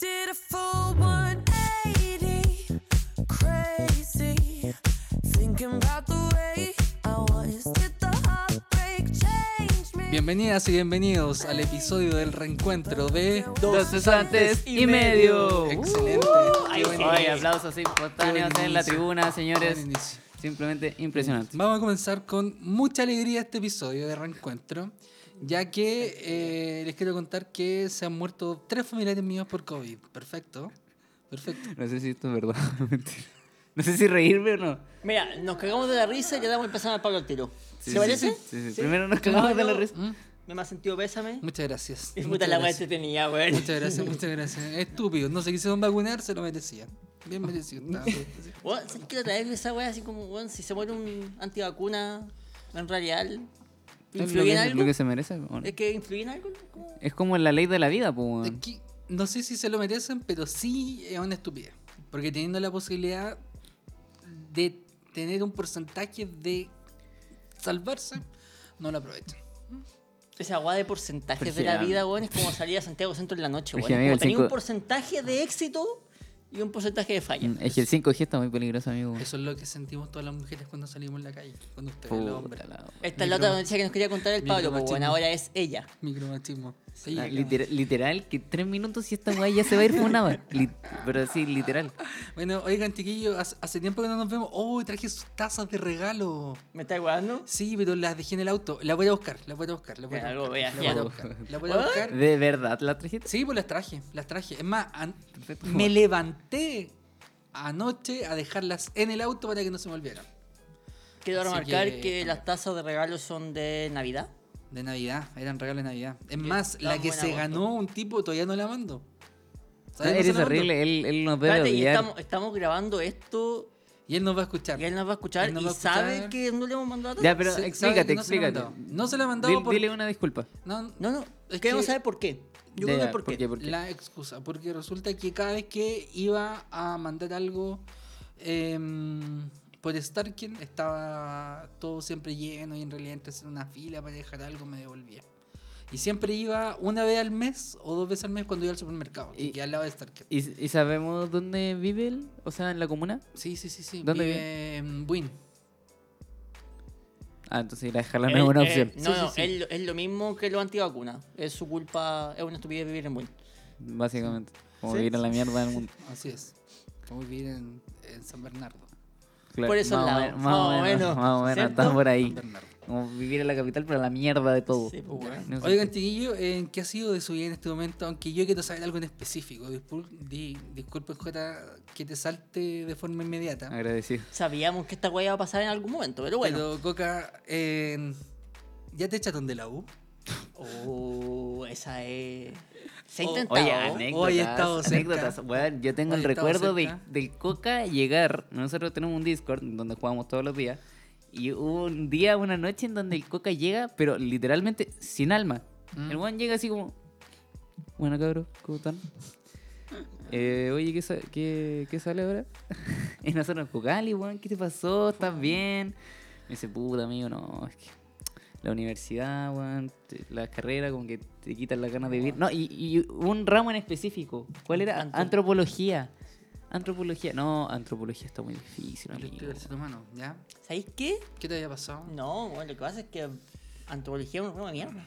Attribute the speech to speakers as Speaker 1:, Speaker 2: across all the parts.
Speaker 1: did a full 180. Crazy. Thinking about the way I was. Did the heartbreak change me?
Speaker 2: Bienvenidas y bienvenidos al episodio del reencuentro de
Speaker 3: Dos cesantes y medio.
Speaker 2: Uh.
Speaker 3: Uh,
Speaker 2: Excelente. Qué
Speaker 3: Ay,
Speaker 2: buen
Speaker 3: ay,
Speaker 2: inicio,
Speaker 3: aplausos espontáneos
Speaker 2: Qué buen
Speaker 3: en la
Speaker 2: inicio.
Speaker 3: tribuna,
Speaker 2: qué buen
Speaker 3: señores.
Speaker 2: inicio.
Speaker 3: Simplemente impresionante.
Speaker 2: Vamos a comenzar con mucha alegría este episodio de reencuentro, ya que eh, les quiero contar que se han muerto tres familiares míos por COVID. Perfecto. Perfecto.
Speaker 3: No sé si esto es verdad o mentira. No sé si reírme o no.
Speaker 4: Mira, nos cagamos de la risa y le damos el pésame al Pablo al tiro.
Speaker 3: Sí,
Speaker 4: ¿Se
Speaker 3: sí,
Speaker 4: parece?
Speaker 3: sí, sí, sí. Primero nos cagamos
Speaker 4: No,
Speaker 3: de la
Speaker 4: no.
Speaker 3: risa.
Speaker 2: ¿Mm?
Speaker 4: Me más sentido pésame.
Speaker 2: Muchas gracias.
Speaker 4: Y puta
Speaker 2: Muchas
Speaker 4: la weá
Speaker 2: gracias.
Speaker 4: que tenía, güey.
Speaker 2: Muchas gracias, muchas gracias. Estúpidos, no se quisieron vacunar, se lo merecían. Bien merecido. estaba bien.
Speaker 4: Weón, ¿sabes qué? otra vez vi esa weá así como, weón, si se muere un antivacuna en realidad,
Speaker 3: Es lo
Speaker 4: ¿influye en
Speaker 3: que,
Speaker 4: algo?
Speaker 3: lo que se merece. ¿o no?
Speaker 4: ¿Es que influye en algo? ¿Cómo?
Speaker 3: Es como la ley de la vida, po.
Speaker 2: Es
Speaker 3: weón.
Speaker 2: que no sé si se lo merecen, pero sí es una estupidez. Porque teniendo la posibilidad de tener un porcentaje de salvarse, no lo aprovechan.
Speaker 4: Esa weá de porcentajes
Speaker 3: Porque,
Speaker 4: de la
Speaker 3: ah,
Speaker 4: vida, weón, es como salir a Santiago Centro en la noche,
Speaker 3: porque,
Speaker 4: weón. Es
Speaker 3: amigo, el
Speaker 4: Como tenía un
Speaker 3: cinco-
Speaker 4: porcentaje de éxito y un porcentaje de falla.
Speaker 3: Es que el 5G está muy peligroso, amigo.
Speaker 2: Eso es lo que sentimos todas las mujeres cuando salimos en la calle, cuando ustedes, los
Speaker 3: Puta
Speaker 2: hombres.
Speaker 3: la wea.
Speaker 4: Esta es la otra
Speaker 2: Micro-
Speaker 4: noticia que nos quería contar el Pablo, pues, weón,
Speaker 2: micromachismo.
Speaker 4: ahora es ella.
Speaker 2: Micromachismo. Sí,
Speaker 3: Ah,
Speaker 2: micromachismo.
Speaker 3: litera- literal, que tres minutos y esta weá ya se va a ir por una weá. Lit- Pero sí, literal.
Speaker 2: Bueno, oigan, chiquillos, hace, hace tiempo que no nos vemos. ¡Oh, traje sus tazas de regalo!
Speaker 4: ¿Me está guardando?
Speaker 2: Sí, pero las dejé en el auto. Las voy a buscar, las voy a buscar, las voy
Speaker 4: Ya,
Speaker 2: a
Speaker 4: algo
Speaker 2: buscar.
Speaker 4: vea,
Speaker 2: las voy
Speaker 4: ya.
Speaker 2: a buscar. las voy a buscar.
Speaker 3: ¿De verdad la trajiste?
Speaker 2: Sí, pues las traje, las traje. Es más, an-
Speaker 3: Perfecto.
Speaker 2: me levanté anoche a dejarlas en el auto para que no se me olvidaran.
Speaker 4: Quiero
Speaker 2: Así
Speaker 4: remarcar
Speaker 2: que-
Speaker 4: que, las tazas de regalo son de Navidad.
Speaker 2: De Navidad, eran regalos de Navidad. Es
Speaker 4: Que
Speaker 2: más, la
Speaker 4: estaban
Speaker 2: que
Speaker 4: buena
Speaker 2: se
Speaker 4: onda.
Speaker 2: ganó un tipo todavía no la mando.
Speaker 3: No,
Speaker 2: ¿Sabes? No se
Speaker 3: eres
Speaker 2: la mando.
Speaker 3: horrible, él, él nos debe
Speaker 4: Espérate, y
Speaker 3: odiar.
Speaker 4: estamos, estamos grabando esto
Speaker 2: Y él nos va a escuchar.
Speaker 4: y él nos va a escuchar
Speaker 2: Él nos
Speaker 4: y
Speaker 2: va a escuchar.
Speaker 4: sabe que no le hemos mandado la
Speaker 3: Ya,
Speaker 4: taza.
Speaker 3: pero
Speaker 2: Se- sabe
Speaker 3: explícate,
Speaker 2: que no se la
Speaker 3: explícate.
Speaker 2: mandaba. No se la mandaba
Speaker 3: Dil-
Speaker 2: por-
Speaker 3: Dile una disculpa.
Speaker 2: No, no,
Speaker 4: No, no,
Speaker 2: Es
Speaker 4: queremos
Speaker 2: que-
Speaker 4: saber por qué. Yo
Speaker 3: Ya,
Speaker 4: creo
Speaker 3: ya,
Speaker 4: que por qué.
Speaker 3: ¿por qué?
Speaker 2: la excusa, porque resulta que cada vez que iba a mandar algo em, por Starken estaba todo siempre lleno y en realidad entre hacer una fila para dejar algo me devolvía. Y siempre iba una vez al mes o dos veces al mes cuando iba al supermercado, que
Speaker 3: Y-
Speaker 2: queda al lado de Starken.
Speaker 3: ¿Y, y sabemos dónde vive él? O sea, en la comuna.
Speaker 2: Sí, sí, sí, sí.
Speaker 3: ¿Dónde
Speaker 2: vive en Buin.
Speaker 3: Ah, entonces ir a dejarla no
Speaker 4: Él-
Speaker 3: es una
Speaker 4: él-
Speaker 3: opción.
Speaker 4: Eh, no, no, él- es lo mismo que los antivacunas. Es su culpa, es una estupidez vivir en buen.
Speaker 3: Básicamente. Como
Speaker 2: Sí.
Speaker 3: vivir a la mierda del mundo.
Speaker 2: Así es. Como vivir en, en San Bernardo.
Speaker 3: Claro,
Speaker 4: Por esos
Speaker 3: más o
Speaker 4: lados,
Speaker 3: menos- Más o menos. Más o menos.
Speaker 4: ¿cierto?
Speaker 3: Está por
Speaker 2: San
Speaker 3: ahí.
Speaker 2: Bernardo.
Speaker 3: Como vivir en la capital, pero a la mierda de todo.
Speaker 4: Sí, pues, weón.
Speaker 3: No sé.
Speaker 2: Oigan, chiquillo, ¿en qué ha sido de su vida en este momento? Aunque yo quiero saber algo en específico. Dispul- di- disculpe, Jota, que te salte de forma inmediata.
Speaker 3: Agradecido.
Speaker 4: Sabíamos que esta weá iba a pasar en algún momento, pero bueno.
Speaker 2: Pero, Coca, eh, ¿ya te echaron de la U?
Speaker 4: Oh, esa es. Se ha
Speaker 2: Oh,
Speaker 4: intentado.
Speaker 3: Oye,
Speaker 2: Hoy he
Speaker 3: anécdotas,
Speaker 2: estado cerca.
Speaker 3: anécdotas. Weón, yo tengo
Speaker 2: Hoy
Speaker 3: el
Speaker 2: he estado
Speaker 3: recuerdo de-
Speaker 2: cerca.
Speaker 3: del Coca llegar. Nosotros tenemos un Discord donde jugamos todos los días. Y hubo un día, una noche en donde el Coca llega, pero literalmente sin alma.
Speaker 2: Mm.
Speaker 3: El weón llega así como... Bueno, cabrón, ¿cómo están? Eh, oye, ¿qué, sa- qué- qué sale ahora? y nosotros, Cocali, weón, ¿qué te pasó? ¿Estás bien? Me dice, puta, amigo, no, es que la universidad, weón, te- la carrera, como que te quitan las ganas de vivir. No, y, y un ramo en específico. ¿Cuál era?
Speaker 4: Anto-
Speaker 3: Antropología. Antropología. No, antropología está muy difícil,
Speaker 2: El
Speaker 3: amigo.
Speaker 2: estudio del ser humano, ¿ya?
Speaker 4: ¿Sabéis qué?
Speaker 2: ¿Qué te había pasado?
Speaker 4: No, bueno, lo que pasa es que antropología es una broma de mierda.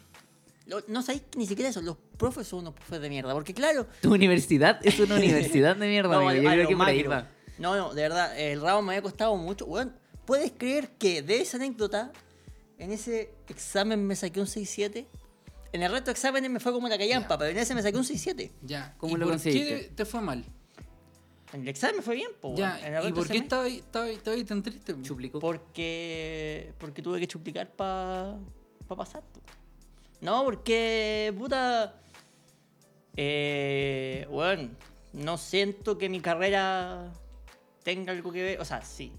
Speaker 4: Lo- no sabéis ni siquiera eso, los profes son unos profes de mierda, porque claro...
Speaker 3: Tu universidad es una universidad de mierda,
Speaker 4: no,
Speaker 3: amigo. Yo
Speaker 4: a
Speaker 3: creo
Speaker 4: lo
Speaker 3: que por ahí
Speaker 4: macro.
Speaker 3: va.
Speaker 4: No, no, de verdad, el ramo me había costado mucho. Bueno, ¿puedes creer que de esa anécdota, en ese examen me saqué un 6-7? En el resto de exámenes me fue como la callampa, pero en ese me saqué un 6-7.
Speaker 2: Ya.
Speaker 3: ¿Cómo
Speaker 2: ¿Y
Speaker 3: lo
Speaker 2: por
Speaker 3: conseguiste?
Speaker 2: qué te fue mal?
Speaker 4: En el examen me fue bien, po, weón. Oh, En el
Speaker 2: ya. ¿Y
Speaker 4: resto
Speaker 2: por
Speaker 4: del
Speaker 2: qué
Speaker 4: examen-
Speaker 2: estaba ahí, estaba ahí- estaba ahí tan triste?
Speaker 3: Chuplicó.
Speaker 4: Porque, porque tuve que chuplicar para pasar. po. No, porque, puta. Eh, bueno, no siento que mi carrera tenga algo que ver. O sea, sí.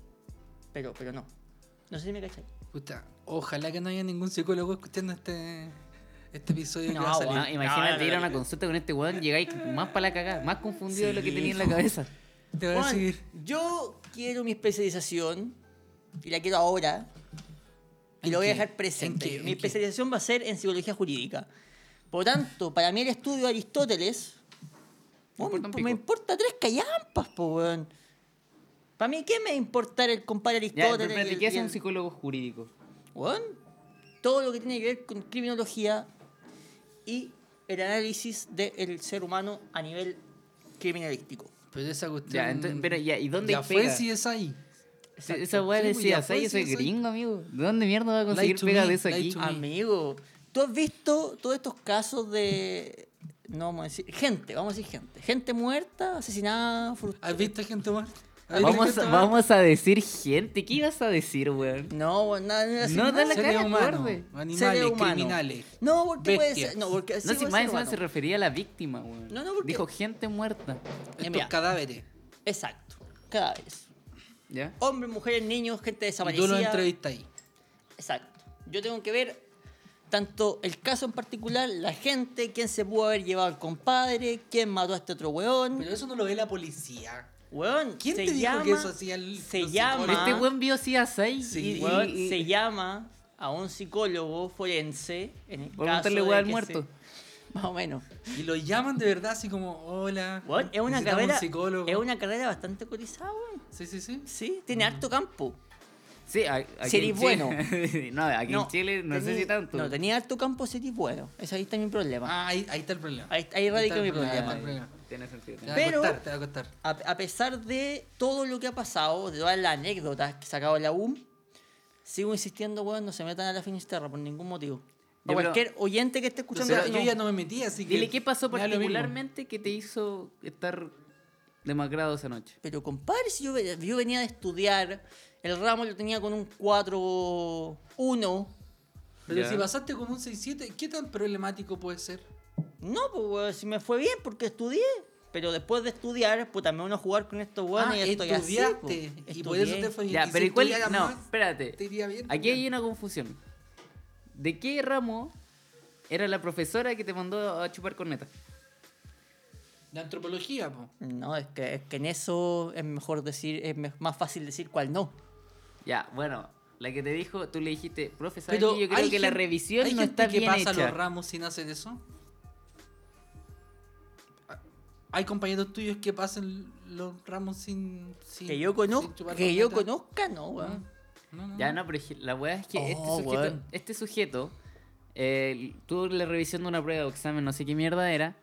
Speaker 4: Pero, pero no. No sé si me cachai.
Speaker 2: Puta, ojalá que no haya ningún psicólogo escuchando este, este episodio
Speaker 4: No,
Speaker 2: que va a salir.
Speaker 3: Ah,
Speaker 4: weón.
Speaker 3: imagínate
Speaker 4: No, no,
Speaker 3: ir a
Speaker 4: no,
Speaker 3: una
Speaker 4: no.
Speaker 3: consulta con este weón, llegáis más para la cagada, más confundido de lo que
Speaker 2: Sí,
Speaker 3: tenía en la cabeza.
Speaker 2: Te voy a
Speaker 4: Juan,
Speaker 2: seguir.
Speaker 4: yo quiero mi especialización y la quiero ahora. Y
Speaker 2: ¿En
Speaker 4: lo voy a
Speaker 2: qué?
Speaker 4: dejar
Speaker 2: ¿En qué?
Speaker 4: presente.
Speaker 2: ¿En
Speaker 4: Mi
Speaker 2: qué?
Speaker 4: especialización va a ser en psicología jurídica. Por tanto, para mí el estudio de Aristóteles Weón,
Speaker 2: importa un
Speaker 4: pues me
Speaker 2: pico.
Speaker 4: importa tres callampas, po, weón. Para mí, ¿qué me va a importar el compadre
Speaker 3: Ya,
Speaker 4: Aristóteles?
Speaker 3: pero espérate,
Speaker 4: y
Speaker 3: ¿qué
Speaker 4: el-
Speaker 3: hace
Speaker 4: y
Speaker 3: un
Speaker 4: el-
Speaker 3: psicólogo jurídico?
Speaker 4: Weón, todo lo que tiene que ver con criminología y el análisis del ser humano a nivel criminalístico.
Speaker 2: Pero esa cuestión.
Speaker 3: Ya, ente- pero ya, ¿y dónde
Speaker 2: Ya fue
Speaker 3: pega?
Speaker 2: si es ahí.
Speaker 3: Esa weá
Speaker 2: Sí, pues, ya fue,
Speaker 3: decía, ¿sabes? Yo soy
Speaker 2: sí, soy-
Speaker 3: gringo, amigo. ¿De dónde mierda va a conseguir
Speaker 2: to
Speaker 3: pega
Speaker 2: me,
Speaker 3: de eso
Speaker 2: lie
Speaker 3: aquí?
Speaker 2: to
Speaker 4: Ah,
Speaker 2: me.
Speaker 4: Amigo, ¿tú has visto todos estos casos de... No, vamos a decir... Gente, vamos a decir gente. Gente muerta, asesinada, frustrada.
Speaker 2: ¿Has visto gente muerta? ¿Has visto
Speaker 3: Vamos,
Speaker 2: gente
Speaker 3: a-
Speaker 2: muerta?
Speaker 3: vamos a decir gente. ¿Qué ibas a decir, weón?
Speaker 4: No, weón, nada, nada,
Speaker 3: No,
Speaker 4: nada.
Speaker 3: dale,
Speaker 2: Seres
Speaker 3: cara,
Speaker 2: humanos,
Speaker 3: acorde.
Speaker 4: Seres
Speaker 2: animales,
Speaker 4: humanos.
Speaker 2: criminales.
Speaker 4: No, porque puede
Speaker 2: bestias.
Speaker 4: ser... No, porque
Speaker 2: Eh,
Speaker 4: sí
Speaker 3: No, si
Speaker 4: puede
Speaker 3: más
Speaker 4: ser
Speaker 3: encima
Speaker 4: humano.
Speaker 3: se refería a la víctima, weón.
Speaker 4: No, no, porque-
Speaker 3: Dijo gente muerta.
Speaker 2: Estos
Speaker 4: mira.
Speaker 2: cadáveres.
Speaker 4: Exacto, cada vez.
Speaker 3: ¿Ya?
Speaker 4: Hombres, mujeres, niños, gente
Speaker 2: Y tú
Speaker 4: desaparecida.
Speaker 2: los entrevistas ahí.
Speaker 4: Exacto. Yo tengo que ver tanto el caso en particular, la gente, quién se pudo haber llevado al compadre, quién mató a este otro weón.
Speaker 2: Pero eso no lo ve la policía.
Speaker 4: Weón,
Speaker 2: ¿Quién
Speaker 4: se
Speaker 2: te dijo
Speaker 4: llama-
Speaker 2: que eso hacía el-
Speaker 4: Se
Speaker 2: los
Speaker 4: llama...
Speaker 2: psicólogos?
Speaker 3: Este weón vio CSI
Speaker 2: Sí.
Speaker 3: y, y,
Speaker 4: Weón,
Speaker 3: y-
Speaker 4: se llama a un psicólogo forense en el
Speaker 3: Por
Speaker 4: caso
Speaker 3: preguntarle
Speaker 4: de
Speaker 3: weón al
Speaker 4: que
Speaker 3: muerto.
Speaker 4: se- más o menos.
Speaker 2: Y lo llaman de verdad así como, hola.
Speaker 4: Weón, es una
Speaker 2: necesitamos
Speaker 4: carrera
Speaker 2: Un psicólogo.
Speaker 4: es una carrera bastante cotizada, weón.
Speaker 2: Sí, sí, sí.
Speaker 4: Sí, tiene
Speaker 3: Mm.
Speaker 4: harto campo.
Speaker 3: Sí, a- aquí
Speaker 4: Serí
Speaker 3: en Chile-
Speaker 4: bueno.
Speaker 3: no, aquí en Chile no sé
Speaker 4: tení-
Speaker 3: si tanto.
Speaker 4: No, tenía harto campo si eres bueno. Ese ahí está mi problema.
Speaker 2: Ah, ahí, ahí está el problema.
Speaker 4: Ahí- ahí radica
Speaker 2: está
Speaker 4: mi
Speaker 2: el
Speaker 3: Ah,
Speaker 4: problema.
Speaker 2: el problema.
Speaker 3: tiene sentido.
Speaker 2: Te va
Speaker 4: Pero-
Speaker 2: a costar, te va a costar.
Speaker 4: A, a pesar de todo lo que ha pasado, de todas las anécdotas que sacaba la UM, sigo insistiendo, weón, no se metan a la Finisterra por ningún motivo.
Speaker 3: Ya,
Speaker 4: A
Speaker 3: pero-
Speaker 4: cualquier oyente que esté escuchando.
Speaker 2: Pero
Speaker 4: esto,
Speaker 2: yo
Speaker 4: no.
Speaker 2: ya no me metí, así que.
Speaker 3: Dile qué pasó
Speaker 2: me da lo mismo.
Speaker 3: particularmente que te hizo estar demacrado esa noche.
Speaker 4: Pero compadre, si yo, ve- yo venía de estudiar, el ramo lo tenía con un 4-1.
Speaker 2: Pero
Speaker 3: Ya.
Speaker 2: si pasaste con un 6-7, ¿qué tan problemático puede ser?
Speaker 4: No, pues weón, si me fue bien porque estudié. Pero después de estudiar, pues también uno jugar con estos weones
Speaker 2: ah,
Speaker 4: y estoy así, po.
Speaker 2: estudiaste. y por eso
Speaker 4: Estudié.
Speaker 2: te fue bien.
Speaker 3: Ya,
Speaker 2: Y
Speaker 3: pero
Speaker 2: si
Speaker 3: igual.
Speaker 2: estudiaras
Speaker 3: No,
Speaker 2: más,
Speaker 3: espérate.
Speaker 2: te iría bien.
Speaker 3: Aquí hay una confusión. ¿De qué ramo era la profesora que te mandó a chupar corneta?
Speaker 2: De antropología, po.
Speaker 4: No, es que, es que en eso es mejor decir, es me- más fácil decir cuál no.
Speaker 3: Ya, bueno, la que te dijo, tú le dijiste, profe, ¿sabes
Speaker 2: Pero
Speaker 3: qué? yo creo
Speaker 2: hay
Speaker 3: que la
Speaker 2: gen-
Speaker 3: revisión
Speaker 2: hay
Speaker 3: no
Speaker 2: gente
Speaker 3: está
Speaker 2: que
Speaker 3: bien
Speaker 2: pasa
Speaker 3: hecha.
Speaker 2: los ramos sin hacer eso? Hay compañeros tuyos que pasan los ramos sin, sin-
Speaker 4: Que yo
Speaker 2: sin
Speaker 4: conozca,
Speaker 2: chupar
Speaker 4: que yo
Speaker 2: corneta.
Speaker 4: conozca, no, weón.
Speaker 2: No, no,
Speaker 3: Ya,
Speaker 2: no.
Speaker 3: no, pero es que la weá es que este
Speaker 4: Oh,
Speaker 3: sujeto,
Speaker 4: weón.
Speaker 3: este sujeto eh, tuvo la revisión de una prueba o examen, no sé qué mierda era,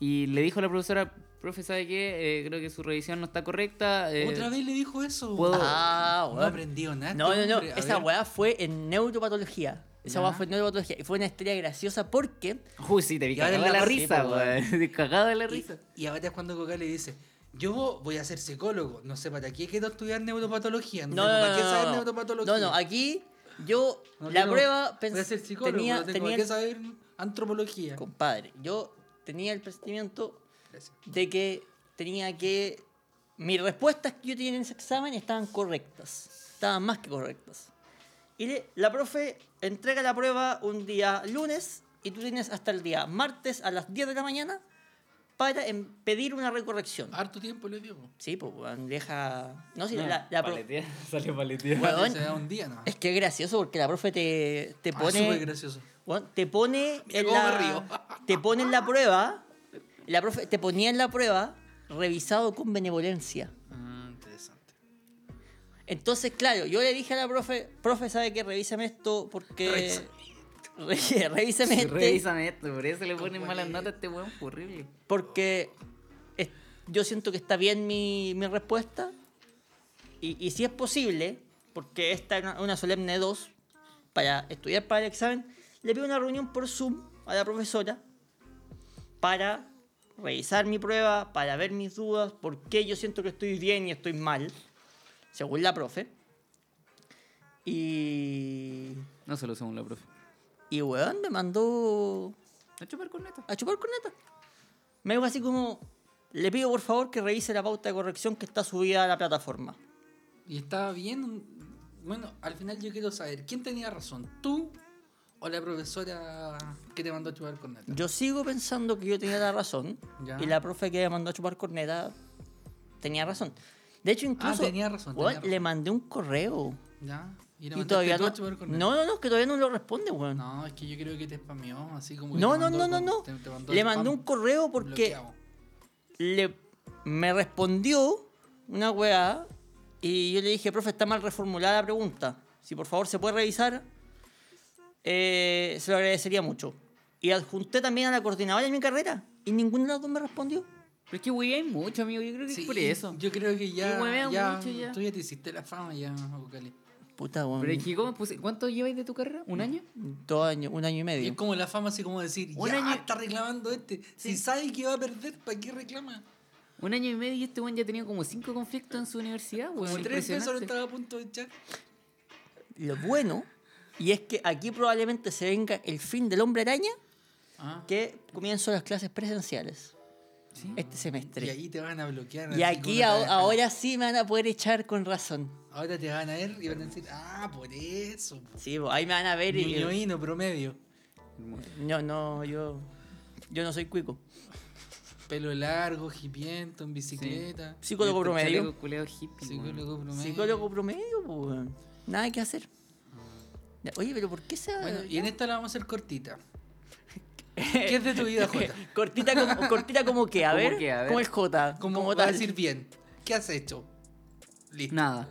Speaker 3: y le dijo a la profesora, profe, ¿sabe qué? Eh, creo que su revisión no está correcta. eh,
Speaker 2: Otra vez le dijo eso.
Speaker 3: puedo-
Speaker 4: Ah,
Speaker 2: No
Speaker 4: weón.
Speaker 2: aprendió nada.
Speaker 4: No, no,
Speaker 2: este
Speaker 4: no.
Speaker 2: hombre. A
Speaker 4: Esa
Speaker 2: ver.
Speaker 4: weá fue en neuropatología. Esa weá
Speaker 2: Ya.
Speaker 4: fue en neuropatología. Y fue una historia graciosa porque.
Speaker 3: Uy, sí, te vi
Speaker 2: Ya
Speaker 3: cagado
Speaker 2: de
Speaker 3: de
Speaker 2: la
Speaker 3: la
Speaker 2: parte,
Speaker 3: risa,
Speaker 4: po,
Speaker 3: weón. Cagado de la
Speaker 2: Y,
Speaker 3: risa.
Speaker 2: y ahora es cuando Coca le dice, yo voy a ser psicólogo. No sé para qué quiero estudiar neuropatología. No,
Speaker 4: No,
Speaker 2: sé
Speaker 4: no,
Speaker 2: para qué
Speaker 4: no,
Speaker 2: saber
Speaker 4: no, no.
Speaker 2: neuropatología.
Speaker 4: No, no, aquí yo.
Speaker 2: No
Speaker 4: la
Speaker 2: quiero-
Speaker 4: prueba
Speaker 2: Voy a
Speaker 4: pens-
Speaker 2: ser psicólogo,
Speaker 4: tenía,
Speaker 2: pero tengo
Speaker 4: tenía-
Speaker 2: que saber antropología.
Speaker 4: Compadre, yo tenía el presentimiento
Speaker 2: Gracias.
Speaker 4: de que tenía que. Mis respuestas que yo tenía en ese examen estaban correctas. Estaban más que correctas. Y le- la profe entrega la prueba un día lunes y tú tienes hasta el día martes a las 10 de la mañana para em- pedir una recorrección.
Speaker 2: Harto tiempo le dio. po.
Speaker 4: Sí, pues, weón, deja. No, sí,
Speaker 3: No,
Speaker 4: la, la pro-
Speaker 3: paletea, Ah, salió paleteada.
Speaker 4: Weón,
Speaker 2: Se da un día, ¿no?
Speaker 4: Es que es gracioso porque la profe te, te
Speaker 2: Ah,
Speaker 4: pone.
Speaker 2: súper gracioso.
Speaker 4: weón, te pone.
Speaker 2: Mira
Speaker 4: En
Speaker 2: cómo me
Speaker 4: la,
Speaker 2: río.
Speaker 4: Te pone en la prueba. La profe te ponía en la prueba revisado con benevolencia.
Speaker 2: Mm, interesante.
Speaker 4: Entonces, claro, yo le dije a la profe, profe, ¿sabe qué? Revísame esto porque. Re- Revísame este.
Speaker 3: Revísame esto, por eso le ponen
Speaker 2: Con
Speaker 3: malas
Speaker 2: cualquier-
Speaker 3: notas a este weón, fue horrible.
Speaker 4: Porque es- yo siento que está bien mi, mi respuesta. Y, y si es posible, porque esta es una, una solemne 2, para estudiar para el examen, le pido una reunión por Zoom a la profesora para revisar mi prueba, para ver mis dudas, por qué yo siento que estoy bien y estoy mal, según la profe. Y.
Speaker 3: No se lo según la profe.
Speaker 4: Y weón me mandó
Speaker 3: A chupar corneta.
Speaker 4: a chupar corneta. Me dijo así como, le pido por favor que revise la pauta de corrección que está subida a la plataforma.
Speaker 2: Y estaba bien. Bueno, al final yo quiero saber, ¿quién tenía razón? ¿Tú o la profesora que te mandó a chupar con neta?
Speaker 4: Yo sigo pensando que yo tenía la razón
Speaker 2: Ya.
Speaker 4: y la profe que me mandó a chupar corneta tenía razón. De hecho, incluso
Speaker 2: Ah, tenía razón,
Speaker 4: weón,
Speaker 2: tenía razón.
Speaker 4: le mandé un correo.
Speaker 2: ¿Ya? Y, la
Speaker 4: Y
Speaker 2: mandaste
Speaker 4: todavía
Speaker 2: tú a
Speaker 4: no,
Speaker 2: chupar con neta.
Speaker 4: no, no, no, que todavía no lo responde, weón. No,
Speaker 2: No, es que yo creo que te spameó, así como que
Speaker 4: no,
Speaker 2: te
Speaker 4: no,
Speaker 2: mandó
Speaker 4: no, no.
Speaker 2: con- te- te mandó
Speaker 4: Le
Speaker 2: el
Speaker 4: mandé
Speaker 2: spam
Speaker 4: un correo porque
Speaker 2: bloqueado.
Speaker 4: le, me respondió una weá y yo le dije, profe, está mal reformulada la pregunta. Si por favor se puede revisar, eh, se lo agradecería mucho. Y adjunté también a la coordinadora de mi carrera y ninguna de las dos me respondió.
Speaker 3: Pero es que huevean mucho, amigo. Yo creo que
Speaker 2: Sí,
Speaker 3: es por eso.
Speaker 2: Yo creo que ya,
Speaker 3: Y huevean
Speaker 2: ya,
Speaker 3: mucho ya.
Speaker 2: Tú ya te hiciste la fama ya, Vocali.
Speaker 4: Puta, weón.
Speaker 3: Pero es que, ¿cómo puse- ¿cuánto lleváis de tu carrera? ¿Un año?
Speaker 4: Dos años, un año y
Speaker 2: Y
Speaker 4: medio.
Speaker 2: es como la fama así como decir,
Speaker 3: Un
Speaker 2: ya
Speaker 3: año-
Speaker 2: está reclamando este. Si sabe que va a perder, ¿para qué reclama?
Speaker 3: Un año y medio y este weón ya ha tenido como cinco conflictos en su universidad, weón.
Speaker 2: Como tres veces ahora
Speaker 3: Impresionante.
Speaker 2: estaba a punto de echar.
Speaker 4: Lo bueno, y es que aquí probablemente se venga el fin del hombre araña,
Speaker 2: Ah,
Speaker 4: que comienzo las clases presenciales este
Speaker 2: y
Speaker 4: semestre.
Speaker 2: ahí te van a bloquear. así
Speaker 4: Y, aquí
Speaker 2: como
Speaker 4: aho-
Speaker 2: te van a-
Speaker 4: ahora sí me van a poder echar con razón.
Speaker 2: Ahora te van a ver y van a decir, ah, por eso. po".
Speaker 4: Sí, pues, ahí me van a ver y...
Speaker 2: Niñoíno promedio.
Speaker 4: No, no, yo... Yo no soy cuico.
Speaker 2: Pelo largo, jipiento, en bicicleta.
Speaker 4: Psicólogo
Speaker 3: Este
Speaker 4: promedio.
Speaker 3: chaleco culeado hippie, weón.
Speaker 2: Psicólogo promedio.
Speaker 4: Psicólogo promedio, pues, weón. Nada que hacer. Ya, Oye, pero ¿por qué esa...?
Speaker 2: Bueno, y en esta la vamos a hacer cortita. ¿Qué es de tu vida, Jota?
Speaker 4: cortita, como, cortita como que, a
Speaker 3: ¿Cómo
Speaker 4: ver.
Speaker 3: qué? A ver.
Speaker 4: Como el J.
Speaker 2: Como
Speaker 4: como
Speaker 2: vas a
Speaker 4: tal.
Speaker 2: decir bien. ¿Qué has hecho? Listo.
Speaker 3: Nada.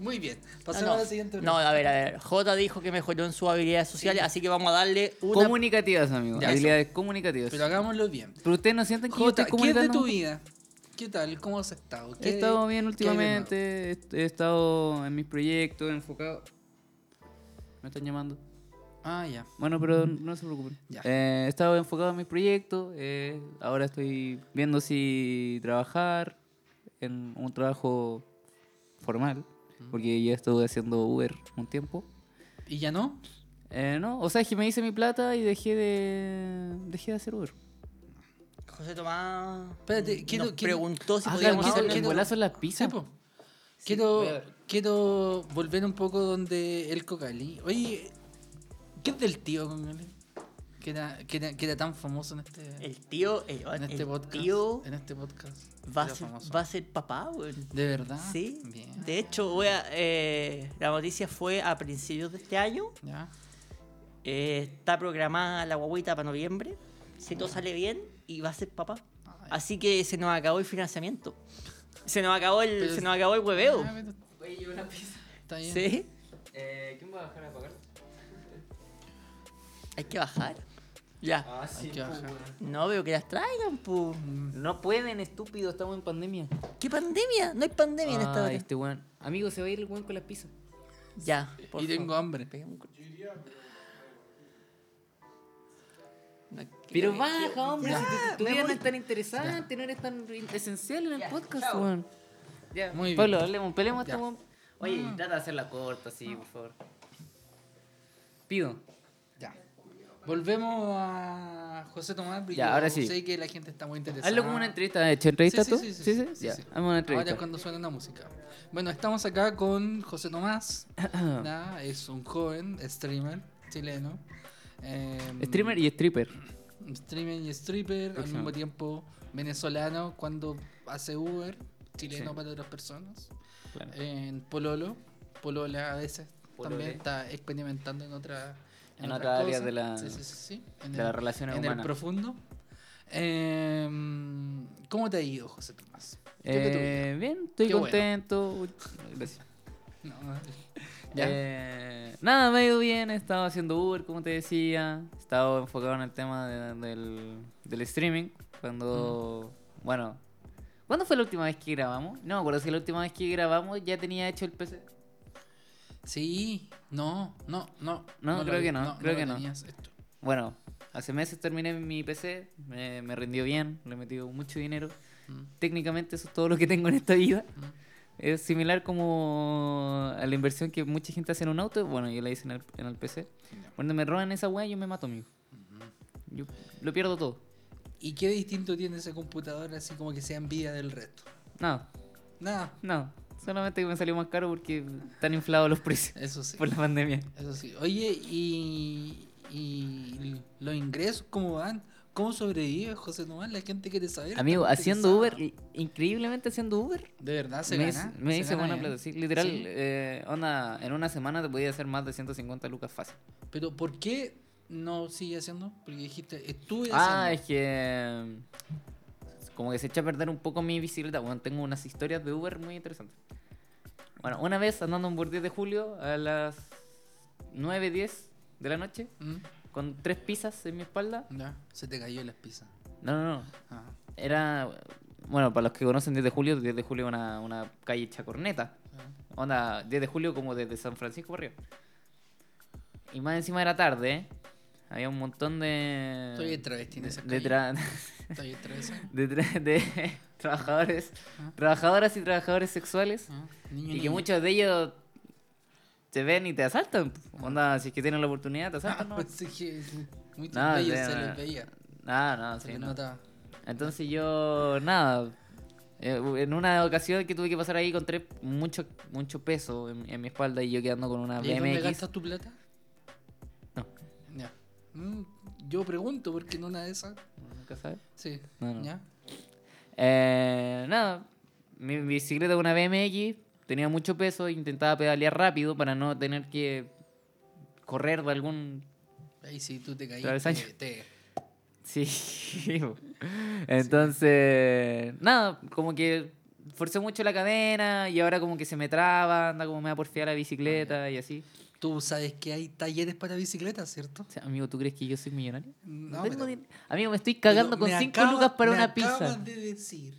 Speaker 2: Muy bien.
Speaker 4: Ah, No,
Speaker 2: Pasamos
Speaker 4: no.
Speaker 2: a la siguiente.
Speaker 4: No, a ver, a ver. J dijo que mejoró en sus habilidades sociales, así que vamos a darle una.
Speaker 3: Comunicativas, amigo.
Speaker 2: Ya,
Speaker 3: Habilidades comunicativas.
Speaker 2: Pero hagámoslo bien.
Speaker 3: Pero ustedes no sienten que yo
Speaker 2: Jota,
Speaker 3: estoy
Speaker 2: ¿qué es de
Speaker 3: comunicando
Speaker 2: tu
Speaker 3: mucho?
Speaker 2: vida? ¿Qué tal? ¿Cómo has estado? ¿Qué-
Speaker 3: He estado bien
Speaker 2: Eh, qué hay de nuevo?
Speaker 3: últimamente, he he estado en mis proyectos, enfocado. Me están llamando.
Speaker 2: Ah, ya.
Speaker 3: Bueno, pero no se preocupen.
Speaker 2: Ya.
Speaker 3: Eh, he estado enfocado en mis proyectos, eh, ahora estoy viendo si trabajar en un trabajo formal, porque ya estuve haciendo Uber un tiempo.
Speaker 2: ¿Y ya no?
Speaker 3: Eh, no, o sea, es que me hice mi plata y dejé de, dejé de hacer Uber.
Speaker 4: José Tomás.
Speaker 2: Espérate, quiero-
Speaker 4: nos
Speaker 2: quiero-
Speaker 4: preguntó si
Speaker 3: Ah,
Speaker 4: podíamos
Speaker 3: calmado,
Speaker 4: hacer
Speaker 3: el
Speaker 2: quiero-
Speaker 3: golazo en las
Speaker 2: Sí,
Speaker 3: pizzas.
Speaker 2: po. Quiero,
Speaker 3: voy a ver.
Speaker 2: quiero volver un poco donde el Cocali. Oye, ¿qué es del tío Cocali? Que era, que era- que era tan famoso en este,
Speaker 4: El tío, el,
Speaker 2: en este
Speaker 4: el
Speaker 2: podcast.
Speaker 4: tío
Speaker 2: en este podcast.
Speaker 4: va, a
Speaker 2: Era
Speaker 4: ser,
Speaker 2: famoso.
Speaker 4: va a ser papá, weón.
Speaker 2: ¿De verdad?
Speaker 4: Sí.
Speaker 2: Ah, Bien.
Speaker 4: De hecho, voy a- eh, la noticia fue a principios de este año.
Speaker 2: Ya.
Speaker 4: Eh, está programada la guaguita para noviembre. Si todo sale bien, y va a ser papá. Así que se nos acabó el financiamiento. Se nos acabó el,
Speaker 2: Pero-
Speaker 4: se nos acabó el hueveo.
Speaker 2: Ah, pero Está bien.
Speaker 4: Sí.
Speaker 3: Eh, ¿Quién va a bajar a pagar?
Speaker 4: Hay que bajar. Ya.
Speaker 3: Ah,
Speaker 2: Hay que bajar.
Speaker 4: No veo que las traigan, pu.
Speaker 3: No pueden, estúpido, estamos en pandemia.
Speaker 4: ¿Qué pandemia? No hay pandemia en esta
Speaker 3: Ah,
Speaker 4: hora.
Speaker 3: este weón. Amigo, se va a ir el weón con las pizzas.
Speaker 4: Ya. por
Speaker 2: Y tengo
Speaker 4: favor.
Speaker 2: hambre.
Speaker 4: Pega un corte. No quiero
Speaker 3: Pero
Speaker 4: que-
Speaker 3: baja, hombre.
Speaker 4: Ya,
Speaker 3: si tu- tu,
Speaker 4: me
Speaker 3: vida no
Speaker 4: voy.
Speaker 3: es tan interesante, no eres tan esencial en el
Speaker 4: Ya,
Speaker 3: podcast,
Speaker 4: chao.
Speaker 3: weón. Ya,
Speaker 2: Muy bien.
Speaker 3: Pablo, hablemos, peleemos
Speaker 2: Ya.
Speaker 3: esta weón. Oye,
Speaker 4: Mm.
Speaker 3: trata de hacerla corta, sí, por favor. Pido.
Speaker 2: Ya. Volvemos a José Tomás. porque
Speaker 3: Ya,
Speaker 2: yo
Speaker 3: ahora sí.
Speaker 2: Sé que la gente está muy interesada.
Speaker 3: Hazlo como una entrevista. ¿Has hecho entrevista tú?
Speaker 2: Sí, sí, sí. sí, sí,
Speaker 3: ya,
Speaker 2: sí.
Speaker 3: hazme una
Speaker 2: Ahora es
Speaker 3: entrevista.
Speaker 2: cuando suena la música. Bueno, estamos acá con José Tomás. Nada, es un joven streamer chileno. Em,
Speaker 3: Streamer y stripper.
Speaker 2: Streamer y stripper, al
Speaker 3: Próximo.
Speaker 2: mismo tiempo venezolano cuando hace Uber, chileno
Speaker 3: Sí.
Speaker 2: para otras personas.
Speaker 3: Claro.
Speaker 2: En Pololo, Polola a veces
Speaker 3: Polole.
Speaker 2: también está experimentando en otra
Speaker 3: En
Speaker 2: otras
Speaker 3: otras áreas
Speaker 2: cosas.
Speaker 3: de la-
Speaker 2: Sí, sí, sí, sí. En
Speaker 3: de las relaciones
Speaker 2: en el
Speaker 3: humanas.
Speaker 2: profundo. Em, ¿Cómo te ha ido, José Tomás? ¿Qué es de tu vida?
Speaker 3: Eh, bien, estoy
Speaker 2: Qué bueno.
Speaker 3: contento. Uy, Gracias.
Speaker 2: No, ya.
Speaker 3: Eh, nada, me ha ido bien. He estado haciendo Uber, como te decía. He estado enfocado en el tema de- del, del streaming. Cuando. Bueno, ¿cuándo fue la última vez que grabamos? No me acuerdo si la última vez que grabamos ya tenía hecho el PC.
Speaker 2: Sí, no, no, no.
Speaker 3: No,
Speaker 2: lo
Speaker 3: creo
Speaker 2: vi-
Speaker 3: que no, creo
Speaker 2: lo
Speaker 3: que no.
Speaker 2: tenías esto.
Speaker 3: Bueno, hace meses terminé mi PC. Me, me rindió bien. Le he metido mucho dinero.
Speaker 2: Mm.
Speaker 3: Técnicamente, eso es todo lo que tengo en esta vida.
Speaker 2: Mm.
Speaker 3: Es similar como a la inversión que mucha gente hace en un auto. Bueno, yo la hice en el, en el PC.
Speaker 2: Ya.
Speaker 3: Cuando me roban esa weá, yo me mato, amigo. Yo lo pierdo todo.
Speaker 2: ¿Y qué distinto tiene ese computador así como que sea envidia del resto?
Speaker 3: No,
Speaker 2: Nada,
Speaker 3: no. Solamente que me salió más caro porque están inflados los precios
Speaker 2: eso sí.
Speaker 3: por la pandemia.
Speaker 2: Eso sí. Oye, ¿y, y los ingresos cómo van? ¿Cómo sobrevive José Tomás? La gente quiere saber.
Speaker 3: Amigo,
Speaker 2: está
Speaker 3: haciendo Uber,
Speaker 2: interesada.
Speaker 3: increíblemente haciendo Uber,
Speaker 2: De verdad Ah, se
Speaker 3: me,
Speaker 2: gana.
Speaker 3: hice- me
Speaker 2: se
Speaker 3: hice
Speaker 2: gana
Speaker 3: buena
Speaker 2: bien.
Speaker 3: plata. Sí, literal,
Speaker 2: Sí.
Speaker 3: eh, onda, en una semana te podía hacer más de 150 lucas fácil.
Speaker 2: Pero ¿por qué no sigue haciendo? Porque dijiste, estuve
Speaker 3: Ah,
Speaker 2: haciendo.
Speaker 3: es que. mm, como que se echa a perder un poco mi bicicleta. Bueno, tengo unas historias de Uber muy interesantes. Bueno, una vez andando en Bordeaux de Julio a las 9, 10 de la noche,
Speaker 2: ¿Mm?
Speaker 3: con tres pizzas en mi espalda.
Speaker 2: Ya, se te cayó la pizza.
Speaker 3: No, no, no.
Speaker 2: Ah,
Speaker 3: Era, bueno, para los que conocen 10 de Julio, 10 de Julio es una, una calle chacorneta.
Speaker 2: ah.
Speaker 3: Onda, 10 de julio como desde San Francisco para arriba. Y más encima era tarde, ¿eh? Había un montón de...
Speaker 2: Estoy de travesti en
Speaker 3: de-
Speaker 2: esa
Speaker 3: de,
Speaker 2: calle.
Speaker 3: tra-
Speaker 2: Está ahí otra vez.
Speaker 3: de tra- de trabajadores,
Speaker 2: Ah.
Speaker 3: trabajadoras y trabajadores sexuales.
Speaker 2: Ah, niño,
Speaker 3: Y que
Speaker 2: niño.
Speaker 3: muchos de ellos te ven y te asaltan. Onda, si es que tienen la oportunidad, te
Speaker 2: Ah,
Speaker 3: asaltan. No,
Speaker 2: pensé que muy
Speaker 3: No,
Speaker 2: bello
Speaker 3: o sea,
Speaker 2: se les veía.
Speaker 3: no, Ah, no,
Speaker 2: Se
Speaker 3: sí,
Speaker 2: les
Speaker 3: no.
Speaker 2: notaba.
Speaker 3: Entonces yo, nada, eh, en una ocasión que tuve que pasar ahí encontré mucho, mucho peso en, en mi espalda y yo quedando con una
Speaker 2: ¿Y ahí dónde
Speaker 3: BMX.
Speaker 2: gastas tu plata?
Speaker 3: No.
Speaker 2: Ya. Mm, yo pregunto, porque en una de esas.
Speaker 3: Nunca sabes.
Speaker 2: Sí.
Speaker 3: No, no.
Speaker 2: Ya.
Speaker 3: Eh, nada, mi bicicleta es una BMX, tenía mucho peso, intentaba pedalear rápido para no tener que correr de algún...
Speaker 2: Ahí sí, tú te
Speaker 3: Pero
Speaker 2: caíste.
Speaker 3: el Sancho-
Speaker 2: Te, te-
Speaker 3: Sí. po. Entonces, nada, como que forcé mucho la cadena y ahora como que se me traba, anda como me va a porfiar la
Speaker 2: Ah,
Speaker 3: bicicleta y así.
Speaker 2: Tú sabes que hay talleres para bicicletas, ¿cierto?
Speaker 3: O sea, amigo, ¿tú crees que yo soy millonario? No,
Speaker 2: No,
Speaker 3: tengo
Speaker 2: pero-
Speaker 3: din- Amigo, me estoy cagando
Speaker 2: Pero
Speaker 3: con
Speaker 2: me
Speaker 3: 5
Speaker 2: acaba-
Speaker 3: lucas para
Speaker 2: me
Speaker 3: una pizza.
Speaker 2: Acabas de decir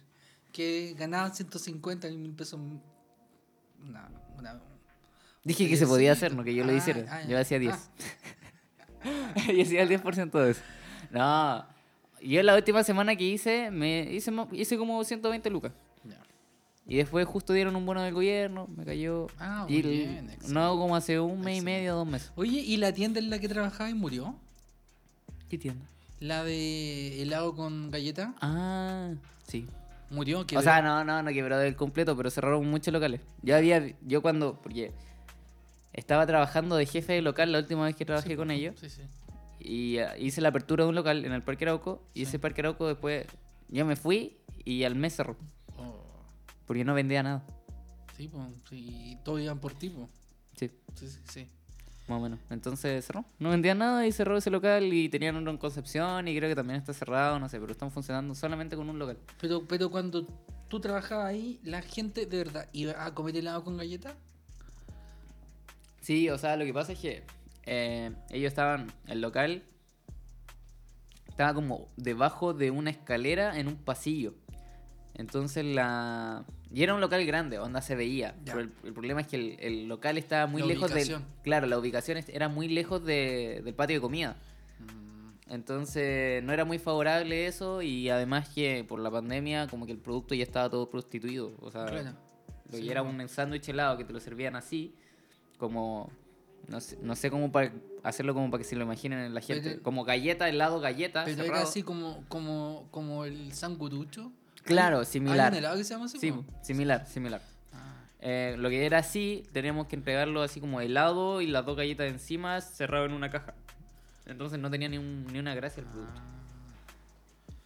Speaker 2: que ganaban 150 mil pesos. Una, una-
Speaker 3: Dije que se podía
Speaker 2: Sí,
Speaker 3: hacer, no que yo lo
Speaker 2: ah,
Speaker 3: hiciera.
Speaker 2: ah,
Speaker 3: yo
Speaker 2: ya. Ah.
Speaker 3: hacía 10. yo hacía el 10% de eso. No. Yo la última semana que hice, me hice, mo- hice como 120 lucas.
Speaker 2: ya.
Speaker 3: Y después justo dieron un bono del gobierno, me cayó.
Speaker 2: Ah,
Speaker 3: y
Speaker 2: muy
Speaker 3: l-
Speaker 2: bien, excelente.
Speaker 3: no hago como hace un mes y
Speaker 2: Excelente.
Speaker 3: medio, dos meses.
Speaker 2: Oye, ¿y la tienda en la que trabajaba y murió?
Speaker 3: ¿Qué tienda?
Speaker 2: La de helado con galleta.
Speaker 3: Ah, sí.
Speaker 2: Murió.
Speaker 3: O sea, no, no, no quebró del completo, pero cerraron muchos locales. Yo había, yo cuando, porque estaba trabajando de jefe de local la última vez que trabajé con ellos,
Speaker 2: Sí, sí.
Speaker 3: y eh, hice la apertura de un local en el Parque Arauco, y
Speaker 2: Sí.
Speaker 3: ese Parque Arauco después, yo me fui y al mes cerró,
Speaker 2: Oh,
Speaker 3: porque no vendía nada.
Speaker 2: sí, po, sí, y todos iban por ti, po.
Speaker 3: Sí,
Speaker 2: Sí, sí, sí.
Speaker 3: más o menos. Entonces cerró, no vendía nada y cerró ese local y tenían uno en Concepción y creo que también está cerrado, no sé, pero están funcionando solamente con un local.
Speaker 2: Pero, pero cuando tú trabajabas ahí, la gente de verdad iba a comer helado con galleta.
Speaker 3: Sí, o sea, lo que pasa es que eh, ellos estaban, el local estaba como debajo de una escalera en un pasillo. Entonces la... Y era un local grande, onda se veía.
Speaker 2: Ya.
Speaker 3: Pero el, el problema es que el, el local estaba muy
Speaker 2: La
Speaker 3: lejos del...
Speaker 2: ubicación.
Speaker 3: Claro, la ubicación est- era muy lejos de- del patio de comida. Mm, Entonces no era muy favorable eso y además que por la pandemia como que el producto ya estaba todo prostituido. O sea,
Speaker 2: Claro.
Speaker 3: lo
Speaker 2: Sí,
Speaker 3: que era
Speaker 2: po.
Speaker 3: un sándwich helado que te lo servían así, como. No sé, no sé cómo para hacerlo como para que se lo imaginen en la gente.
Speaker 2: Pero-
Speaker 3: como galleta, helado, galleta.
Speaker 2: Pero era
Speaker 3: cerrado.
Speaker 2: así como, como, como el sangurucho.
Speaker 3: Claro,
Speaker 2: ¿Hay-
Speaker 3: similar.
Speaker 2: ¿Hay un helado que se llama así?
Speaker 3: Sí,
Speaker 2: po?
Speaker 3: similar, similar.
Speaker 2: Ah,
Speaker 3: Eh, lo que era así, teníamos que entregarlo así como helado y las dos galletas encima cerrado en una caja. Entonces no tenía ni, un- ni una gracia el producto.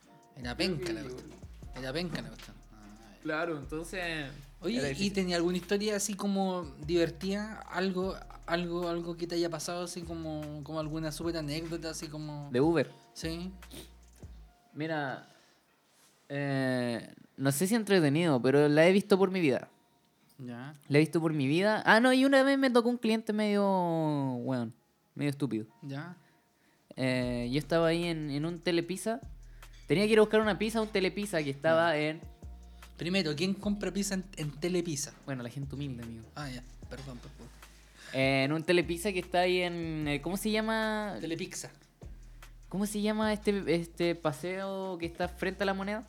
Speaker 2: Ah. era penca la cuestión. Era penca la cuestión. Ah, ya.
Speaker 3: Claro, entonces. Era
Speaker 2: Oye, ¿y
Speaker 3: difícil.
Speaker 2: tenía alguna historia así como divertida? ¿Algo algo, algo que te haya pasado así como, como alguna súper anécdota? Así como...
Speaker 3: De Uber.
Speaker 2: Sí.
Speaker 3: Mira, eh, no sé si entretenido, pero la he visto por mi vida.
Speaker 2: Ya.
Speaker 3: La he visto por mi vida. Ah, no, y una vez me tocó un cliente medio, weón, medio estúpido.
Speaker 2: Ya.
Speaker 3: Eh, yo estaba ahí en, en un telepizza. Tenía que ir a buscar una pizza, un telepizza que estaba en...
Speaker 2: Primero, ¿quién compra pizza en, en Telepizza?
Speaker 3: Bueno, la gente humilde, amigo.
Speaker 2: Ah, ya. Perdón, perdón.
Speaker 3: Eh, en un telepizza que está ahí en... eh, ¿Cómo se llama?
Speaker 2: Telepizza.
Speaker 3: ¿Cómo se llama este, este paseo que está frente a la moneda?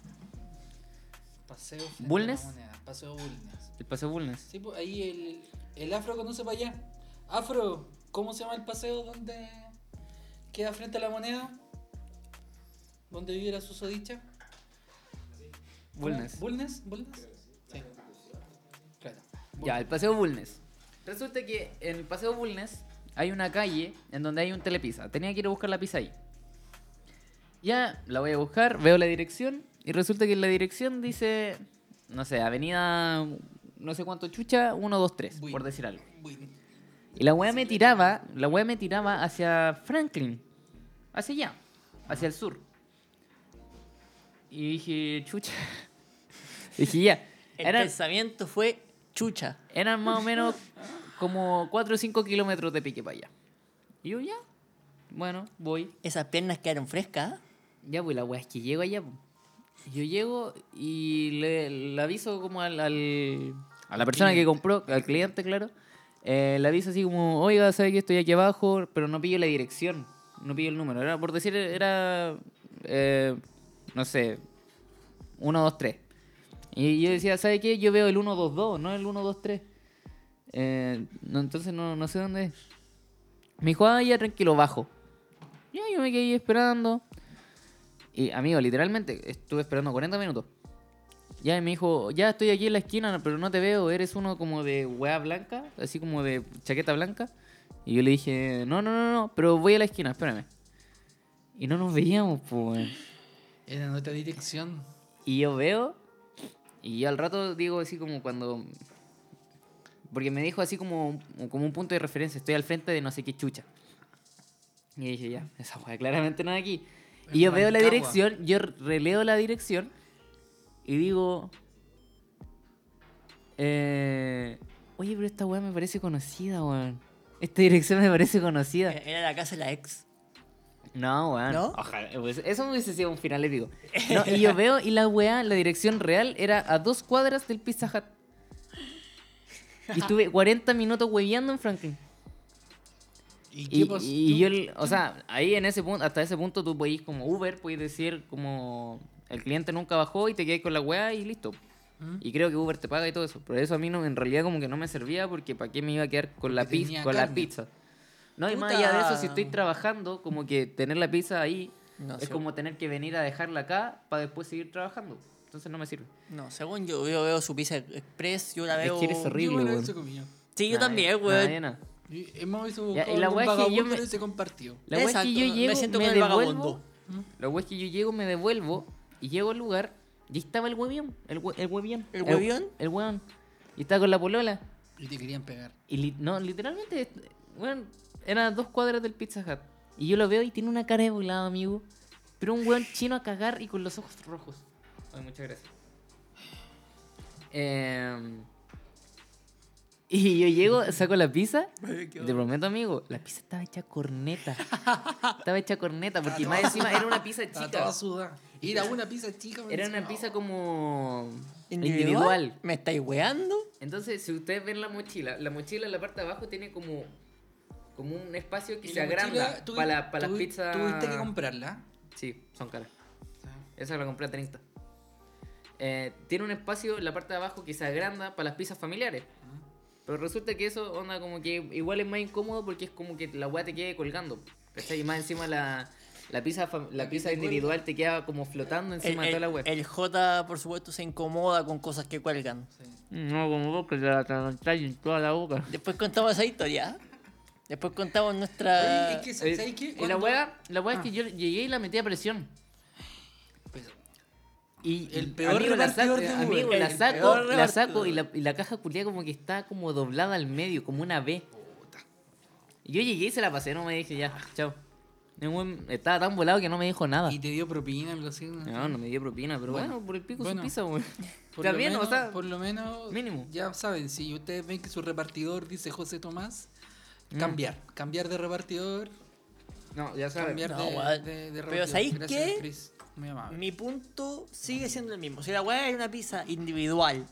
Speaker 2: Paseo. frente a la
Speaker 3: ¿Bulnes?
Speaker 2: moneda, Paseo Bulnes.
Speaker 3: El paseo Bulnes.
Speaker 2: Sí, pues ahí el, el afro conoce para allá. Afro, ¿cómo se llama el paseo donde queda frente a la moneda? ¿Donde vive la susodicha? ¿Cómo?
Speaker 3: Bulnes.
Speaker 2: ¿Bulnes? ¿Bulnes? Sí. Claro.
Speaker 3: Ya, el paseo Bulnes. Resulta que en el paseo Bulnes hay una calle en donde hay un telepizza. Tenía que ir a buscar la pizza ahí. Ya, la voy a buscar, veo la dirección y resulta que en la dirección dice, no sé, avenida no sé cuánto chucha, 123,
Speaker 2: Buin.
Speaker 3: por decir algo.
Speaker 2: Bulnes.
Speaker 3: Y la weá me tiraba, la weá me tiraba hacia Franklin, hacia allá, hacia el sur. Y dije, chucha. Dije, ya.
Speaker 4: El
Speaker 3: Eran,
Speaker 4: pensamiento fue chucha.
Speaker 3: eran más o menos como 4 o 5 kilómetros de pique para allá. Y yo, ya. Bueno, voy.
Speaker 4: Esas piernas quedaron frescas.
Speaker 3: Ya, pues la weá es que llego allá. po. Yo llego y le, le aviso como al, al- a la persona que compró, al cliente, claro. eh, le aviso así como, oiga, sabe que estoy aquí abajo, pero no pillo la dirección, no pillo el número. Era, por decir, era, eh, no sé, 1, 2, 3. Y yo decía, ¿sabe qué? Yo veo el 1, 2, 2, no el 1, 2, 3. Eh, no, entonces no, no sé dónde es. Me dijo, ah, ya tranquilo, bajo. Ya, yo me quedé ahí esperando. Y amigo, literalmente estuve esperando 40 minutos. Ya y me dijo, ya estoy aquí en la esquina, pero no te veo, eres uno como de hueá blanca, así como de chaqueta blanca. Y yo le dije, no, no, no, no, pero voy a la esquina, espérame. Y no nos veíamos, pues.
Speaker 2: Era en otra dirección.
Speaker 3: Y yo veo, y yo al rato digo así como cuando... Porque me dijo así como, como un punto de referencia, estoy al frente de no sé qué chucha. Y dije, ya, esa weá claramente no es aquí. Y yo veo la
Speaker 2: Rancagua.
Speaker 3: dirección, yo releo la dirección y digo... eh, Oye, pero esta weá me parece conocida, weón. Esta dirección me parece conocida.
Speaker 4: Era la casa de la ex.
Speaker 3: No, weón.
Speaker 4: ¿No?
Speaker 3: Ojalá, pues, eso hubiese sido un final épico. No, y yo veo, y la weá, la dirección real era a dos cuadras del Pizza Hut. Y estuve 40 minutos hueveando en Franklin.
Speaker 2: ¿Y qué
Speaker 3: Y,
Speaker 4: pues,
Speaker 2: pasó?
Speaker 3: y yo, el- o sea, ahí en ese punto, hasta ese punto tú podís como Uber, podís decir como el cliente nunca bajó y te quedas con la weá y listo.
Speaker 2: ¿Mm?
Speaker 3: Y creo que Uber te paga y todo eso. Pero eso a mí no, en realidad como que no me servía porque para qué me iba a quedar con, la,
Speaker 2: Porque
Speaker 3: piz-
Speaker 2: tenía
Speaker 3: con la
Speaker 2: carne.
Speaker 3: pizza. No, y más
Speaker 4: Puta.
Speaker 3: allá de eso, si estoy trabajando, como que tener la pizza ahí
Speaker 4: No,
Speaker 3: es
Speaker 4: sí.
Speaker 3: como tener que venir a dejarla acá para después seguir trabajando. Entonces no me sirve.
Speaker 4: No, según yo, yo veo su pizza express, yo la
Speaker 3: Es
Speaker 4: veo.
Speaker 3: que eres horrible.
Speaker 2: Yo, bueno,
Speaker 3: weón.
Speaker 2: eso comía.
Speaker 4: Sí, yo
Speaker 3: Nada,
Speaker 4: también,
Speaker 3: nada,
Speaker 4: weón.
Speaker 3: nada.
Speaker 2: Y Hemos visto
Speaker 3: Ya,
Speaker 2: buscado
Speaker 3: y la
Speaker 2: algún
Speaker 3: weá es que yo
Speaker 2: vagabundo
Speaker 3: me-
Speaker 2: en ese compartido.
Speaker 3: La wea es que
Speaker 4: Exacto,
Speaker 3: yo
Speaker 4: me
Speaker 3: llego,
Speaker 4: siento
Speaker 3: me
Speaker 4: como el
Speaker 3: devuelvo. Mm.
Speaker 4: vagabundo.
Speaker 3: La wea es que yo llego, me devuelvo y llego al lugar y ahí estaba el huevión. El, hue- el huevión.
Speaker 4: ¿El huevión?
Speaker 3: El hueón. Y estaba con la polola.
Speaker 2: Y te querían pegar.
Speaker 3: Y li- no, literalmente, bueno, eran dos cuadras del Pizza Hut. Y yo lo veo y tiene una cara de volado, amigo. Pero un weón chino a cagar y con los ojos rojos. Ay, muchas gracias. Em, y yo llego, saco la pizza. Te prometo, amigo, la pizza estaba hecha corneta. estaba hecha corneta, porque más encima era una pizza
Speaker 2: Estaba
Speaker 3: chica.
Speaker 2: toda sudada. Y era una pizza chica.
Speaker 3: Era
Speaker 2: encima.
Speaker 3: una pizza como individual.
Speaker 4: Individual. ¿Me estáis weando?
Speaker 3: Entonces, si ustedes ven la mochila, la mochila en la parte de abajo tiene como, como un espacio que
Speaker 2: Y
Speaker 3: se
Speaker 2: la mochila,
Speaker 3: agranda
Speaker 2: tuvi-
Speaker 3: para la, para la
Speaker 2: tuvi-
Speaker 3: pizza.
Speaker 2: Tuviste que comprarla.
Speaker 3: Sí, son caras. Esa la compré a 30. Eh, tiene un espacio en la parte de abajo que se agranda para las pizzas familiares. Pero resulta que eso, onda, como que igual es más incómodo porque es como que la weá te quede colgando. ¿Cachai? Y más encima la, la pizza, fam- la pizza individual te queda como flotando
Speaker 4: El,
Speaker 3: encima de toda la
Speaker 4: el,
Speaker 3: weá.
Speaker 4: el J, por supuesto, se incomoda con cosas que cuelgan.
Speaker 3: No, como vos que te la traes en toda la boca.
Speaker 4: Después contamos esa historia. Después contamos nuestra.
Speaker 2: Oye, es que,
Speaker 3: Eh,
Speaker 2: ¿sabes qué?
Speaker 3: Y la
Speaker 2: Cuando- Ah.
Speaker 3: weá, la weá es que yo llegué y la metí a presión.
Speaker 2: Pero-
Speaker 3: Y
Speaker 2: Pues, El
Speaker 3: y-
Speaker 2: peor
Speaker 3: amigo, la saco,
Speaker 2: repartidor de Uber.
Speaker 3: amigo,
Speaker 2: El
Speaker 3: la saco,
Speaker 2: peor
Speaker 3: la
Speaker 2: repartidor.
Speaker 3: saco y la, y la caja culiada como que está como doblada al medio, como una B. Y Yo llegué y se la pasé, no me dije ya, chao. El weón Estaba tan volado que no me dijo nada.
Speaker 2: Y te dio propina, algo así. ¿no?
Speaker 3: No, no me dio propina, pero bueno,
Speaker 2: Bueno,
Speaker 3: por el pico
Speaker 2: bueno.
Speaker 3: su pizza, weón.
Speaker 2: Por lo
Speaker 3: También,
Speaker 2: menos-
Speaker 3: o sea,
Speaker 2: Por lo menos.
Speaker 3: mínimo.
Speaker 2: Ya saben, si ustedes ven que su repartidor dice José Tomás,
Speaker 3: Mm.
Speaker 2: cambiar. Cambiar de repartidor.
Speaker 3: no, ya sabes.
Speaker 2: Cambiar
Speaker 4: No,
Speaker 2: de,
Speaker 4: weón.
Speaker 2: de- de
Speaker 4: Pero
Speaker 2: repartidor.
Speaker 4: ¿sabéis
Speaker 2: Gracias,
Speaker 4: qué?
Speaker 2: Chris. Muy amable.
Speaker 4: Mi punto sigue siendo el mismo. Si la weá era una pizza individual,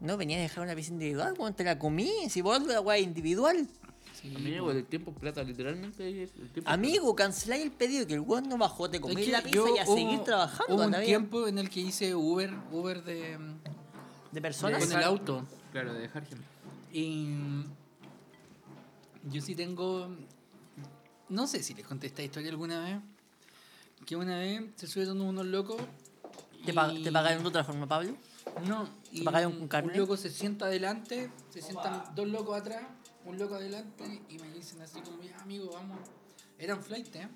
Speaker 4: no venía a dejar una pizza individual cuando te la comí. Si vos la weá individual,
Speaker 2: Sí,
Speaker 3: Amigo, el tiempo es plata, literalmente. el tiempo es plata.
Speaker 4: amigo, canceláis el pedido que el weón no bajó, te
Speaker 2: Es
Speaker 4: comí
Speaker 2: que
Speaker 4: la pizza
Speaker 2: yo
Speaker 4: y a
Speaker 2: hubo-
Speaker 4: seguir trabajando.
Speaker 2: Hubo un
Speaker 4: anda bien.
Speaker 2: tiempo en el que hice Uber, Uber de, mm,
Speaker 4: de
Speaker 2: con
Speaker 4: personas.
Speaker 2: el auto.
Speaker 3: Claro, de dejar gente.
Speaker 2: Y yo sí tengo. No sé si les conté esta historia alguna vez. Que una vez se subieron unos locos.
Speaker 4: ¿Te, pa-
Speaker 2: y-
Speaker 4: te pagaron de otra forma, Pablo?
Speaker 2: No, y
Speaker 4: pagaron
Speaker 2: un-
Speaker 4: con carne?
Speaker 2: Un loco se sienta adelante, se sientan dos locos atrás, un loco adelante y me dicen así como, ya amigo, vamos. Eran flight, ¿eh?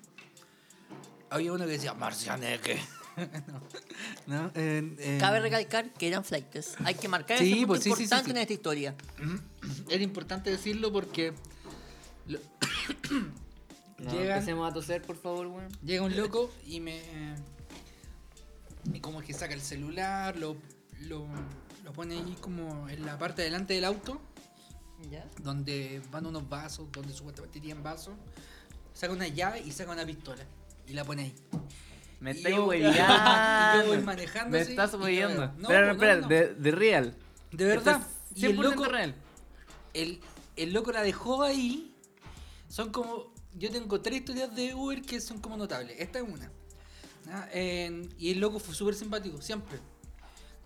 Speaker 2: Había uno que decía, Marcianeque. no, no, eh, eh,
Speaker 4: Cabe recalcar que eran flightes. Hay que marcar
Speaker 2: Sí,
Speaker 4: ese punto
Speaker 2: pues sí, sí, sí,
Speaker 4: importante
Speaker 2: sí.
Speaker 4: en esta historia.
Speaker 2: Era importante decirlo porque lo-
Speaker 3: No,
Speaker 2: Llegan-
Speaker 3: empecemos a toser, por favor, weón.
Speaker 2: llega un loco y me, Y como que saca el celular, lo, lo, lo pone ahí como en la parte de delante del auto,
Speaker 4: ¿Ya?
Speaker 2: donde van unos vasos, donde supuestamente tenían vasos. Saca una llave y saca una pistola. Y la pone ahí.
Speaker 3: Me
Speaker 2: Y
Speaker 3: estáis
Speaker 2: yo-
Speaker 3: hueveando.
Speaker 2: y yo voy manejando
Speaker 3: Me
Speaker 2: así,
Speaker 3: estás
Speaker 2: y yo
Speaker 3: hueveando.
Speaker 2: veo. No,
Speaker 3: espera,
Speaker 2: no,
Speaker 3: espera,
Speaker 2: no.
Speaker 3: De, de real.
Speaker 2: De verdad.
Speaker 3: Estás
Speaker 2: Y el
Speaker 3: 100%
Speaker 2: loco,
Speaker 3: real.
Speaker 2: el, el loco la dejó ahí. Son como. Yo tengo tres historias de Uber que son como notables. Esta es una. Ah, en- y el loco fue súper simpático, siempre.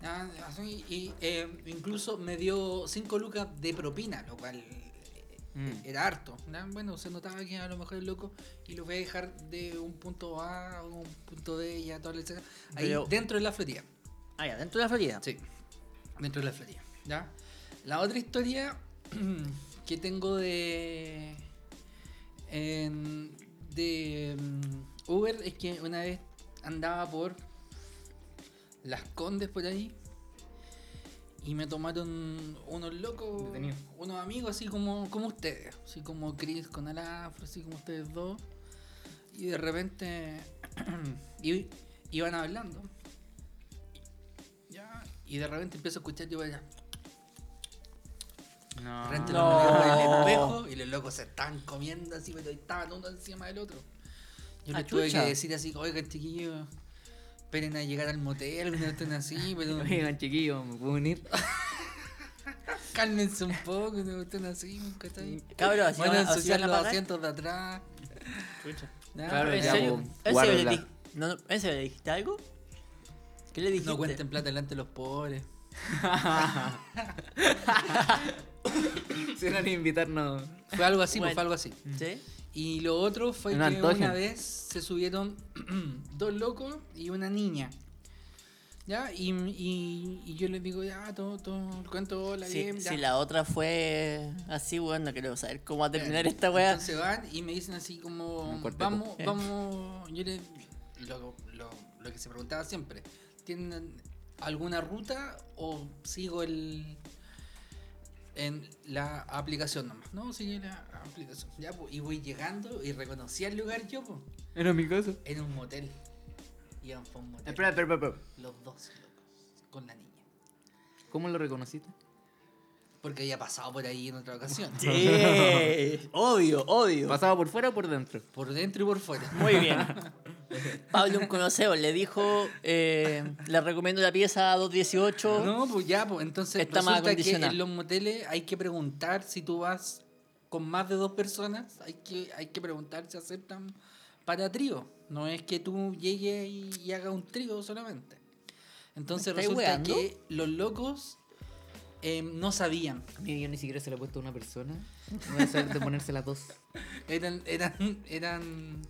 Speaker 2: Ah, así, y eh, incluso me dio 5 lucas de propina, lo cual eh,
Speaker 3: Mm.
Speaker 2: era harto. Ah, Bueno, se notaba que a lo mejor el loco y lo voy a dejar de un punto A a un punto B y a toda la etcétera. Ahí
Speaker 4: Pero-
Speaker 2: dentro de la flotilla.
Speaker 4: Ah, ya, dentro de la Florida.
Speaker 2: Sí, dentro de la feria. ¿ya? La otra historia que tengo de. en- de mm, Uber es que una vez andaba por Las Condes por ahí y me tomaron unos locos,
Speaker 3: Detenido.
Speaker 2: unos amigos así como, como ustedes, así como Chris con Alafro, así como ustedes dos. Y de repente y- iban hablando. Ya, y de repente empiezo a escuchar yo allá. De
Speaker 3: No.
Speaker 2: repente
Speaker 4: No.
Speaker 2: los miraba en el espejo y los locos se estaban comiendo así, pero estaban uno encima del otro. Yo
Speaker 4: Ah,
Speaker 2: les tuve que
Speaker 4: chucha.
Speaker 2: decir así, oigan chiquillos, esperen a llegar al motel, no estén así, pero
Speaker 3: Oigan, chiquillo, ¿me puedo unir?
Speaker 2: cálmense un poco, no estén así, ¿cachai?
Speaker 4: Cabros, así
Speaker 2: Van a
Speaker 4: van a- así
Speaker 2: ensuciar
Speaker 4: van a
Speaker 2: los
Speaker 4: pagar.
Speaker 2: asientos de atrás. pues, Ya,
Speaker 3: Claro,
Speaker 4: ¿En
Speaker 3: ya,
Speaker 4: serio?
Speaker 3: vos,
Speaker 4: ¿En serio le
Speaker 3: guárdala.
Speaker 4: di- no, no, ¿en serio le dijiste algo? ¿Qué le dijiste?
Speaker 2: pues, No cuenten plata delante de los pobres.
Speaker 3: Si no ni invitarnos.
Speaker 2: Fue algo así, pues,
Speaker 4: Bueno.
Speaker 2: fue algo así.
Speaker 4: ¿Sí?
Speaker 2: Y lo otro fue
Speaker 3: Un
Speaker 2: que
Speaker 3: antojo.
Speaker 2: una vez se subieron dos locos y una niña. ¿Ya? Y, y- y yo les digo, ya, todo, todo, el cuento, hola,
Speaker 4: Si,
Speaker 2: bien, ya.
Speaker 4: si la otra fue así, weón, no quiero saber cómo va a terminar
Speaker 2: Ya.
Speaker 4: esta weá.
Speaker 2: Entonces van y me dicen así como,
Speaker 3: Un cuarteto.
Speaker 2: vamos,
Speaker 4: Eh.
Speaker 2: vamos, yo les, lo, lo- lo que se preguntaba siempre, ¿tienen alguna ruta o sigo el en la aplicación nomás? No, sigue la aplicación. Ya, po, y voy llegando y reconocí el lugar yo, po.
Speaker 3: Era mi cosa.
Speaker 2: En un motel. Iban para un motel.
Speaker 3: Espera, espera, espera.
Speaker 2: Los dos locos. Con la niña.
Speaker 3: ¿Cómo lo reconociste?
Speaker 2: Porque había pasado por ahí en otra ocasión.
Speaker 4: Sí, obvio, obvio.
Speaker 3: ¿Pasaba por fuera o por dentro?
Speaker 2: Por dentro y por fuera.
Speaker 4: Muy bien. Pablo, un conoceo, le dijo: eh, Le recomiendo la pieza 218.
Speaker 2: No, pues ya, pues entonces
Speaker 4: Está más
Speaker 2: resulta que
Speaker 4: acondicionado.
Speaker 2: en los moteles hay que preguntar si tú vas con más de dos personas, hay que, hay que preguntar si aceptan para trío. No es que tú llegues y, y hagas un trío solamente. Entonces
Speaker 4: ¿Me estáis
Speaker 2: resulta
Speaker 4: weando?
Speaker 2: que los locos eh, no sabían.
Speaker 3: Mira, yo ni siquiera se la he puesto a una persona. Voy a hacer de ponerse las dos.
Speaker 2: Eran, eran, eran.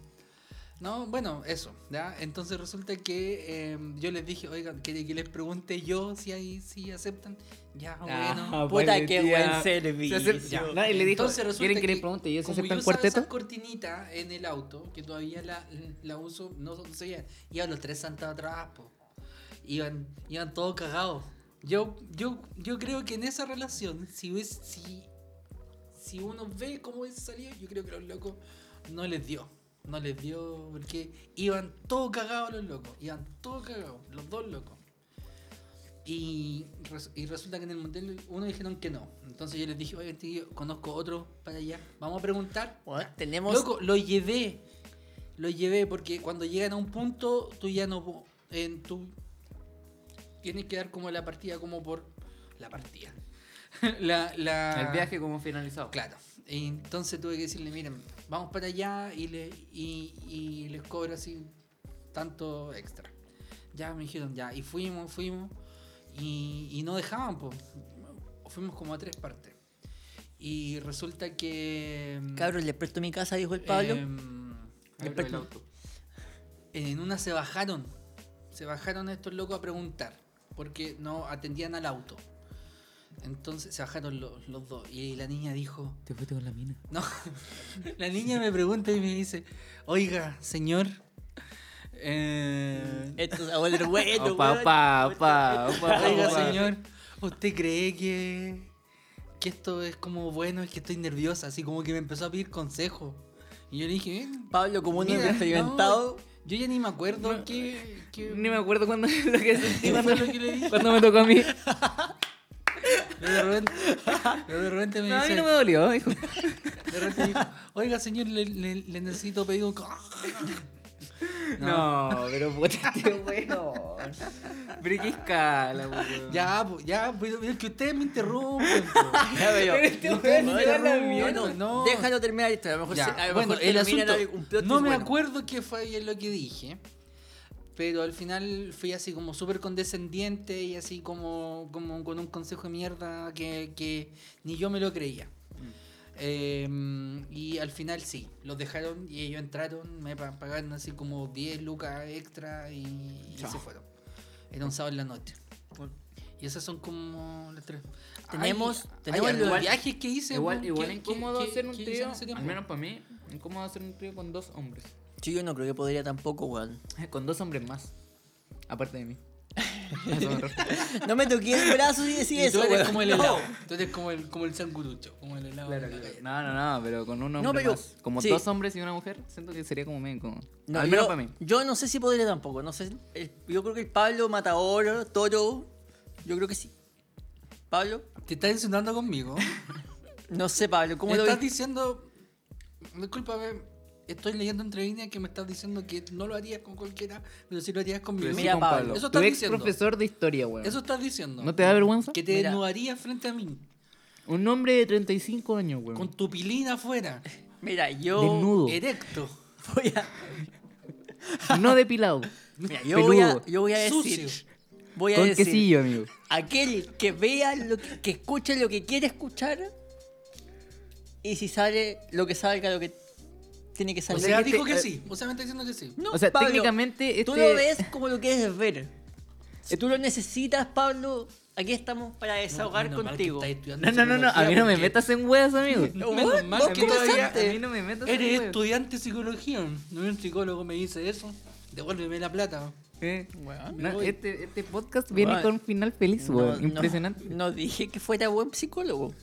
Speaker 2: No, bueno, eso, ¿ya? Entonces resulta que eh, yo les dije, oigan, ¿quiere que les pregunte yo si hay, si aceptan? Ya, bueno.
Speaker 4: puta, qué buen servicio.
Speaker 2: Ya.
Speaker 3: No, y le dijo,
Speaker 2: Entonces resulta
Speaker 3: ¿quieren que,
Speaker 2: que
Speaker 3: le pregunte? ¿Y eso
Speaker 2: como
Speaker 3: se
Speaker 2: yo
Speaker 3: en
Speaker 2: usaba
Speaker 3: cuarteto?
Speaker 2: esa cortinita en el auto, que todavía la, la uso, no sabía, iban los tres santos atrás, po. Iban, iban todos cagados. Yo, yo, yo creo que en esa relación, si, hubiese- si, si uno ve cómo es salido, yo creo que los locos no les dio. No les dio porque iban todos cagados los locos. Iban todos cagados, los dos locos. Y, res- y resulta que en el motel uno dijeron que no. Entonces yo les dije, oye, tío, conozco otro para allá. Vamos a preguntar.
Speaker 4: Weón, tenemos.
Speaker 2: Loco, lo llevé. Lo llevé porque cuando llegan a un punto, tú ya no. po- En tu, tienes que dar como la partida, como por. La partida. la, la-
Speaker 3: El viaje como finalizado.
Speaker 2: Claro. Y entonces tuve que decirle, miren, vamos para allá y, le, y, y les cobro así tanto extra. Ya me dijeron, ya. Y fuimos, fuimos. Y, y no dejaban, pues. Fuimos como a tres partes. Y resulta que... mm,
Speaker 4: Cabros, le presto mi casa, dijo el Pablo.
Speaker 3: Eh,
Speaker 2: em,
Speaker 4: Abre el
Speaker 3: auto.
Speaker 2: en una se bajaron. Se bajaron estos locos a preguntar. Porque no atendían al auto. Entonces se bajaron lo- los dos. Y la niña dijo.
Speaker 3: Te fuiste con la mina.
Speaker 2: No. La niña me pregunta y me dice, oiga, señor. eh,
Speaker 4: Esto se va a volver bueno,
Speaker 3: Opa,
Speaker 4: weón.
Speaker 3: opa, opa, opa,
Speaker 2: oiga,
Speaker 3: opa.
Speaker 2: señor, ¿usted cree que, que esto es como bueno? Es que estoy nerviosa, así como que me empezó a pedir consejo. Y yo le dije, "Eh,
Speaker 4: Pablo, como un
Speaker 2: Mira,
Speaker 4: experimentado.
Speaker 2: no, Yo ya ni me acuerdo qué, qué-
Speaker 3: Ni me acuerdo cuándo lo que sentí
Speaker 2: qué
Speaker 3: cuando,
Speaker 2: fue lo que le dije.
Speaker 3: cuando me tocó a mí.
Speaker 2: Pero de repente, pero de repente me
Speaker 3: No, a mí
Speaker 2: dice,
Speaker 3: no me dolió, dijo.
Speaker 2: de repente dijo, oiga señor, le, le- le necesito pedir un... co-".
Speaker 3: No, pero puta, este weón. Pero qué escala, weón.
Speaker 2: Ya, po, ya, pero pero es que ustedes me pues. interrumpen. po.
Speaker 4: Ya veo yo.
Speaker 3: Pero este weón
Speaker 4: No, no,
Speaker 3: se va a la
Speaker 4: no,
Speaker 2: mierda.
Speaker 4: no, Déjalo terminar esto. A lo mejor,
Speaker 2: Ya,
Speaker 4: se- a lo
Speaker 2: bueno,
Speaker 4: mejor
Speaker 2: el
Speaker 4: termina
Speaker 2: asunto,
Speaker 4: en un plot
Speaker 2: no
Speaker 4: twist
Speaker 2: me
Speaker 4: bueno.
Speaker 2: acuerdo qué fue bien lo que dije, pero al final fui así como súper condescendiente y así como, como con un consejo de mierda que, que ni yo me lo creía.
Speaker 4: Mm.
Speaker 2: Eh, y al final sí, los dejaron y ellos entraron, me pa- pagaron así como 10 lucas extra y, y se fueron. Era un sábado en la noche. Y esas son como las tres.
Speaker 4: Tenemos-
Speaker 2: Ay,
Speaker 4: tenemos
Speaker 2: ay, los
Speaker 3: igual-
Speaker 2: viajes que hice.
Speaker 3: Igual,
Speaker 2: weón,
Speaker 3: igual
Speaker 2: que-
Speaker 3: incómodo
Speaker 2: que- que-
Speaker 3: hacer un
Speaker 2: que hice en
Speaker 3: trío,
Speaker 2: ese tiempo.
Speaker 3: al menos para mí, incómodo hacer un trío con dos hombres.
Speaker 4: Sí, yo no creo que podría tampoco, weón.
Speaker 3: Eh, Con dos hombres más. Aparte de mí.
Speaker 4: No me toqué el brazo y
Speaker 2: Y
Speaker 4: decí
Speaker 2: tú
Speaker 4: eso,
Speaker 2: eres
Speaker 4: weón.
Speaker 2: como el
Speaker 4: No.
Speaker 2: helado. Tú eres como el, como el sangurucho, como el helado. de la calle.
Speaker 3: No, no, no, pero con un hombre
Speaker 4: pero-
Speaker 3: más. Como
Speaker 4: sí.
Speaker 3: dos hombres y una mujer, siento que sería como medio incómodo.
Speaker 4: No,
Speaker 3: al menos
Speaker 4: yo,
Speaker 3: para mí.
Speaker 4: Yo no sé si podría tampoco. No sé. El- yo creo que el Pablo, Mataoro, Toro. Yo creo que sí. Pablo.
Speaker 2: Te estás insultando conmigo.
Speaker 4: No sé, Pablo. ¿Cómo
Speaker 2: Me
Speaker 4: lo
Speaker 2: estás
Speaker 4: ves?
Speaker 2: diciendo. Discúlpame, estoy leyendo entre líneas que me estás diciendo que no lo harías con cualquiera, pero sí lo harías conmigo.
Speaker 3: Pero sí
Speaker 4: Mira,
Speaker 3: con
Speaker 4: Pablo,
Speaker 3: Pablo.
Speaker 2: eso
Speaker 3: tu
Speaker 2: estás
Speaker 3: ex
Speaker 2: diciendo.
Speaker 3: profesor de historia, weón.
Speaker 2: Eso estás diciendo.
Speaker 3: ¿No te da vergüenza?
Speaker 2: Que te
Speaker 4: Mira.
Speaker 2: desnudarías frente a mí,
Speaker 3: Un hombre de 35 años, weón.
Speaker 2: con tu pilina afuera,
Speaker 4: Mira, yo.
Speaker 3: Desnudo.
Speaker 2: erecto,
Speaker 4: Voy a.
Speaker 3: No depilado.
Speaker 4: Mira, yo voy a,
Speaker 3: Peludo.
Speaker 4: yo voy a decir.
Speaker 2: Sucio.
Speaker 4: Voy a
Speaker 3: Con
Speaker 4: decir.
Speaker 3: quesillo, amigo.
Speaker 4: Aquel que vea lo que, que escuche lo que quiere escuchar. Y si sale lo que salga, lo que tiene que
Speaker 2: O
Speaker 4: salir.
Speaker 2: sea,
Speaker 3: Este-
Speaker 2: dijo que eh, sí. O sea, me está diciendo que sí.
Speaker 4: No,
Speaker 3: O sea,
Speaker 4: Pablo,
Speaker 3: técnicamente
Speaker 4: Tú
Speaker 3: este-
Speaker 4: lo ves como lo quieres ver. Si tú lo necesitas, Pablo, aquí estamos para desahogar
Speaker 2: Menos mal que
Speaker 4: contigo.
Speaker 2: estás estudiando
Speaker 3: No, no, no, no. A mí no me
Speaker 2: psicología, porque-
Speaker 3: metas en weas, amigo.
Speaker 4: No,
Speaker 2: Menos mal
Speaker 4: vos
Speaker 2: que
Speaker 3: a, mí todavía-
Speaker 2: todavía-
Speaker 3: a mí no me metas en
Speaker 2: Eres
Speaker 3: weas.
Speaker 2: estudiante de psicología. No un psicólogo me dice eso. Devuélveme la plata.
Speaker 3: Eh,
Speaker 2: me
Speaker 3: no,
Speaker 2: voy.
Speaker 3: este, este podcast viene
Speaker 4: Weón.
Speaker 3: con final feliz, weón.
Speaker 4: No,
Speaker 3: Impresionante.
Speaker 4: No, no dije que fuera buen psicólogo.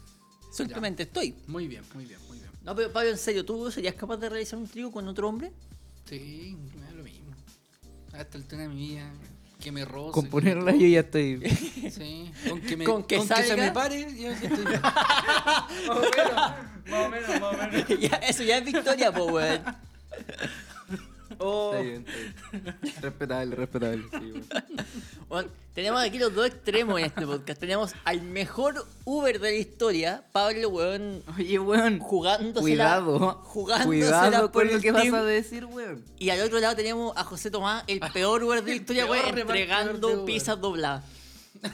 Speaker 4: Simplemente estoy.
Speaker 2: Muy bien, muy bien, muy bien.
Speaker 4: No, pero Pablo, en serio, ¿tú serías capaz de realizar un trío con otro hombre?
Speaker 2: Sí, me da lo mismo. Hasta el tema de mi vida. Que me roce.
Speaker 3: Con
Speaker 2: que
Speaker 3: ponerla
Speaker 2: me
Speaker 3: yo ya estoy.
Speaker 2: toque, Sí. Con que, me,
Speaker 4: Con que
Speaker 2: se
Speaker 4: salga.
Speaker 2: me pare, yo sí estoy.
Speaker 4: Ya, eso ya es victoria, po, weón. Oh.
Speaker 3: Está bien, está bien. Respetable, respetable. Sí, weón.
Speaker 4: Bueno, tenemos aquí los dos extremos en este podcast. Tenemos al mejor Uber de la historia, Pablo, weón,
Speaker 3: Oye, weón.
Speaker 4: jugándosela.
Speaker 3: Cuidado.
Speaker 4: Jugándosela
Speaker 3: Cuidado
Speaker 4: por
Speaker 3: con lo
Speaker 4: el
Speaker 3: que
Speaker 4: team.
Speaker 3: vas a decir, weón.
Speaker 4: Y al otro lado tenemos a José Tomás, el peor Uber de la historia,
Speaker 2: Ah, El
Speaker 4: güey,
Speaker 2: peor repartidor de
Speaker 4: entregando
Speaker 2: Uber.
Speaker 4: pizzas dobladas.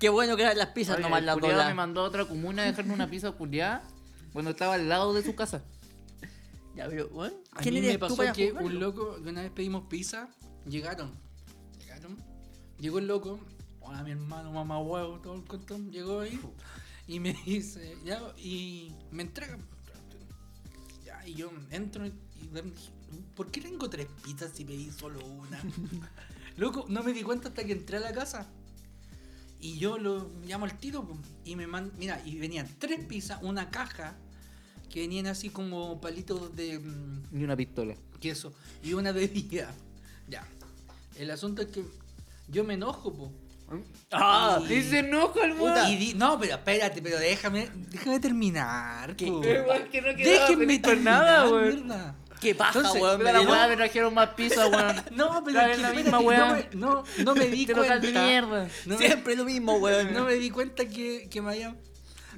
Speaker 4: Qué bueno que eran las pizzas,
Speaker 3: Oye,
Speaker 4: nomás
Speaker 3: el
Speaker 4: las
Speaker 3: culiao me
Speaker 4: dobladas.
Speaker 3: mandó a otra comuna a dejarme una pizza culiada cuando estaba al lado de su casa.
Speaker 4: Ya, pero, güey,
Speaker 2: A
Speaker 4: ¿quién
Speaker 2: mí
Speaker 4: eres
Speaker 2: me
Speaker 4: tú
Speaker 2: pasó
Speaker 4: para
Speaker 2: que
Speaker 4: juzgarlo?
Speaker 2: un loco, que una vez pedimos pizza, llegaron. Llegaron. Llegó el loco, hola mi hermano, mamá huevo, todo el contón, llegó ahí y me dice, ya, y me entrega. Ya, y yo entro y de- ¿por qué tengo tres pizzas si pedí solo una? loco, no me di cuenta hasta que entré a la casa. Y yo lo llamo al tiro po, y me man, mira, y venían tres pizzas, una caja, que venían así como palitos de... mm,
Speaker 3: Ni una pistola.
Speaker 2: queso y una bebida. Ya. El asunto es que yo me enojo, po.
Speaker 4: Ah,
Speaker 2: Y-
Speaker 3: Y se enoja el weón.
Speaker 2: Puta, y di- no, pero espérate, pero déjame, déjame terminar. po.
Speaker 3: Pero igual que no quedaba
Speaker 2: Déjenme
Speaker 3: feliz con
Speaker 2: terminar,
Speaker 3: nada, weón.
Speaker 2: mierda.
Speaker 4: Qué paja,
Speaker 2: Entonces,
Speaker 4: weón.
Speaker 3: Puta,
Speaker 4: me
Speaker 3: la
Speaker 4: dio-
Speaker 3: weá me trajeron más pizza, weón.
Speaker 2: No, pero
Speaker 3: Dale
Speaker 2: es que
Speaker 3: la
Speaker 2: espérate,
Speaker 3: misma
Speaker 2: no,
Speaker 3: weá.
Speaker 2: me, no, no me di
Speaker 3: Este
Speaker 2: cuenta.
Speaker 3: local de mierda.
Speaker 2: No, me,
Speaker 4: Siempre lo mismo, weón.
Speaker 2: no me di cuenta que, que me había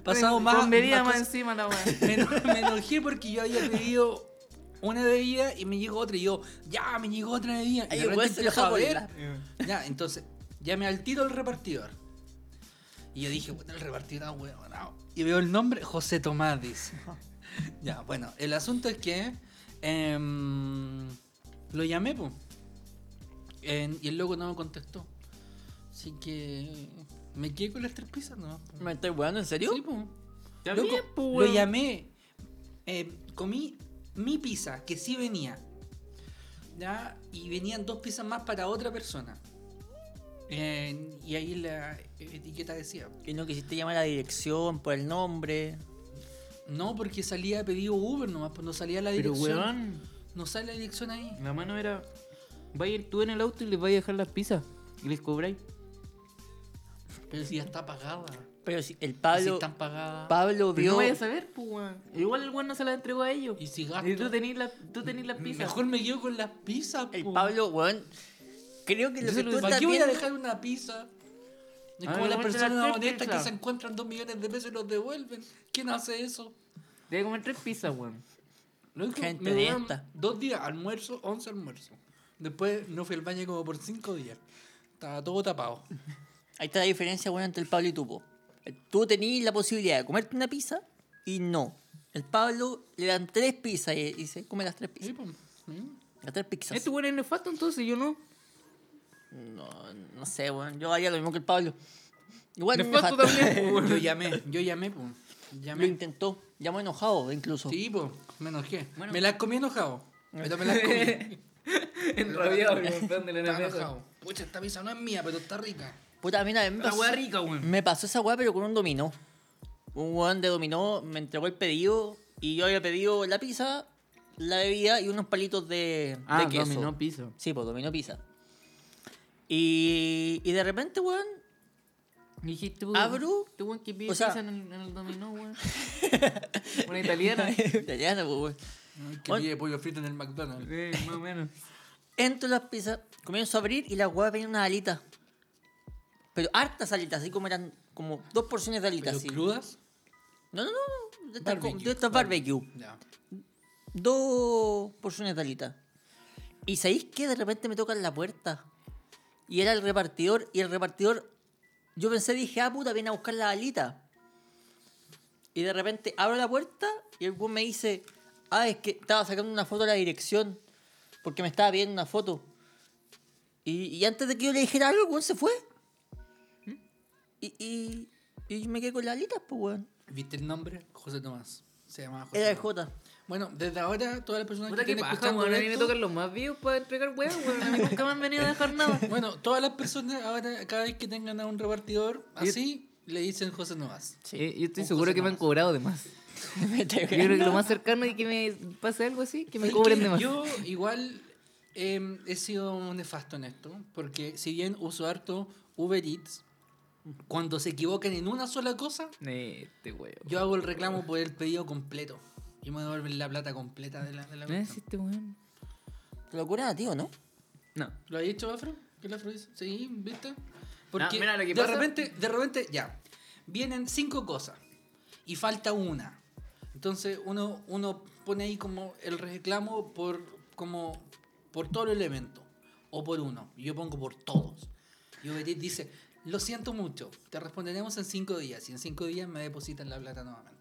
Speaker 2: pasado más.
Speaker 3: Con bebida más
Speaker 2: cosas.
Speaker 3: encima la weá.
Speaker 2: me, eno- me enojé porque yo había pedido una bebida y me llegó otra. Y yo, ya, me llegó otra bebida. Y
Speaker 4: Ay,
Speaker 2: de repente
Speaker 4: weón,
Speaker 2: empiezo
Speaker 4: se enojaba
Speaker 2: a
Speaker 4: por
Speaker 2: ver. Ya, entonces, llamé al tiro al repartidor. Y yo dije, bueno, el repartidor, bueno, no. Y veo el nombre, José Tomás, dice. ya, bueno, el asunto es que em, lo llamé, pues. y el loco no me contestó. Así que me quedé con las tres pizzas, ¿no?
Speaker 4: ¿Me estoy weando, en serio?
Speaker 2: Sí, po.
Speaker 3: Ya
Speaker 2: Loco,
Speaker 3: bien,
Speaker 4: pues,
Speaker 3: po,
Speaker 2: lo
Speaker 3: weón.
Speaker 2: llamé. eh, comí mi pizza, que sí venía. ¿ya? Y venían dos pizzas más para otra persona. Eh, y ahí la etiqueta decía.
Speaker 4: Que no quisiste llamar a la dirección por el nombre.
Speaker 2: No, porque salía pedido Uber nomás, pues no salía la
Speaker 3: Pero
Speaker 2: dirección.
Speaker 3: weón.
Speaker 2: No sale la dirección ahí.
Speaker 3: La mano era. Vaya tú en el auto y les vais a dejar las pizzas. Y les cobráis.
Speaker 2: Pero si ya está pagada.
Speaker 4: Pero si el
Speaker 2: Si
Speaker 4: Pablo.
Speaker 2: están pagadas.
Speaker 4: Pablo
Speaker 3: Pero no
Speaker 4: vio.
Speaker 3: vayas a saber, pues, weón. Igual el weón no se las entregó a ellos.
Speaker 2: y
Speaker 3: Y,
Speaker 2: si gasto.
Speaker 3: tú tenés las tú tenés las pizzas.
Speaker 2: Mejor me quedo con las pizzas. pues.
Speaker 4: El
Speaker 2: po.
Speaker 4: Pablo, weón. Creo que lo
Speaker 3: Yo
Speaker 4: que
Speaker 3: se lo-
Speaker 4: tú
Speaker 3: ¿pa'
Speaker 4: estás
Speaker 2: ¿Para qué voy a
Speaker 4: viendo.
Speaker 2: dejar una pizza? Es
Speaker 3: A
Speaker 2: como
Speaker 3: ver,
Speaker 2: las
Speaker 3: muestra las
Speaker 2: personas
Speaker 3: tres
Speaker 2: honestas que
Speaker 3: pizzas.
Speaker 2: se encuentran dos millones de pesos y los devuelven. ¿Quién hace eso?
Speaker 3: Te voy a comer tres pizzas, weón.
Speaker 2: Loco,
Speaker 4: Gente
Speaker 2: me duraron
Speaker 4: honesta.
Speaker 2: Dos días, almuerzo, once almuerzo. Después no fui al baño como por cinco días. Estaba todo tapado.
Speaker 4: Ahí está la diferencia, weón, entre el Pablo y tú, po. Eh, Tú tenías la posibilidad de comerte una pizza y no. El Pablo le dan tres pizzas y, y se come las tres
Speaker 2: Sí,
Speaker 4: pizzas.
Speaker 2: po. Mm.
Speaker 4: Las tres pizzas.
Speaker 3: Este weón es nefasto, entonces yo no.
Speaker 4: No, no sé, weón. Yo haría lo mismo que el Pablo. Igual me
Speaker 3: Nefasto también,
Speaker 2: Yo
Speaker 3: weón.
Speaker 2: llamé, yo llamé, po.
Speaker 4: Lo
Speaker 2: Llamé.
Speaker 4: intentó. Llamó enojado, incluso.
Speaker 2: Sí, po, me enojé.
Speaker 3: Bueno.
Speaker 2: Me las comí enojado. Pero me las comí.
Speaker 3: Enrabiado, weón. dándole la
Speaker 2: Estaba
Speaker 3: mesa.
Speaker 2: enojado. Pucha, esta pizza no es mía, pero está rica.
Speaker 4: Puta, a mí una vez me
Speaker 3: La
Speaker 4: pasó,
Speaker 3: weá rica, weón.
Speaker 4: me pasó esa weá, pero con un dominó. Un weón de dominó me entregó el pedido y yo había pedido la pizza, la bebida y unos palitos de,
Speaker 3: Ah,
Speaker 4: de queso.
Speaker 3: dominó pizza.
Speaker 4: Sí, pues dominó pizza. Y, y de repente, weón,
Speaker 3: Dijiste, weón.
Speaker 4: Abro.
Speaker 3: Este weón que pide
Speaker 4: O sea-
Speaker 3: pizza en el, en el dominó, weón. Una italiana.
Speaker 4: italiana, pues, weón.
Speaker 2: Ay, Que
Speaker 4: Bueno.
Speaker 2: pide pollo frito en el McDonald's.
Speaker 3: Eh, más o menos.
Speaker 4: Entro en las pizzas, comienzo a abrir y las weas venían unas alitas. Pero hartas alitas, así como eran como dos porciones de alitas.
Speaker 2: ¿Pero
Speaker 4: así.
Speaker 2: crudas?
Speaker 4: No, no, no, de estas co-
Speaker 2: Barbecue.
Speaker 4: de estas barbecue.
Speaker 2: Ya.
Speaker 4: dos porciones de alita. Y sabéis que de repente me tocan la puerta. Y era el repartidor. Y el repartidor, yo pensé, dije, ah, puta, viene a buscar la alita. Y de repente abro la puerta y el buen me dice, ah, es que estaba sacando una foto a la dirección. Porque me estaba pidiendo una foto. Y, y antes de que yo le dijera algo, el buen se fue. Y, y, y me quedé con las alitas, pues, weón.
Speaker 2: ¿Viste el nombre? José Tomás. Se llamaba José
Speaker 4: Era el
Speaker 2: Tomás.
Speaker 4: J.
Speaker 2: Bueno, desde ahora, todas las personas que
Speaker 3: Puta que
Speaker 2: estén
Speaker 3: paja,
Speaker 2: escuchando
Speaker 3: weón. A mí me
Speaker 2: esto-
Speaker 3: tocan los más vivos para entregar weón, weón. A mí nunca me han venido a dejar nada.
Speaker 2: Bueno, todas las personas ahora, cada vez que tengan a un repartidor así, le dicen José Novas.
Speaker 3: Eh, yo estoy
Speaker 2: Un
Speaker 3: seguro
Speaker 2: José
Speaker 3: que me han
Speaker 2: Tomás.
Speaker 3: cobrado de más.
Speaker 4: Me estoy
Speaker 3: Yo creo que lo más cercano es que me pase algo así, que me cobren de más.
Speaker 2: Yo igual eh, he sido nefasto en esto, porque si bien uso harto Uber Eats, cuando se equivocan en una sola cosa,
Speaker 3: Este weón.
Speaker 2: yo hago el reclamo por el pedido completo. Y me devuelven la plata completa de la... De la
Speaker 3: ¿No es
Speaker 2: cuestión.
Speaker 3: este weón?
Speaker 4: Locura, tío, ¿no?
Speaker 3: No.
Speaker 2: ¿Lo has hecho, Afro? ¿Qué el Afro dice? Sí, ¿viste? Porque
Speaker 3: Ah, mira, lo
Speaker 2: de
Speaker 3: que pasa-
Speaker 2: repente, de repente, ya. Vienen cinco cosas y falta una. Entonces uno, uno pone ahí como el reclamo por como por todo el elemento o por uno. Yo pongo por todos. Y Uber Eats dice, lo siento mucho, te responderemos en cinco días. Y en cinco días me depositan la plata nuevamente.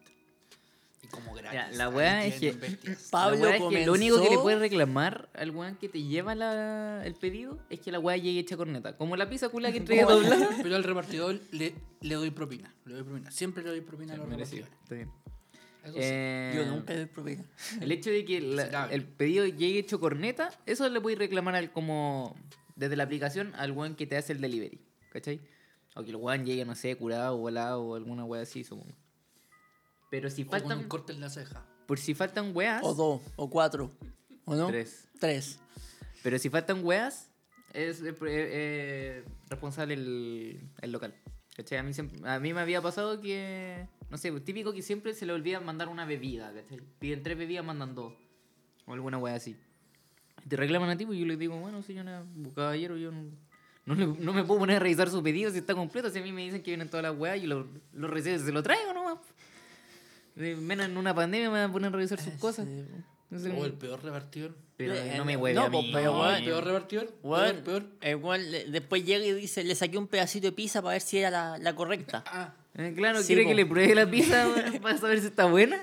Speaker 2: Y como gratis.
Speaker 3: la
Speaker 2: ahí
Speaker 3: weá es
Speaker 2: tienen
Speaker 3: que-
Speaker 2: bestias.
Speaker 4: Pablo
Speaker 3: La weá es que lo único que le
Speaker 4: comenzó-
Speaker 3: puedes reclamar al weón que te lleva la- el pedido es que la weá llegue hecha corneta. Como la pizza cula que entrega
Speaker 4: Como-
Speaker 3: doblada.
Speaker 2: Pero al repartidor le, le doy propina. Le doy propina. Siempre le doy propina a los
Speaker 3: Merecido,
Speaker 2: repartidores.
Speaker 3: está bien.
Speaker 2: Eso sí.
Speaker 3: Eh,
Speaker 4: Yo nunca he probado.
Speaker 3: El hecho de que la-
Speaker 2: Miserable.
Speaker 3: el pedido llegue hecho corneta, eso le puedes reclamar al como desde la aplicación al weón que te hace el delivery, ¿cachai? O que el weón llegue, no sé, curado, volado o alguna wea así, supongo. Pero si
Speaker 2: O con un
Speaker 3: faltan,
Speaker 2: corte en la ceja.
Speaker 3: por si faltan weas,
Speaker 4: O dos, o cuatro. ¿O no?
Speaker 3: Tres.
Speaker 4: Tres.
Speaker 3: pero si faltan weas, es eh, pre- eh, eh, responsable el, el local. ¿Cachai? A mí, siempre- a mí me había pasado que, no sé, pues, típico que siempre se le olvida mandar una bebida, ¿cachai? Piden tres bebidas, mandan dos. O alguna wea así. Te reclaman a ti, pues yo les digo, bueno, señora, caballero, yo no, no, le- no me puedo poner a revisar su pedido si está completo. Si a mí me dicen que vienen todas las weas, yo lo, lo recibo, se lo traigo nomás. Eh, Menos en una pandemia me van a poner a revisar sus cosas. Entonces,
Speaker 2: O el peor repartidor.
Speaker 3: pero
Speaker 4: Eh,
Speaker 3: no me
Speaker 4: no,
Speaker 3: hueve a
Speaker 4: pues,
Speaker 3: mí.
Speaker 4: pero,
Speaker 2: No,
Speaker 4: weón,
Speaker 2: el peor repartidor.
Speaker 4: Weón,
Speaker 2: El peor.
Speaker 4: el weón le- después llega y dice, le saqué un pedacito de pizza para ver si era la, la correcta.
Speaker 2: Ah,
Speaker 3: Eh, claro,
Speaker 4: Sí,
Speaker 3: ¿quiere
Speaker 4: po.
Speaker 3: que le pruebe la pizza weón, para saber si está buena?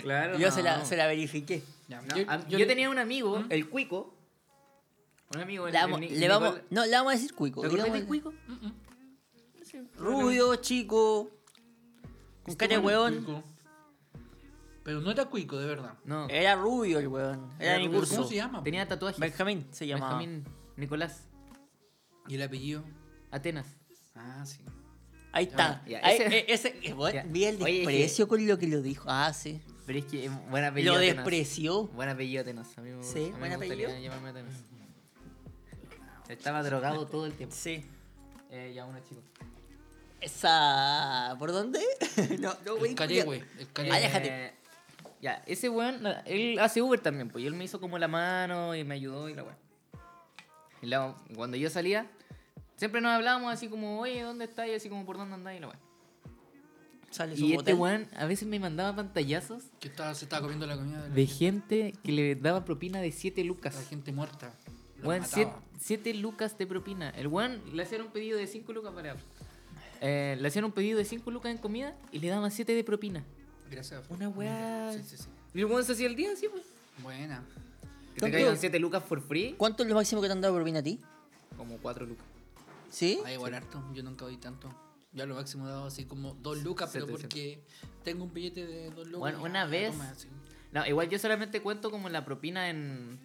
Speaker 3: Claro.
Speaker 4: yo
Speaker 3: no.
Speaker 4: se, la, se la verifiqué.
Speaker 2: ya.
Speaker 3: No, a- yo, tenía un amigo, el Cuico. Un amigo, el,
Speaker 4: Le
Speaker 3: el
Speaker 4: vamos,
Speaker 3: Ni-
Speaker 4: le vamos-
Speaker 3: Nicola-
Speaker 4: no, le vamos a decir cuico.
Speaker 3: ¿Te
Speaker 4: le
Speaker 3: acordás
Speaker 4: vamos a
Speaker 3: del Cuico?
Speaker 4: decir- Rubio, chico, con cara de weón.
Speaker 2: Cuico. Pero no era cuico, de verdad.
Speaker 3: No.
Speaker 4: Era rubio el weón. Eh, Era
Speaker 3: Era
Speaker 4: de mi
Speaker 3: rubio.
Speaker 4: curso.
Speaker 2: ¿Cómo se llama?
Speaker 3: Tenía tatuajes.
Speaker 4: Benjamín se llamaba.
Speaker 3: Benjamín Nicolás.
Speaker 2: ¿Y el apellido?
Speaker 3: Atenas.
Speaker 2: Ah, sí.
Speaker 4: Ahí está.
Speaker 3: Ah, Ya,
Speaker 4: Ahí-
Speaker 3: ese-
Speaker 4: eh, ese- eh, weón,
Speaker 3: ya.
Speaker 4: Vi el
Speaker 3: Oye,
Speaker 4: desprecio con lo que lo dijo. Ah, sí.
Speaker 3: Pero es que es buen apellido.
Speaker 4: Lo
Speaker 3: Atenas.
Speaker 4: despreció.
Speaker 3: Buen apellido Atenas. A mí me,
Speaker 4: Sí,
Speaker 3: a mí me
Speaker 4: buen
Speaker 3: gustaría
Speaker 4: apellido.
Speaker 3: llamarme Atenas. Estaba drogado todo el tiempo.
Speaker 4: Sí.
Speaker 3: Eh, ya uno chico.
Speaker 4: Esa. ¿Por dónde? no, no, güey.
Speaker 2: El Carehue,
Speaker 4: culiao.
Speaker 2: el
Speaker 3: Eh,
Speaker 2: Carehue.
Speaker 4: Aléjate.
Speaker 3: Ya, ese weón, nada, él hace Uber también, pues. Y él me hizo como la mano y me ayudó y la weón. Y la- cuando yo salía, siempre nos hablábamos así como, oye, ¿dónde estás? Y así como, ¿por dónde andás? Y la weón.
Speaker 4: Sale su
Speaker 3: Y este
Speaker 4: hotel.
Speaker 3: weón a veces me mandaba pantallazos
Speaker 2: Que estaba, se estaba comiendo la comida de la,
Speaker 3: de gente que le daba propina de 7 lucas.
Speaker 2: la gente muerta. Lo
Speaker 3: Weón,
Speaker 2: mataba.
Speaker 3: 7 lucas de propina. El weón le hacían un pedido de 5 lucas para. Eh, le hacían un pedido de 5 lucas en comida y le daban 7 de propina.
Speaker 2: Gracias.
Speaker 3: Una weá.
Speaker 2: Sí, sí, sí.
Speaker 3: Y el weón se hacía el día, sí, pues.
Speaker 2: Buena.
Speaker 3: Que te
Speaker 4: ¿Cuánto?
Speaker 3: caigan 7 lucas for free,
Speaker 4: ¿Cuánto es lo máximo que te han dado por bien a ti?
Speaker 3: como 4 lucas.
Speaker 4: ¿Sí?
Speaker 2: Ay, igual harto. Yo nunca doy tanto. Yo a lo máximo he dado así como dos lucas, pero
Speaker 3: 700.
Speaker 2: porque tengo un billete de dos lucas.
Speaker 3: Bueno,
Speaker 2: y
Speaker 3: una
Speaker 2: ya,
Speaker 3: vez-
Speaker 2: toma, así.
Speaker 3: No, igual yo solamente cuento como la propina en.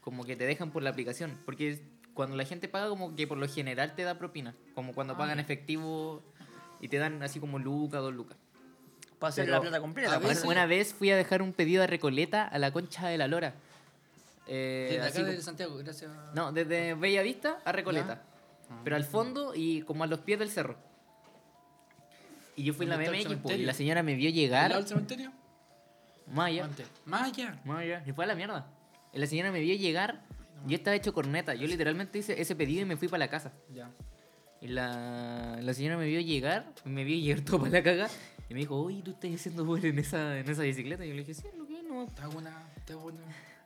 Speaker 3: Como que te dejan por la aplicación. Porque cuando la gente paga, como que por lo general te da propina. Como cuando
Speaker 2: Ah,
Speaker 3: pagan efectivo y te dan así como lucas, dos lucas.
Speaker 4: Para hacer
Speaker 3: Pero-
Speaker 4: la plata
Speaker 2: A
Speaker 4: completa.
Speaker 2: ver,
Speaker 3: Bueno,
Speaker 4: pues.
Speaker 2: veces-
Speaker 3: una vez fui a dejar un pedido a Recoleta a la concha de la lora. Eh,
Speaker 2: Desde
Speaker 3: así
Speaker 2: acá
Speaker 3: como-
Speaker 2: de Santiago, gracias.
Speaker 3: No, desde Bellavista a Recoleta. Pero
Speaker 2: Ah.
Speaker 3: al fondo y como a los pies del cerro. Y yo fui en la
Speaker 2: ¿Dónde está el
Speaker 3: BMX, po, pues, y
Speaker 2: cementerio?
Speaker 3: la señora me vio
Speaker 2: ¿Al
Speaker 3: llegar.
Speaker 2: lado del cementerio?
Speaker 3: Maya.
Speaker 2: Antes. Maya.
Speaker 3: Maya. Y fue a la mierda. Y la señora me vio llegar. Yo estaba hecho corneta. Yo literalmente hice ese pedido y me fui para la casa.
Speaker 2: Ya.
Speaker 3: Y la, la señora me vio llegar, me vio llegar todo para la caga. Y me dijo, oye, ¿tú estás haciendo vuelo en esa, en esa bicicleta? Y yo le dije, sí, lo que no.
Speaker 2: Te hago una. Te hago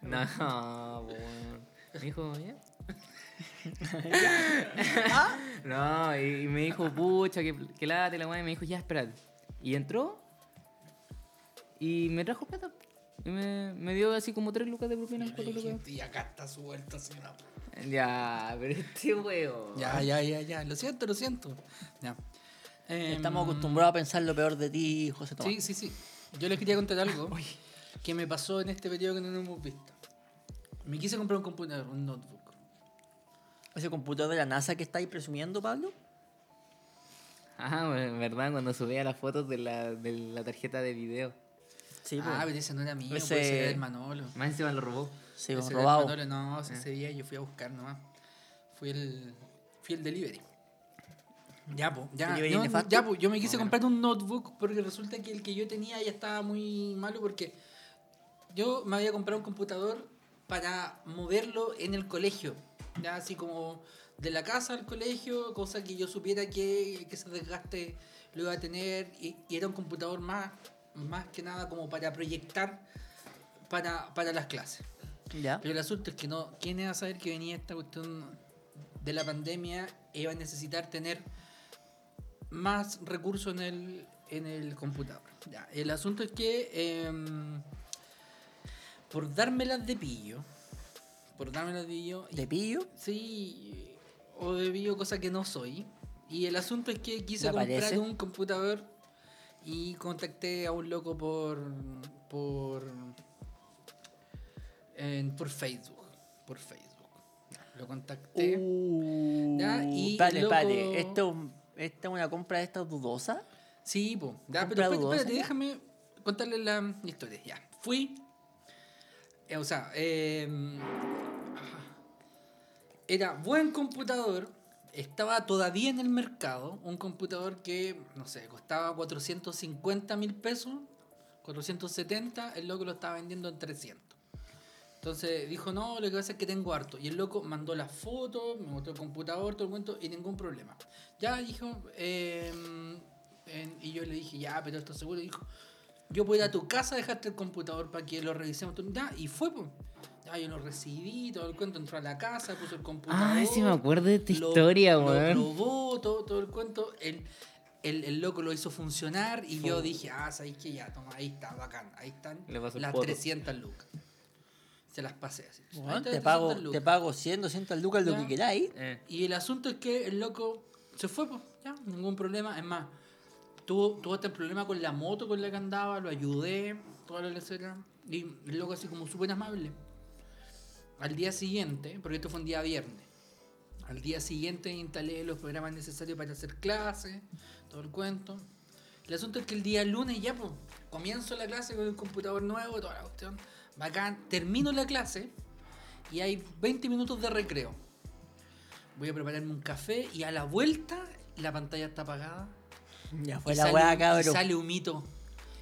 Speaker 2: una.
Speaker 3: No, po, weón. Me dijo, ¿ya? no, y, y me dijo, pucha, que, que late la weá. Y me dijo, ya, espérate. Y entró y me trajo plata. Y me, me dio así como tres lucas de propina.
Speaker 2: Y,
Speaker 3: cuatro
Speaker 2: le dije,
Speaker 3: lucas.
Speaker 2: "Y acá está su vuelta, señora.
Speaker 3: Ya, pero este weón.
Speaker 2: Ya, ya, ya, ya. Lo siento, lo siento. Ya. Em,
Speaker 4: Estamos acostumbrados a pensar lo peor de ti, José Tomás.
Speaker 2: Sí, sí, sí. Yo les quería contar algo que me pasó en este periodo que no nos hemos visto. Me quise comprar un computador, un notebook.
Speaker 4: Ese computador de la NASA que estáis presumiendo, Pablo.
Speaker 3: Ah, bueno, verdad, cuando subía las fotos de la, de la tarjeta de video.
Speaker 4: Sí, pues.
Speaker 2: ah, pero ese no era mío,
Speaker 4: Ese-
Speaker 2: ese era del Manolo.
Speaker 3: Más encima lo robó.
Speaker 4: sí,
Speaker 2: Ese
Speaker 4: pues,
Speaker 2: era del
Speaker 4: robado.
Speaker 2: Manolo, no, si ese día yo fui a buscar nomás. Fui el, fui el delivery. Ya, pues, ya,
Speaker 4: ¿Delivery
Speaker 2: no,
Speaker 4: nefasto?
Speaker 2: ya, po, yo me quise comprar un notebook porque resulta que el que yo tenía ya estaba muy malo porque yo me había comprado un computador para moverlo en el colegio. Ya así como de la casa al colegio, cosa que yo supiera que, que ese desgaste lo iba a tener. Y, y era un computador más, más que nada como para proyectar para, para las clases.
Speaker 4: Ya.
Speaker 2: Pero el asunto es que no, ¿quién iba a saber que venía esta cuestión de la pandemia? Iba a necesitar tener más recursos en el, en el computador. Ya, el asunto es que em, por dármelas de pillo, por dármelas de pillo, y-
Speaker 4: ¿De pillo?
Speaker 2: sí, o de pillo, cosa que no soy. Y el asunto es que quise
Speaker 4: Me
Speaker 2: comprar
Speaker 4: parece.
Speaker 2: un computador y contacté a un loco por por en- por Facebook, por Facebook. Lo contacté.
Speaker 4: Uh,
Speaker 2: Ya, y
Speaker 4: Espérate,
Speaker 2: loco-
Speaker 4: espérate. ¿Esto, ¿Esta es una compra de estas dudosas?
Speaker 2: Sí, po. Ya, pero
Speaker 4: Compra
Speaker 2: espérate,
Speaker 4: dudosa,
Speaker 2: espérate,
Speaker 4: ya.
Speaker 2: déjame contarle la historia. Ya, fui. eh, o sea, eh, ah, era buen computador. Estaba todavía en el mercado. Un computador que, no sé, costaba 450 mil pesos. 470. El loco lo estaba vendiendo en 300. Entonces dijo, no, lo que pasa es que tengo harto. Y el loco mandó las fotos, me mostró el computador, todo el cuento, y ningún problema. Ya dijo, em, en- y yo le dije, ya, pero esto seguro. Y dijo, yo puedo ir a tu casa a dejarte el computador para que lo revisemos. Tú- Ya, y fue, pues. Ya, yo lo recibí, todo el cuento, entró a la casa, puso el computador.
Speaker 3: Ay, Ah, sí me acuerdo de esta
Speaker 2: lo-
Speaker 3: historia,
Speaker 2: lo
Speaker 3: weón.
Speaker 2: probó, todo, todo el cuento. El, el, el loco lo hizo funcionar y yo dije, ah, sabéis que ya, toma, ahí está, bacán, ahí están
Speaker 3: Le pasó el
Speaker 2: las
Speaker 3: poto.
Speaker 2: 300 lucas. Se las pasé así. Ahí
Speaker 4: Weón,
Speaker 2: está,
Speaker 4: te,
Speaker 2: 300
Speaker 4: pago, te
Speaker 2: lucas.
Speaker 4: pago 100, 200 lucas, lo
Speaker 2: Ya.
Speaker 4: que queráis.
Speaker 3: Eh.
Speaker 2: Y el asunto es que el loco se fue, pues, ya, ningún problema. Es más, tuvo, tuvo hasta el problema con la moto con la que andaba, lo ayudé, toda la lecera. Y el loco así como súper amable. Al día siguiente, porque esto fue un día viernes, al día siguiente instalé los programas necesarios para hacer clases, todo el cuento. El asunto es que el día lunes ya pues, comienzo la clase con el computador nuevo, toda la cuestión. Bacán, termino la clase y hay 20 minutos de recreo. Voy a prepararme un café y a la vuelta la pantalla está apagada.
Speaker 4: Ya
Speaker 2: y
Speaker 4: fue la
Speaker 2: sale
Speaker 4: weá,
Speaker 2: un- y
Speaker 4: cabrón.
Speaker 2: sale humito.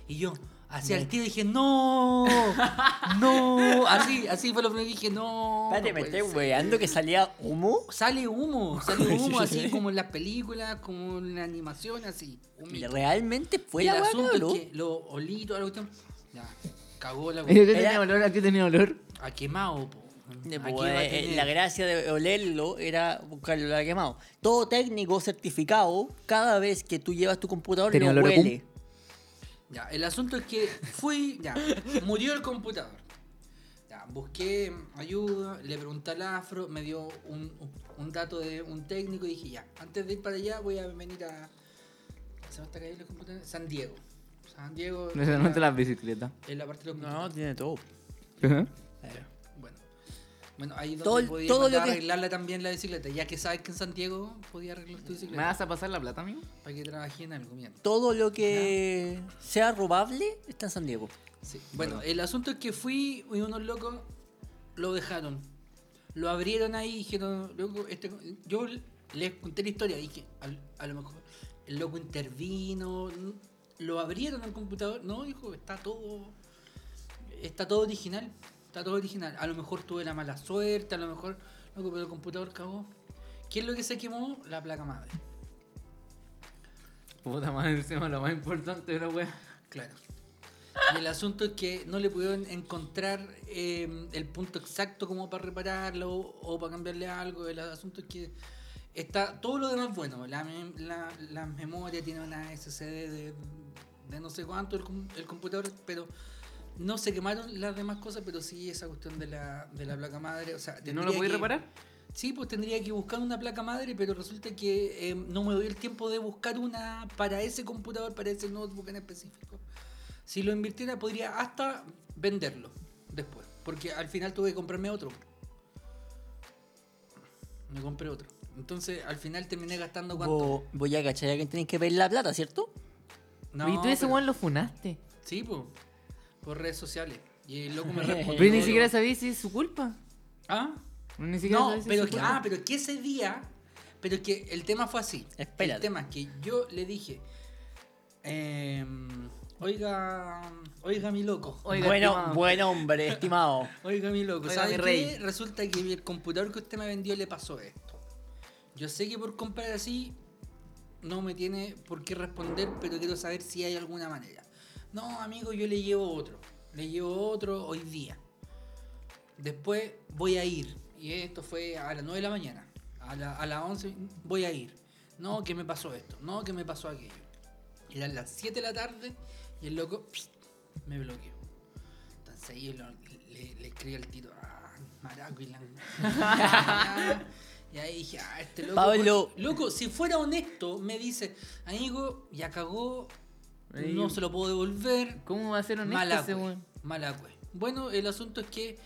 Speaker 2: Y yo, así al tiro dije, no, no. Así, así fue lo primero que dije, no.
Speaker 4: Espérate,
Speaker 2: no
Speaker 4: me
Speaker 2: puede
Speaker 4: estoy
Speaker 2: ser".
Speaker 4: weando que salía humo.
Speaker 2: Sale humo, sale humo, así como en las películas, como en la animación, así.
Speaker 4: Y
Speaker 2: humito.
Speaker 4: Realmente fue
Speaker 2: Y
Speaker 4: la
Speaker 2: el
Speaker 4: weá,
Speaker 2: asunto
Speaker 4: cabrón.
Speaker 2: es que lo olí, toda la cuestión. Ya, cagó la
Speaker 3: ¿A qué
Speaker 2: cuestión.
Speaker 3: tenía olor? ¿A qué tenía olor?
Speaker 2: A quemado, po.
Speaker 4: Eh,
Speaker 2: ¿A
Speaker 4: pues,
Speaker 2: qué va a
Speaker 4: eh,
Speaker 2: tener?
Speaker 4: la gracia de olerlo era buscarlo la quemado. Todo técnico certificado, cada vez que tú llevas tu computador,
Speaker 3: Tenía
Speaker 4: lo
Speaker 3: olor a cum.
Speaker 4: huele.
Speaker 2: Ya, el asunto es que fui, ya, murió el computador. Ya, busqué ayuda, le pregunté al afro, me dio un, un dato de un técnico y dije, ya, antes de ir para allá voy a venir a... ¿Se me está cayendo el computador? San Diego. San Diego...
Speaker 3: No se
Speaker 2: en
Speaker 3: nota
Speaker 2: la,
Speaker 3: las bicicletas.
Speaker 2: en la parte de los computadores.
Speaker 4: tiene todo.
Speaker 2: Bueno. Bueno, ahí donde
Speaker 4: Todo-
Speaker 2: podía
Speaker 4: todo lo
Speaker 2: mandar a
Speaker 4: que-
Speaker 2: arreglarla también la bicicleta, ya que sabes que en San Diego podía arreglar tu
Speaker 3: ¿Me
Speaker 2: bicicleta.
Speaker 3: vas a pasar la plata, amigo?
Speaker 2: Para que trabajé en algo, bien.
Speaker 4: Todo lo que sea robable está en San Diego.
Speaker 2: Sí. Bueno, el asunto es que fui y unos locos lo dejaron. Lo abrieron ahí y dijeron, loco, este, yo les conté la historia, dije, al- a, lo mejor el loco intervino, n- lo abrieron al computador, no, hijo, está todo, está todo original, está todo original. A lo mejor tuve la mala suerte, a lo mejor, loco, pero el computador cagó. ¿Qué es lo que se quemó? La placa madre.
Speaker 3: Puta madre, encima lo más importante de la wea.
Speaker 2: Claro. Y el asunto es que no le pudieron encontrar eh, el punto exacto como para repararlo o para cambiarle algo. El asunto es que está todo lo demás bueno. La, mem- la, la memoria tiene una SSD de, de no sé cuánto el, com- el computador, pero no se quemaron las demás cosas, pero sí esa cuestión de la, de la placa madre. O sea,
Speaker 3: ¿No
Speaker 2: tendría
Speaker 3: lo podéis
Speaker 2: que-
Speaker 3: reparar?
Speaker 2: Sí, pues tendría que buscar una placa madre, pero resulta que eh, no me doy el tiempo de buscar una para ese computador, para ese notebook en específico. Si lo invirtiera, podría hasta venderlo después, porque al final tuve que comprarme otro. Me compré otro. Entonces, al final terminé gastando cuánto.
Speaker 4: Vos, vos ya cachai que tenéis que ver la plata, ¿cierto?
Speaker 2: No,
Speaker 3: y tú ese
Speaker 2: pero-
Speaker 3: weón lo funaste.
Speaker 2: Sí, pues. Por redes sociales. Y el loco me respondió.
Speaker 3: Pero ni siquiera sabías si es su culpa.
Speaker 2: ¿Ah?
Speaker 3: Ni siquiera
Speaker 2: No,
Speaker 3: sabías si
Speaker 2: pero
Speaker 3: es su
Speaker 2: que,
Speaker 3: culpa.
Speaker 2: ah, pero que ese día, pero que el tema fue así.
Speaker 4: Espérate.
Speaker 2: El tema es que yo le dije, em, oiga, oiga mi loco,
Speaker 3: Oiga,
Speaker 4: bueno,
Speaker 3: estimado.
Speaker 4: buen hombre, estimado.
Speaker 2: oiga mi loco,
Speaker 3: Oiga,
Speaker 2: ¿sabe
Speaker 3: mi
Speaker 2: qué?
Speaker 3: rey.
Speaker 2: Resulta que el computador que usted me vendió le pasó esto. Yo sé que por comprar así no me tiene por qué responder, pero quiero saber si hay alguna manera. No, amigo, yo le llevo otro. Le llevo otro hoy día. Después voy a ir. Y esto fue a las 9 de la mañana. A, la- a las 11 voy a ir. No, que me pasó esto. No, que me pasó aquello. Eran las 7 de la tarde y el loco pss, me bloqueó. Entonces ahí lo- le, le escribí al tiro. Ah, maraco y la- Y ahí dije, ah, este loco.
Speaker 4: Pablo.
Speaker 2: Loco, si fuera honesto, me dice, amigo, ya cagó. No se lo puedo devolver.
Speaker 3: ¿Cómo va a ser honesto ese
Speaker 2: Malacue.
Speaker 3: weón?
Speaker 2: Malacue. Bueno, el asunto es que.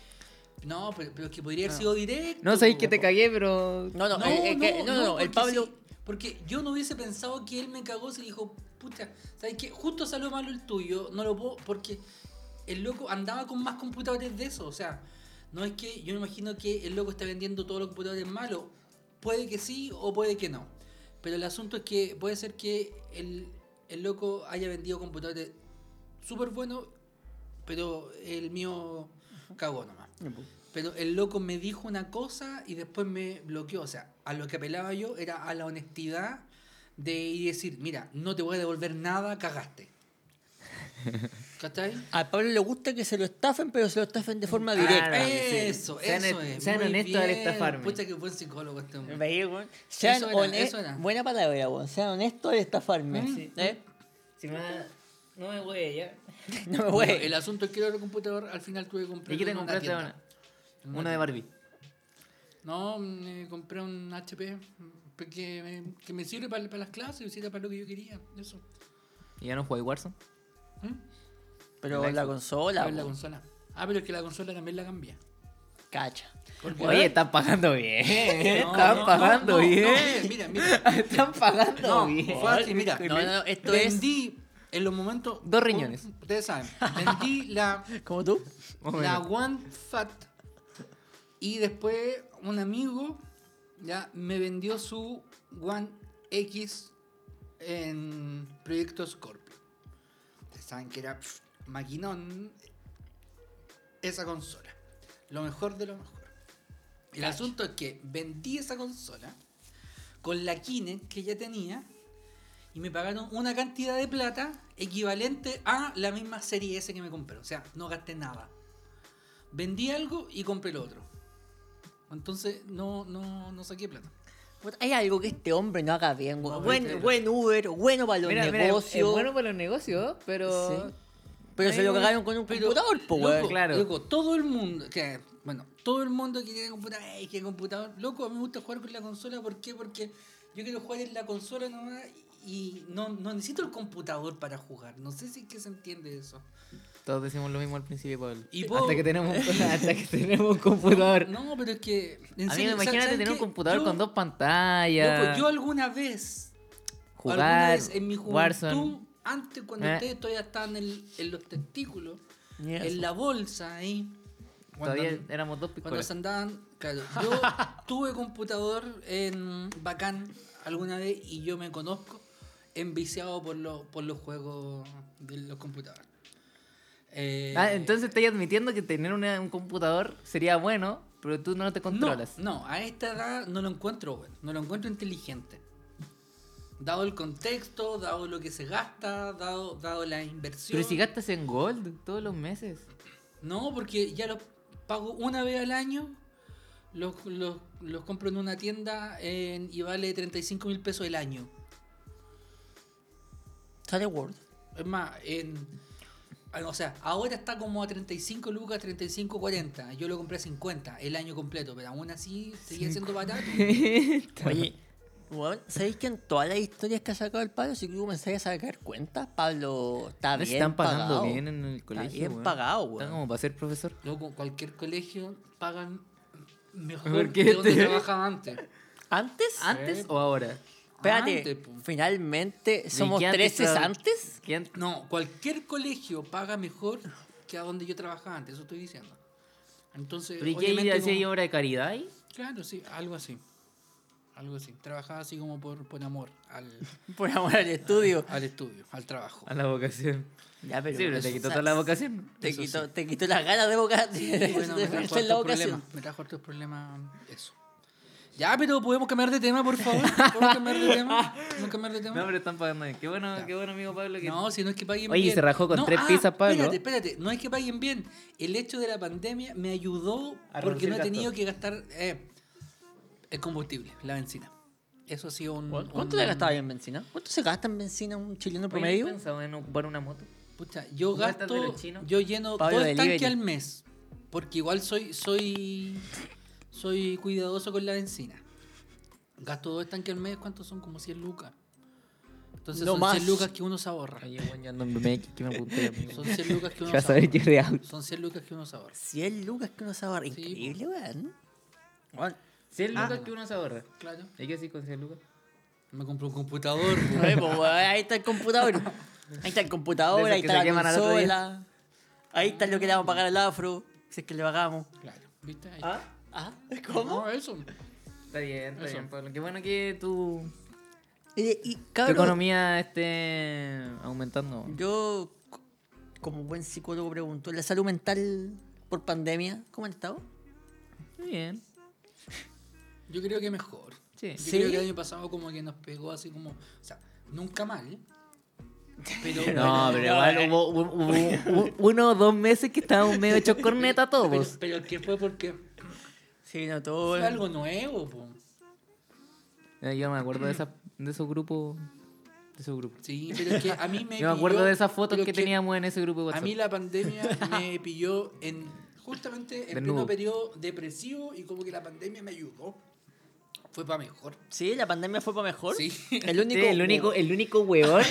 Speaker 2: No, pero, pero que podría haber sido directo.
Speaker 3: No sabéis que te
Speaker 2: po.
Speaker 3: cagué, pero.
Speaker 4: No, no, el- el que- no, no, no, el
Speaker 2: porque
Speaker 4: Pablo.
Speaker 2: sí, porque yo no hubiese pensado que él me cagó si le dijo, pucha, ¿sabes qué? Justo salió malo el tuyo, no lo puedo. Porque el loco andaba con más computadores de eso. O sea, no es que yo me imagino que el loco está vendiendo todos los computadores malos. Puede que sí o puede que no. Pero el asunto es que puede ser que el, el loco haya vendido computadores súper buenos, pero el mío cagó nomás. Pero el loco me dijo una cosa y después me bloqueó. O sea, a lo que apelaba yo era a la honestidad de ir y decir, mira, no te voy a devolver nada, cagaste. ¿Cachai?
Speaker 4: A Pablo le gusta que se lo estafen, pero se lo estafen de
Speaker 2: Ah,
Speaker 4: forma
Speaker 3: Claro.
Speaker 4: directa.
Speaker 2: Eso,
Speaker 3: Sean
Speaker 2: eso
Speaker 3: hon-
Speaker 2: es.
Speaker 3: sean
Speaker 2: muy
Speaker 3: honestos al
Speaker 2: bien.
Speaker 3: estafarme.
Speaker 2: Pucha, que buen psicólogo este hombre.
Speaker 4: Veí, weón. Sean
Speaker 2: Eso era,
Speaker 4: honestos.
Speaker 2: eso era.
Speaker 4: Buena palabra, weón. Sean honestos al estafarme.
Speaker 2: Mm.
Speaker 4: ¿Eh?
Speaker 3: Si me va- No me voy ya.
Speaker 4: No me
Speaker 2: Bueno,
Speaker 4: voy.
Speaker 2: el asunto es que era el computador, al final tuve que comprar.
Speaker 3: ¿Y qué te compraste una? Una de Barbie.
Speaker 2: No, me compré un HP que me, que me sirve para, para las clases, sirve para lo que yo quería. Eso.
Speaker 3: ¿Y ya no jugáis Warzone?
Speaker 2: ¿Mm?
Speaker 4: Pero
Speaker 3: Relax.
Speaker 4: la consola,
Speaker 2: Pero la
Speaker 4: weón.
Speaker 2: consola. Ah, pero es que la consola también la cambia.
Speaker 4: Cacha.
Speaker 2: Porque-
Speaker 3: Oye, están pagando bien.
Speaker 2: No,
Speaker 3: están
Speaker 2: no, no,
Speaker 3: pagando
Speaker 2: no, no,
Speaker 3: bien.
Speaker 2: mira, mira, mira.
Speaker 3: están pagando
Speaker 2: No,
Speaker 3: bien.
Speaker 2: fue así, mira.
Speaker 4: No, no, no, esto es.
Speaker 2: vendí, En los momentos.
Speaker 3: Dos riñones.
Speaker 2: Ustedes saben. Vendí la,
Speaker 4: ¿Como tú?
Speaker 3: Más o
Speaker 2: la
Speaker 3: menos.
Speaker 2: One Fat. Y después un amigo ya me vendió su One X en Proyecto Scorpio. Ustedes saben que era pf, maquinón esa consola. Lo mejor de lo mejor. El asunto es que vendí esa consola con la Kinect que ya tenía y me pagaron una cantidad de plata equivalente a la misma serie S que me compré. O sea, no gasté nada. Vendí algo y compré lo otro. Entonces no, no, no saqué plata.
Speaker 4: Puta, Hay algo que este hombre no haga bien, weón.
Speaker 2: No,
Speaker 4: Buen,
Speaker 2: pero-
Speaker 4: buen Uber, bueno para los
Speaker 3: Mira, mira,
Speaker 4: negocios.
Speaker 3: es bueno para los negocios, pero.
Speaker 4: Sí. Pero se lo
Speaker 3: Pero-
Speaker 4: cagaron con un
Speaker 2: Pero,
Speaker 4: computador, po,
Speaker 2: loco,
Speaker 4: weón.
Speaker 3: claro.
Speaker 2: loco, todo el mundo, que, bueno, todo el mundo que tiene computador, "Ey, que computador, loco, a mí me gusta jugar con la consola, ¿por qué? Porque yo quiero jugar en la consola nomás y no, no necesito el computador para jugar. No sé si es que se entiende eso.
Speaker 3: Todos decimos lo mismo al principio, Paul.
Speaker 2: Y vos-
Speaker 3: hasta, que tenemos, hasta que tenemos un computador.
Speaker 2: No, pero es que. en serio,
Speaker 3: Amigo,
Speaker 2: o sea,
Speaker 3: imagínate
Speaker 2: ¿saben
Speaker 3: tener un
Speaker 2: qué?
Speaker 3: computador
Speaker 2: Yo-
Speaker 3: con dos
Speaker 2: loco,
Speaker 3: pantallas.
Speaker 2: yo alguna vez alguna
Speaker 3: jugar,
Speaker 2: vez en mi juventud,
Speaker 3: Warzone.
Speaker 2: antes cuando
Speaker 3: Eh.
Speaker 2: ustedes todavía estaban en, en los testículos,
Speaker 4: Mierda.
Speaker 2: en la bolsa ahí. Cuando,
Speaker 3: Todavía éramos dos
Speaker 2: cuando
Speaker 3: picolas.
Speaker 2: se andaban, claro, yo tuve computador en Bacán alguna vez y yo me conozco enviciado por, los por los juegos de los computadores. Eh,
Speaker 3: Ah, entonces estoy admitiendo que tener una- un computador sería bueno, pero tú no te controlas.
Speaker 2: No, no, a esta edad no lo encuentro bueno, no lo encuentro inteligente. Dado el contexto, dado lo que se gasta, dado, dado la inversión.
Speaker 3: Pero si gastas en gold todos los meses.
Speaker 2: No, porque ya los pago una vez al año, los, los- los compro en una tienda en- y vale 35 mil pesos el año.
Speaker 4: Sale Word.
Speaker 2: Es más, en, ah, o sea, ahora está como a 35 lucas, 35, 40. Yo lo compré a 50 el año completo, pero aún así seguía siendo barato.
Speaker 4: Oye, weón, ¿sabéis que en todas las historias que ha sacado el Pablo, si tú me a sacar cuentas, Pablo está
Speaker 3: No
Speaker 4: bien.
Speaker 3: se están pagando
Speaker 4: pagado.
Speaker 3: bien en el colegio.
Speaker 4: bien
Speaker 3: weón.
Speaker 4: pagado, weón.
Speaker 3: Están como para ser profesor.
Speaker 2: Luego, cualquier colegio pagan mejor
Speaker 3: Mejor que
Speaker 2: que donde
Speaker 3: este.
Speaker 2: trabajaba antes.
Speaker 4: ¿Antes?
Speaker 3: ¿Antes o ahora?
Speaker 4: Espérate,
Speaker 2: Antes, po.
Speaker 4: finalmente somos
Speaker 3: qué antes
Speaker 4: 13
Speaker 3: tra-
Speaker 4: antes.
Speaker 3: ¿Qué an-
Speaker 2: No, cualquier colegio paga mejor que a donde yo trabajaba antes, eso estoy diciendo. Entonces,
Speaker 3: ¿Pero y qué
Speaker 2: obviamente,
Speaker 3: hacía ahí
Speaker 2: como-
Speaker 3: obra de caridad ahí?
Speaker 2: Claro, sí, algo así. Algo así. Trabajaba así como por, por amor al,
Speaker 4: Por amor al estudio.
Speaker 2: al estudio, al trabajo.
Speaker 3: A la vocación.
Speaker 4: Ya,
Speaker 3: Sí, pero te
Speaker 4: eso,
Speaker 3: quitó
Speaker 4: o sea,
Speaker 3: toda la vocación.
Speaker 4: Te
Speaker 2: Eso
Speaker 4: quitó, te quitó las ganas de vocar.
Speaker 2: Y bueno, me
Speaker 4: de
Speaker 2: trajo
Speaker 4: meterte en la
Speaker 2: hartos
Speaker 4: vocación.
Speaker 2: problemas. Me trajo hartos problemas eso. Ya, pero podemos cambiar de tema, por favor. Podemos cambiar de tema. Podemos cambiar de tema.
Speaker 3: No, pero están pagando bien. Qué bueno, qué bueno amigo Pablo que...
Speaker 2: No, si no es que paguen
Speaker 3: Oye,
Speaker 2: bien.
Speaker 3: se rajó con
Speaker 2: No, ah,
Speaker 3: tres pizzas, Pablo.
Speaker 2: Espérate, espérate, no es que paguen bien. El hecho de la pandemia me ayudó
Speaker 3: A
Speaker 2: porque
Speaker 3: reducir
Speaker 2: no he
Speaker 3: gastos.
Speaker 2: tenido que gastar eh, el combustible, la bencina. Eso ha sido un.
Speaker 4: ¿Cuánto
Speaker 2: un-
Speaker 4: te gastabas en benzina? ¿Cuánto se gasta en benzina un chileno
Speaker 3: Oye, ¿no
Speaker 4: promedio?
Speaker 3: pensaba en ocupar una moto?
Speaker 2: Pucha, yo
Speaker 3: ¿Cómo gastan de
Speaker 2: gasto.
Speaker 3: los chinos?
Speaker 2: Yo lleno
Speaker 4: Pablo
Speaker 2: todo el tanque
Speaker 4: Delivery.
Speaker 2: al mes. Porque igual soy. Soy. Soy cuidadoso con la bencina. Gasto dos tanques al mes, ¿cuántos son? Como 100 lucas. Entonces
Speaker 4: No
Speaker 2: son
Speaker 4: más.
Speaker 2: 100 lucas que uno se ahorra.
Speaker 3: Oye, bueno, yo ando en BMX, que me apunté, amigo.
Speaker 2: Son 100 lucas que
Speaker 3: Vas
Speaker 2: uno
Speaker 3: a
Speaker 2: se
Speaker 3: ver yo
Speaker 2: ahorra.
Speaker 3: de auto.
Speaker 2: Son 100 lucas que uno se ahorra.
Speaker 4: 100 lucas que uno se ahorra. Increíble, weón. Weón,
Speaker 3: 100 lucas que uno se ahorra.
Speaker 2: Claro.
Speaker 3: ¿Hay que así con 100 lucas?
Speaker 2: Me compré un computador.
Speaker 4: no
Speaker 2: po.
Speaker 4: ve, po, pues, weón, Ahí está el computador. Ahí está el computador,
Speaker 3: De esos
Speaker 4: ahí
Speaker 3: que
Speaker 4: está
Speaker 3: se
Speaker 4: la
Speaker 3: queman al otro día.
Speaker 4: consola. Ahí está lo que le vamos a pagar al afro. Si es que le pagamos.
Speaker 2: claro, ¿viste? Ahí
Speaker 4: ¿Ah? ¿Ah?
Speaker 2: No, eso.
Speaker 3: Está bien, está
Speaker 2: Eso.
Speaker 3: bien, Pablo. Qué bueno que tu,
Speaker 4: Y, y
Speaker 3: tu
Speaker 4: cabrón,
Speaker 3: economía esté aumentando.
Speaker 4: yo, c- como buen psicólogo, pregunto: ¿la salud mental por pandemia, cómo han estado?
Speaker 3: Muy bien.
Speaker 2: Yo creo que mejor.
Speaker 3: Sí.
Speaker 2: Yo
Speaker 4: ¿Sí?
Speaker 2: creo que el año pasado como que nos pegó así como... O sea, nunca mal. Pero...
Speaker 3: No, pero igual hubo, hubo- hubo un- uno o dos meses que estábamos medio hechos corneta
Speaker 2: Pero,
Speaker 3: todos.
Speaker 2: pero que fue porque
Speaker 4: Sí, no, todo.
Speaker 2: fue algo nuevo, po.
Speaker 3: Eh, Yo me acuerdo de, esa, de esos grupos. De esos grupos.
Speaker 2: Sí, pero es que a mí me
Speaker 3: Yo me acuerdo de esas fotos que,
Speaker 2: teníamos
Speaker 3: teníamos en ese grupo de
Speaker 2: A
Speaker 3: WhatsApp.
Speaker 2: mí la pandemia me pilló en justamente en
Speaker 3: Desnudo.
Speaker 2: pleno periodo depresivo y como que la pandemia me ayudó. Fue para mejor.
Speaker 4: Sí, la pandemia fue para mejor.
Speaker 2: Sí.
Speaker 4: El único.
Speaker 3: Sí, el único, el único huevón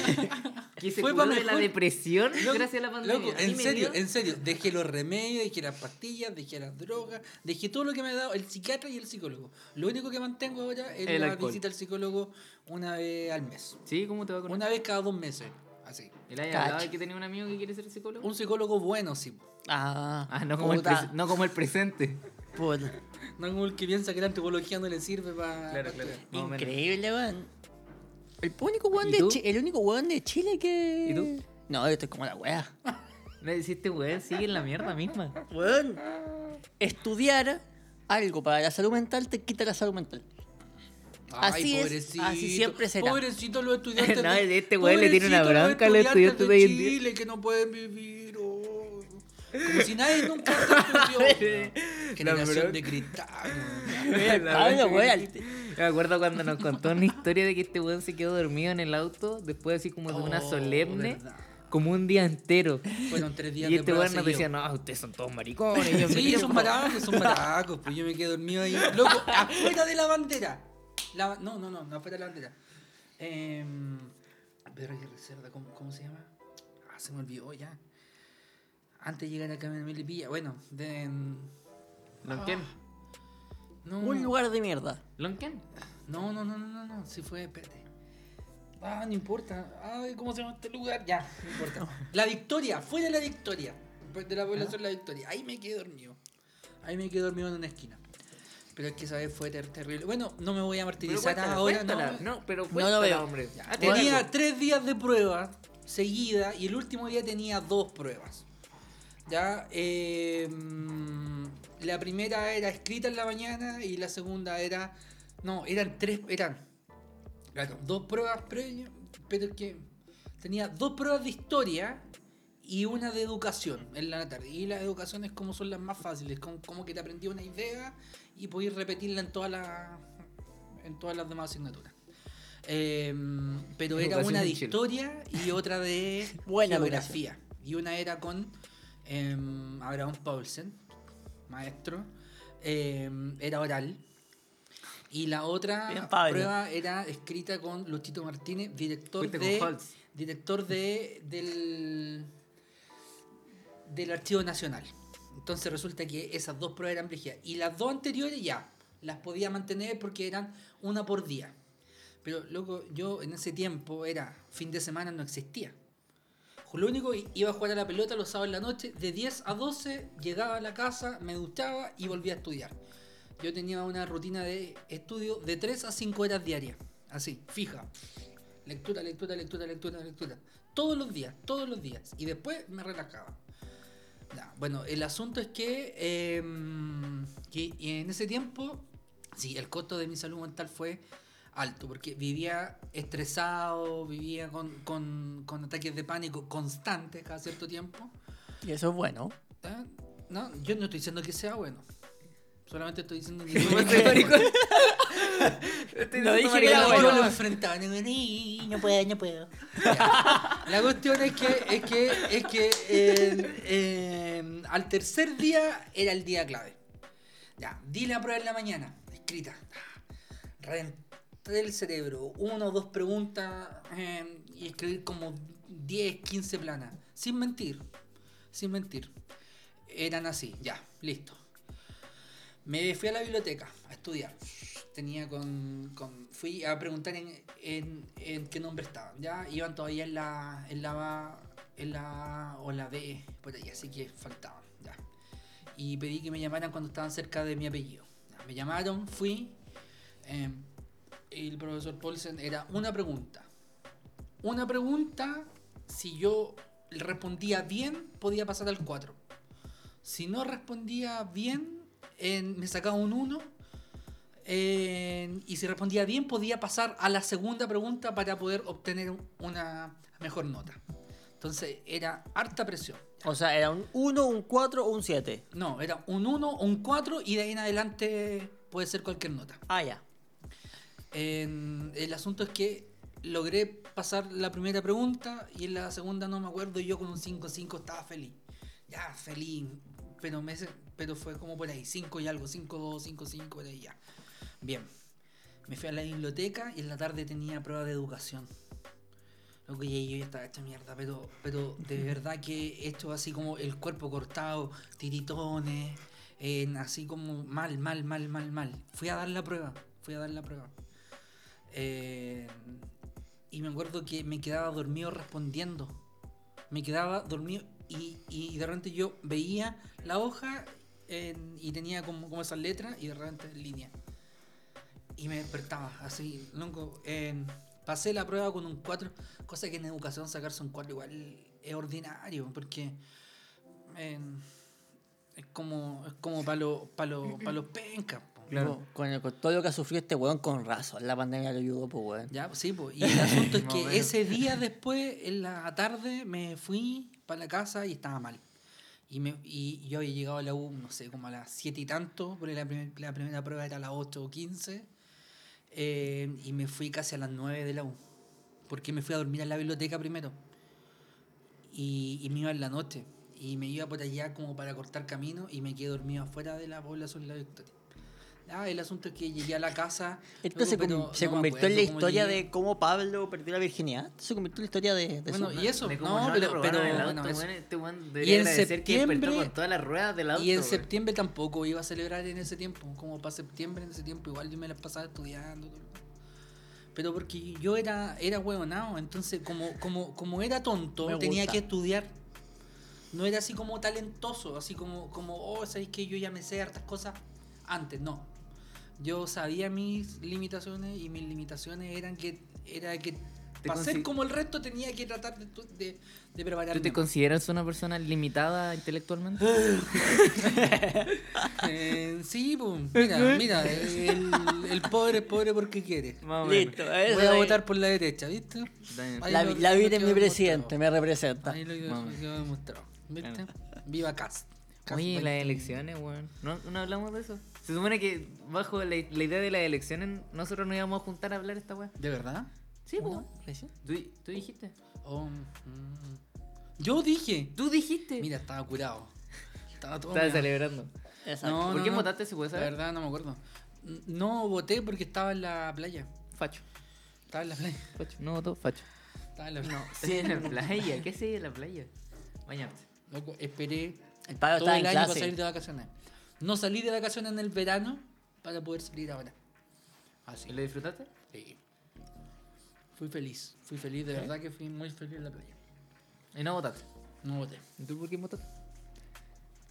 Speaker 3: que se
Speaker 2: Fue
Speaker 3: curó
Speaker 2: pa'
Speaker 3: de la
Speaker 2: mejor.
Speaker 3: depresión
Speaker 2: Loco,
Speaker 3: gracias a la pandemia.
Speaker 2: loco,
Speaker 3: A mí
Speaker 2: en
Speaker 3: me
Speaker 2: serio,
Speaker 3: dio-
Speaker 2: en serio. Dejé los remedios, dejé las pastillas, dejé las drogas, dejé todo lo que me ha dado el psiquiatra y el psicólogo. Lo único que mantengo ahora es
Speaker 3: El
Speaker 2: la
Speaker 3: alcohol.
Speaker 2: visita al psicólogo una vez al mes.
Speaker 3: Sí, ¿cómo te va con
Speaker 2: Una vez cada dos meses. Así.
Speaker 3: ¿Y le hayas hablado
Speaker 4: Cacho.
Speaker 3: de que tenía un amigo que quiere ser psicólogo?
Speaker 2: Un psicólogo bueno, sí. po.
Speaker 4: Ah,
Speaker 3: Ah, no como, el
Speaker 4: puta,
Speaker 3: prese- no como el presente.
Speaker 4: puta.
Speaker 2: No como el que piensa que la antropología no le sirve para.
Speaker 3: Más o menos.
Speaker 4: Increíble, weón. El único weón
Speaker 3: ¿Y
Speaker 4: de
Speaker 3: tú?
Speaker 4: Chi- el único weón de Chile que.
Speaker 3: ¿Y tú?
Speaker 4: No, yo estoy como la wea.
Speaker 3: No hiciste, weón, sigue en la mierda misma.
Speaker 4: Weón. Estudiar algo para la salud mental te quita la salud mental. Así es, así siempre será.
Speaker 2: Pobrecito los estudiantes.
Speaker 3: No,
Speaker 2: de-
Speaker 3: este güey le tiene una
Speaker 2: pobrecito los
Speaker 3: bronca a los estudiantes de hoy en día.
Speaker 2: Chile que no pueden vivir. oh. Como si nadie nunca estudió. Generación de cristal.
Speaker 4: Pablo, weón.
Speaker 3: Me acuerdo cuando nos contó una historia de que este weón se quedó dormido en el auto después así como de una
Speaker 2: Oh,
Speaker 3: solemne,
Speaker 2: verdad.
Speaker 3: como un día entero.
Speaker 2: Fueron tres días
Speaker 3: Y
Speaker 2: de
Speaker 3: este
Speaker 2: prueba
Speaker 3: weón nos decía,
Speaker 2: seguido.
Speaker 3: no, ustedes son todos maricones. yo me
Speaker 2: Sí,
Speaker 3: quiero
Speaker 2: son
Speaker 3: como-
Speaker 2: maracos, son maracos. Pues yo me quedé dormido ahí. Loco, afuera de la bandera. La- no, no, no, no afuera de la bandera. Eh, Pedro Aguirre Cerda, ¿cómo, cómo se llama? Ah, se me olvidó ya. Antes de llegar acá en Melipilla. Bueno, de.
Speaker 3: ¿Lonquén?
Speaker 2: No,
Speaker 4: Un lugar de mierda.
Speaker 3: ¿Lonquén?
Speaker 2: no, no, no, no, no, no. Sí fue, espérate. Ah, no importa. Ay, ¿cómo se llama este lugar? Ya, no importa. La Victoria, fuera de la Victoria. De la
Speaker 3: Ah.
Speaker 2: población La Victoria. Ahí me quedé dormido. Ahí me quedé dormido en una esquina. Pero es que esa vez fue ter- terrible. Bueno, no me voy a
Speaker 3: Pero
Speaker 2: martirizar
Speaker 3: cuéntala,
Speaker 2: ahora,
Speaker 3: cuéntala.
Speaker 2: no.
Speaker 3: No, pero
Speaker 4: No lo
Speaker 3: cuéntala,
Speaker 4: veo.
Speaker 3: hombre.
Speaker 2: Ya,
Speaker 3: Ah, tiene
Speaker 2: tenía
Speaker 3: algo.
Speaker 2: tres días de prueba seguida y el último día tenía dos pruebas. Ya, eh, mm, la primera era escrita en la mañana y la segunda era. No, eran tres, eran. claro, dos pruebas previas, pero es que tenía dos pruebas de historia y una de educación en la tarde. Y las educaciones como son las más fáciles, como, como que te aprendí una idea y podías repetirla en todas las en todas las demás asignaturas. Em, pero era
Speaker 3: Educación
Speaker 2: una de
Speaker 3: en Chile.
Speaker 2: historia y otra de
Speaker 4: Buena
Speaker 2: geografía. Y una era con em, Abraham Paulsen, maestro. Em, era oral. Y la otra
Speaker 4: Bien, Pablo.
Speaker 2: prueba era escrita con Luchito Martínez, director
Speaker 3: Fuiste
Speaker 2: de
Speaker 3: con Holtz.
Speaker 2: director de del del Archivo Nacional. Entonces resulta que esas dos pruebas eran brígidas. Y las dos anteriores ya las podía mantener porque eran una por día. Pero, loco, yo en ese tiempo era fin de semana, no existía. Lo único que iba a jugar a la pelota los sábados en la noche, de 10 a 12 llegaba a la casa, me duchaba y volvía a estudiar. Yo tenía una rutina de estudio de 3 a 5 horas diarias, así, fija. Lectura, lectura, lectura, lectura, lectura. Todos los días, todos los días. Y después me relajaba. Ya, bueno, el asunto es que, em, que- y en ese tiempo, sí, el costo de mi salud mental fue alto, porque vivía estresado, vivía con, con- con ataques de pánico constantes cada cierto tiempo.
Speaker 4: Y eso es bueno.
Speaker 2: ¿Ah? No, yo no estoy diciendo que sea bueno. Solamente estoy diciendo que
Speaker 4: No dije que era
Speaker 2: Pero yo
Speaker 4: bueno.
Speaker 2: lo enfrentaba, digo, "Ni,
Speaker 4: No puedo, no puedo.
Speaker 2: La cuestión es que, es que, es que eh, eh, al tercer día era el día clave. Ya, di la prueba en la mañana, escrita. Renté el cerebro, uno o dos preguntas eh, y escribí como 10, 15 planas. Sin mentir, sin mentir. Eran así, ya, listo. Me fui a la biblioteca a estudiar. Tenía con. con- fui a preguntar en, en- en qué nombre estaban. Ya iban todavía en la. en la. en la. o la B, por ahí, así que faltaban. Ya. Y pedí que me llamaran cuando estaban cerca de mi apellido. Ya, Me llamaron, fui. eh, y el profesor Paulsen era una pregunta. Una pregunta, si yo respondía bien, podía pasar al 4. Si no respondía bien, en- me sacaba un 1. en- y si respondía bien, podía pasar a la segunda pregunta para poder obtener una mejor nota. Entonces era harta presión.
Speaker 4: O sea, era un 1, un 4 o un 7.
Speaker 2: No, era un 1, un 4 y de ahí en adelante puede ser cualquier nota.
Speaker 4: Ah, ya.
Speaker 2: En- el asunto es que logré pasar la primera pregunta y en la segunda no me acuerdo. y Yo con un 5-5 estaba feliz. Ya, feliz. Pero, me, pero fue como por ahí, 5 y algo, 5-2, 5-5, por ahí ya. Bien. Me fui a la biblioteca y en la tarde tenía prueba de educación. Lo que yo ya estaba hecha mierda, pero, pero de verdad que esto así como el cuerpo cortado, tiritones, en- así como mal, mal, mal, mal, mal. Fui a dar la prueba, fui a dar la prueba. Eh, Y me acuerdo que me quedaba dormido respondiendo. Me quedaba dormido y, y de repente yo veía la hoja en- y tenía como, como esas letras y de repente línea. Y me despertaba así, loco. en- pasé la prueba con un 4, cosa que en educación sacarse un 4 igual es ordinario, porque en- es como, es como para los pa lo, pa los pencas. po.
Speaker 4: Con- Con, el, con todo lo que ha sufrido este weón, con razón. La pandemia lo ayudó, pues, weón.
Speaker 2: Ya, pues, sí, pues. Y el asunto es
Speaker 5: Más o
Speaker 2: que
Speaker 5: menos.
Speaker 2: ese día después, en la tarde, me fui para la casa y estaba mal. Y, me, y yo había llegado a la U, no sé, como a las 7 y tanto, porque la, prim- la primera prueba era a las 8 o 15. eh, y me fui casi a las 9 de la U. Porque me fui a dormir a la biblioteca primero. Y, y me iba en la noche. Y me iba por allá como para cortar camino y me quedé dormido afuera de la población de la Victoria. Ah, el asunto es que llegué a la casa.
Speaker 4: Esto
Speaker 2: loco,
Speaker 4: se,
Speaker 2: pero
Speaker 4: con- se
Speaker 2: no me
Speaker 4: convirtió en la
Speaker 2: acuerdo cómo
Speaker 4: historia
Speaker 2: llegué.
Speaker 4: de cómo Pablo perdió la virginidad. Esto se convirtió en la historia de, de
Speaker 2: Bueno,
Speaker 4: su-
Speaker 2: y eso,
Speaker 3: De cómo
Speaker 2: no,
Speaker 3: le
Speaker 2: pero,
Speaker 3: robaron
Speaker 2: pero,
Speaker 3: el auto,
Speaker 2: bueno, eso.
Speaker 3: weón, este weón debería
Speaker 2: en
Speaker 3: agradecer que despertó
Speaker 2: septiembre-
Speaker 3: con todas las ruedas del auto.
Speaker 2: Y en
Speaker 3: weón.
Speaker 2: septiembre tampoco iba a celebrar en ese tiempo, como para septiembre en ese tiempo, igual yo me las pasaba estudiando. todo. Pero porque yo era, era huevonao, entonces como, como, como era tonto,
Speaker 4: Me
Speaker 2: tenía
Speaker 4: gusta.
Speaker 2: que estudiar. No era así como talentoso, así como, como oh, sabéis que yo ya me sé hartas cosas antes, no. Yo sabía mis limitaciones y mis limitaciones eran que era que para ser
Speaker 3: consi-
Speaker 2: como el resto tenía que tratar de, tu- de, de prepararme.
Speaker 3: ¿Tú te
Speaker 2: más.
Speaker 3: consideras una persona limitada intelectualmente?
Speaker 2: Eh, sí, pum. Mira, mira, el, el pobre es pobre porque quiere.
Speaker 3: Más o menos.
Speaker 4: Listo, eso
Speaker 2: Voy a
Speaker 4: ahí.
Speaker 2: votar por la derecha, ¿viste?
Speaker 3: Daniel.
Speaker 2: Ahí
Speaker 4: La,
Speaker 2: lo-
Speaker 4: la
Speaker 2: ahí lo
Speaker 4: vida es
Speaker 2: quedó
Speaker 4: mi
Speaker 2: demostrado.
Speaker 4: presidente, me representa.
Speaker 2: Ahí lo
Speaker 3: Ah, Más o
Speaker 2: que-
Speaker 3: menos.
Speaker 2: quedó demostrado, ¿viste? Viva Cas. Cas
Speaker 3: Oye, las
Speaker 2: 20.
Speaker 3: elecciones, weón. ¿No, no hablamos de eso? Se supone que bajo la, la idea de las elecciones nosotros nos íbamos a juntar a hablar esta weá.
Speaker 2: ¿De verdad?
Speaker 3: Sí, weón.
Speaker 4: ¿Recién?
Speaker 3: ¿Tú, tú dijiste?
Speaker 2: Oh, mm. Yo dije.
Speaker 3: ¿Tú dijiste? Oh,
Speaker 2: Mira, estaba curado. Estaba todo.
Speaker 3: Estaba
Speaker 2: meado.
Speaker 3: celebrando.
Speaker 4: Exacto.
Speaker 2: No,
Speaker 3: ¿Por
Speaker 2: no,
Speaker 3: qué
Speaker 2: no.
Speaker 3: votaste, si puede
Speaker 2: La
Speaker 3: saber?
Speaker 2: verdad, no me acuerdo. N- No voté porque estaba en la playa.
Speaker 3: Facho.
Speaker 2: Estaba en la playa.
Speaker 3: Facho. No votó, Facho.
Speaker 2: Estaba en la playa.
Speaker 3: Sí, en la playa. ¿Qué haces en la playa? Bañarte.
Speaker 2: Loco, esperé
Speaker 4: El Pablo
Speaker 2: todo
Speaker 4: estaba en
Speaker 2: el año para
Speaker 4: clase.
Speaker 2: salir de vacaciones. No salí de vacaciones en el verano para poder salir ahora. Así.
Speaker 3: ¿Y lo disfrutaste?
Speaker 2: sí. Fui feliz, fui feliz, de verdad que fui muy feliz en la playa.
Speaker 3: Y no votaste.
Speaker 2: No voté.
Speaker 3: ¿Y tú por qué votaste?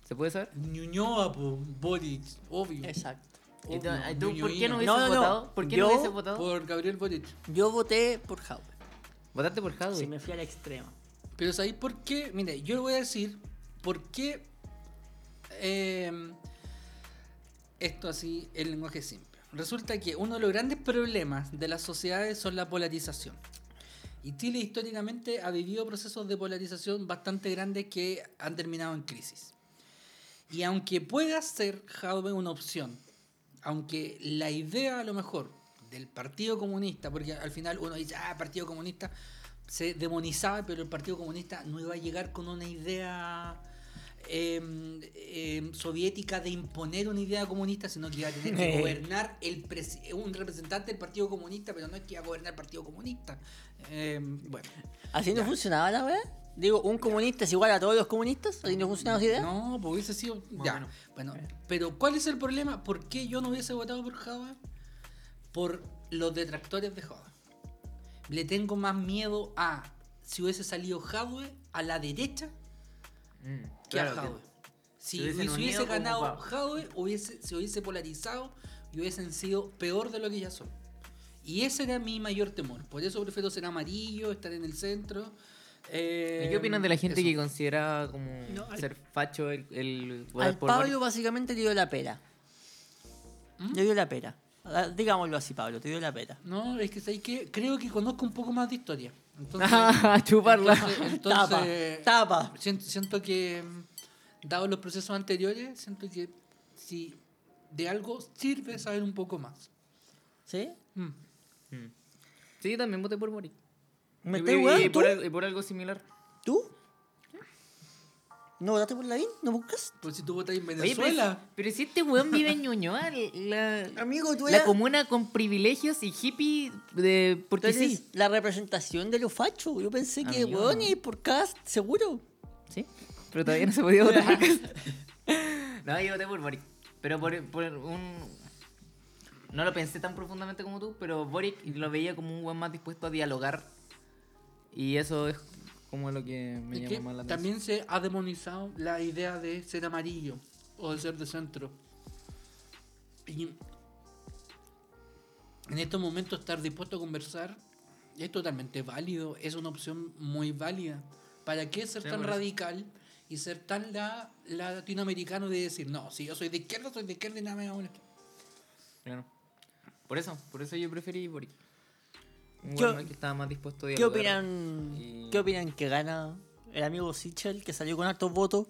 Speaker 3: ¿Se puede saber?
Speaker 2: Ñuñoa, po, Boric, obvio.
Speaker 4: Exacto.
Speaker 3: ¿Y tú,
Speaker 2: Obvio,
Speaker 3: ay, tú por qué
Speaker 2: ñuñoíno.
Speaker 3: no hubieses
Speaker 4: No, no, no.
Speaker 3: votado? ¿Por qué no
Speaker 4: Yo-
Speaker 3: hubieses votado?
Speaker 2: Por Gabriel Boric.
Speaker 4: Yo voté por Howard.
Speaker 3: ¿Votaste por Jadwe?
Speaker 4: Si me fui al extremo.
Speaker 2: Pero ¿sabéis por qué? Mire, yo le voy a decir por qué eh, esto así, el lenguaje simple. Resulta que uno de los grandes problemas de las sociedades son la polarización. Y Chile históricamente ha vivido procesos de polarización bastante grandes que han terminado en crisis. Y aunque pueda ser Jadwe una opción, aunque la idea a lo mejor del Partido Comunista, porque al final uno dice, ah, Partido Comunista, se demonizaba, pero el Partido Comunista no iba a llegar con una idea eh, eh, soviética de imponer una idea comunista, sino que iba a tener que gobernar el presi- un representante del Partido Comunista, pero no es que iba a gobernar el Partido Comunista. Eh, bueno,
Speaker 4: ¿Así no funcionaba la weá? Digo, un comunista es igual a todos los comunistas. ¿Así no funcionaba esa idea?
Speaker 2: no, pues hubiese sido. Ya. Bueno, pero ¿cuál es el problema? ¿Por qué yo no hubiese votado por Java? Por los detractores de Java. Le tengo más miedo a si hubiese salido Jadwe a la derecha
Speaker 3: Mm,
Speaker 2: que a
Speaker 3: claro,
Speaker 2: Jadwe. Si
Speaker 3: se hubiesen
Speaker 2: hubiese,
Speaker 3: unido como
Speaker 2: ganado
Speaker 3: Papa.
Speaker 2: Jadwe, hubiese, se hubiese polarizado y hubiesen sido peor de lo que ya son. Y ese era mi mayor temor. Por eso prefiero ser amarillo, estar en el centro.
Speaker 3: ¿Y
Speaker 2: Eh,
Speaker 3: qué opinan de la gente
Speaker 2: eso.
Speaker 3: que considera como
Speaker 4: No, al-
Speaker 3: ser facho el, el votar
Speaker 4: Al
Speaker 3: por
Speaker 4: Pablo básicamente le dio la pera. Le dio la pera. Ah, Digámoslo así, Pablo, te dio la pera.
Speaker 2: No, es que sabéis que creo que conozco un poco más de historia. Entonces,
Speaker 3: Ah, chuparla.
Speaker 4: eh,
Speaker 2: entonces- entonces-
Speaker 4: tapa, tapa.
Speaker 2: Siento, siento que, mm, dado los procesos anteriores, siento que si de algo sirve saber un poco más.
Speaker 4: ¿Sí?
Speaker 2: Mm.
Speaker 3: Sí, yo también voté por Boric.
Speaker 4: ¿Me
Speaker 3: Y-
Speaker 4: estás
Speaker 3: y-
Speaker 4: weando?
Speaker 3: y
Speaker 4: ¿Tú?
Speaker 3: por, al- y por algo similar.
Speaker 4: ¿Tú? ¿No votaste por Lavín? ¿No buscas?
Speaker 2: Pues si tú votas en
Speaker 3: Oye, pero,
Speaker 2: Venezuela.
Speaker 3: si- pero si este weón vive en Ñuñoa, la,
Speaker 4: Amigo, tú
Speaker 3: la
Speaker 4: eras-
Speaker 3: comuna con privilegios y hippie de,
Speaker 4: Tú
Speaker 3: porque
Speaker 4: eres
Speaker 3: sí.
Speaker 4: la representación de los fachos. Yo pensé que,
Speaker 3: Amigo,
Speaker 4: weón,
Speaker 3: no.
Speaker 4: y por cast, seguro.
Speaker 3: Sí, pero todavía no se podía votar. no, yo voté por Boric. Pero por, por un... no lo pensé tan profundamente como tú, pero Boric lo veía como un weón más dispuesto a dialogar. Y eso es como lo que me
Speaker 2: Es
Speaker 3: llama
Speaker 2: que
Speaker 3: más la atención.
Speaker 2: también se ha demonizado la idea de ser amarillo o de ser de centro. Y en estos momentos estar dispuesto a conversar es totalmente válido, es una opción muy válida. ¿Para qué ser
Speaker 3: Sí,
Speaker 2: tan
Speaker 3: por eso.
Speaker 2: radical y ser tan la, la- latinoamericano de decir, no, si yo soy de izquierda, soy de izquierda y nada me va a molestar"?
Speaker 3: Claro. Por eso, por eso yo preferí Boric. Un
Speaker 4: ¿Qué-
Speaker 3: weón que estaba más dispuesto a
Speaker 4: ¿Qué
Speaker 3: dialogar.
Speaker 4: opinan,
Speaker 3: Y-
Speaker 4: ¿Qué opinan que gana el amigo Sichel, que salió con altos votos,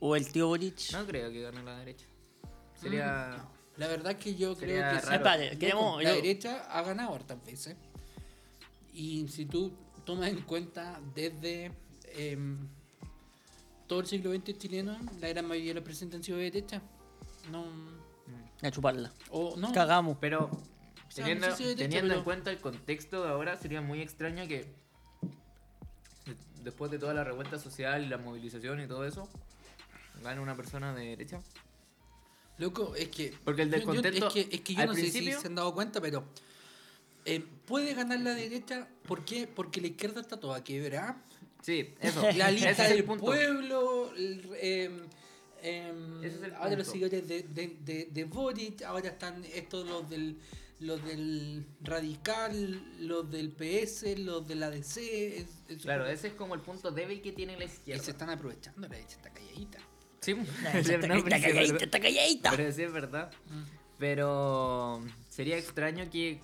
Speaker 4: o el tío Boric?
Speaker 3: No creo que gane la derecha. Sería.
Speaker 2: La verdad que yo
Speaker 3: Sería
Speaker 2: creo que
Speaker 3: raro.
Speaker 2: sí.
Speaker 4: Espérate,
Speaker 2: Loco,
Speaker 4: queremos-
Speaker 2: la
Speaker 4: yo-
Speaker 2: derecha ha ganado hartas veces. Y si tú tomas en cuenta desde em, todo el siglo XX chileno, la gran mayoría de los presidentes han sido de derecha. No.
Speaker 4: A chuparla.
Speaker 2: O no.
Speaker 4: Cagamos.
Speaker 3: Pero
Speaker 2: sea,
Speaker 3: teniendo,
Speaker 2: no sé si de derecha,
Speaker 3: teniendo
Speaker 2: pero-
Speaker 3: en cuenta el contexto de ahora, sería muy extraño que de- después de toda la revuelta social y la movilización y todo eso, gane una persona de derecha.
Speaker 2: Loco, es que.
Speaker 3: Porque el
Speaker 2: yo- yo-
Speaker 3: descontento
Speaker 2: es que, es que yo
Speaker 3: al
Speaker 2: no sé
Speaker 3: principio-
Speaker 2: si se han dado cuenta, pero. em, puede ganar la derecha. ¿Por qué? Porque la izquierda está toda quebrada.
Speaker 3: Sí, eso.
Speaker 2: La
Speaker 3: ese
Speaker 2: lista
Speaker 3: es
Speaker 2: del
Speaker 3: el punto.
Speaker 2: pueblo, el, em, em,
Speaker 3: Ese es el
Speaker 2: ahora los
Speaker 3: punto.
Speaker 2: seguidores de, de, de, de Boric, ahora están estos los del, los del Radical, los del PS, los de la DC. es- es-
Speaker 3: Claro, ese es como el punto débil que tiene la
Speaker 2: y
Speaker 3: izquierda.
Speaker 2: se están aprovechando, la derecha está calladita.
Speaker 3: Sí,
Speaker 4: Está está calladita, está calladita.
Speaker 3: Pero sí es verdad. Pero sería extraño que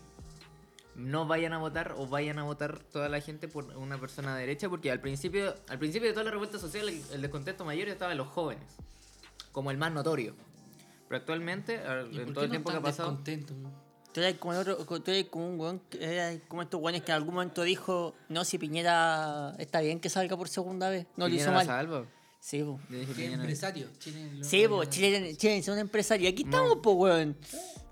Speaker 3: no vayan a votar o vayan a votar toda la gente por una persona de derecha, porque al principio, al principio de toda la revuelta social el, el descontento mayor estaba en los jóvenes, como el más notorio. Pero actualmente, al-
Speaker 2: ¿Y
Speaker 3: en
Speaker 2: por qué
Speaker 3: todo el
Speaker 2: no
Speaker 3: tiempo que ha
Speaker 2: están
Speaker 3: pasado,
Speaker 2: descontentos?
Speaker 4: Tú eres como, el otro- tú eres como un weón, que- eres como estos weones que en algún momento dijo, no, si Piñera está bien que salga por segunda vez, no
Speaker 3: Piñera
Speaker 4: lo hizo mal.
Speaker 3: salva.
Speaker 4: Sí, po.
Speaker 3: Yo dije,
Speaker 2: ¿Qué
Speaker 3: Piñera-
Speaker 2: empresarios? Chile,
Speaker 4: Sí,
Speaker 2: lo-
Speaker 4: po, Chile, Chile es un empresario. Y aquí estamos, po, weón.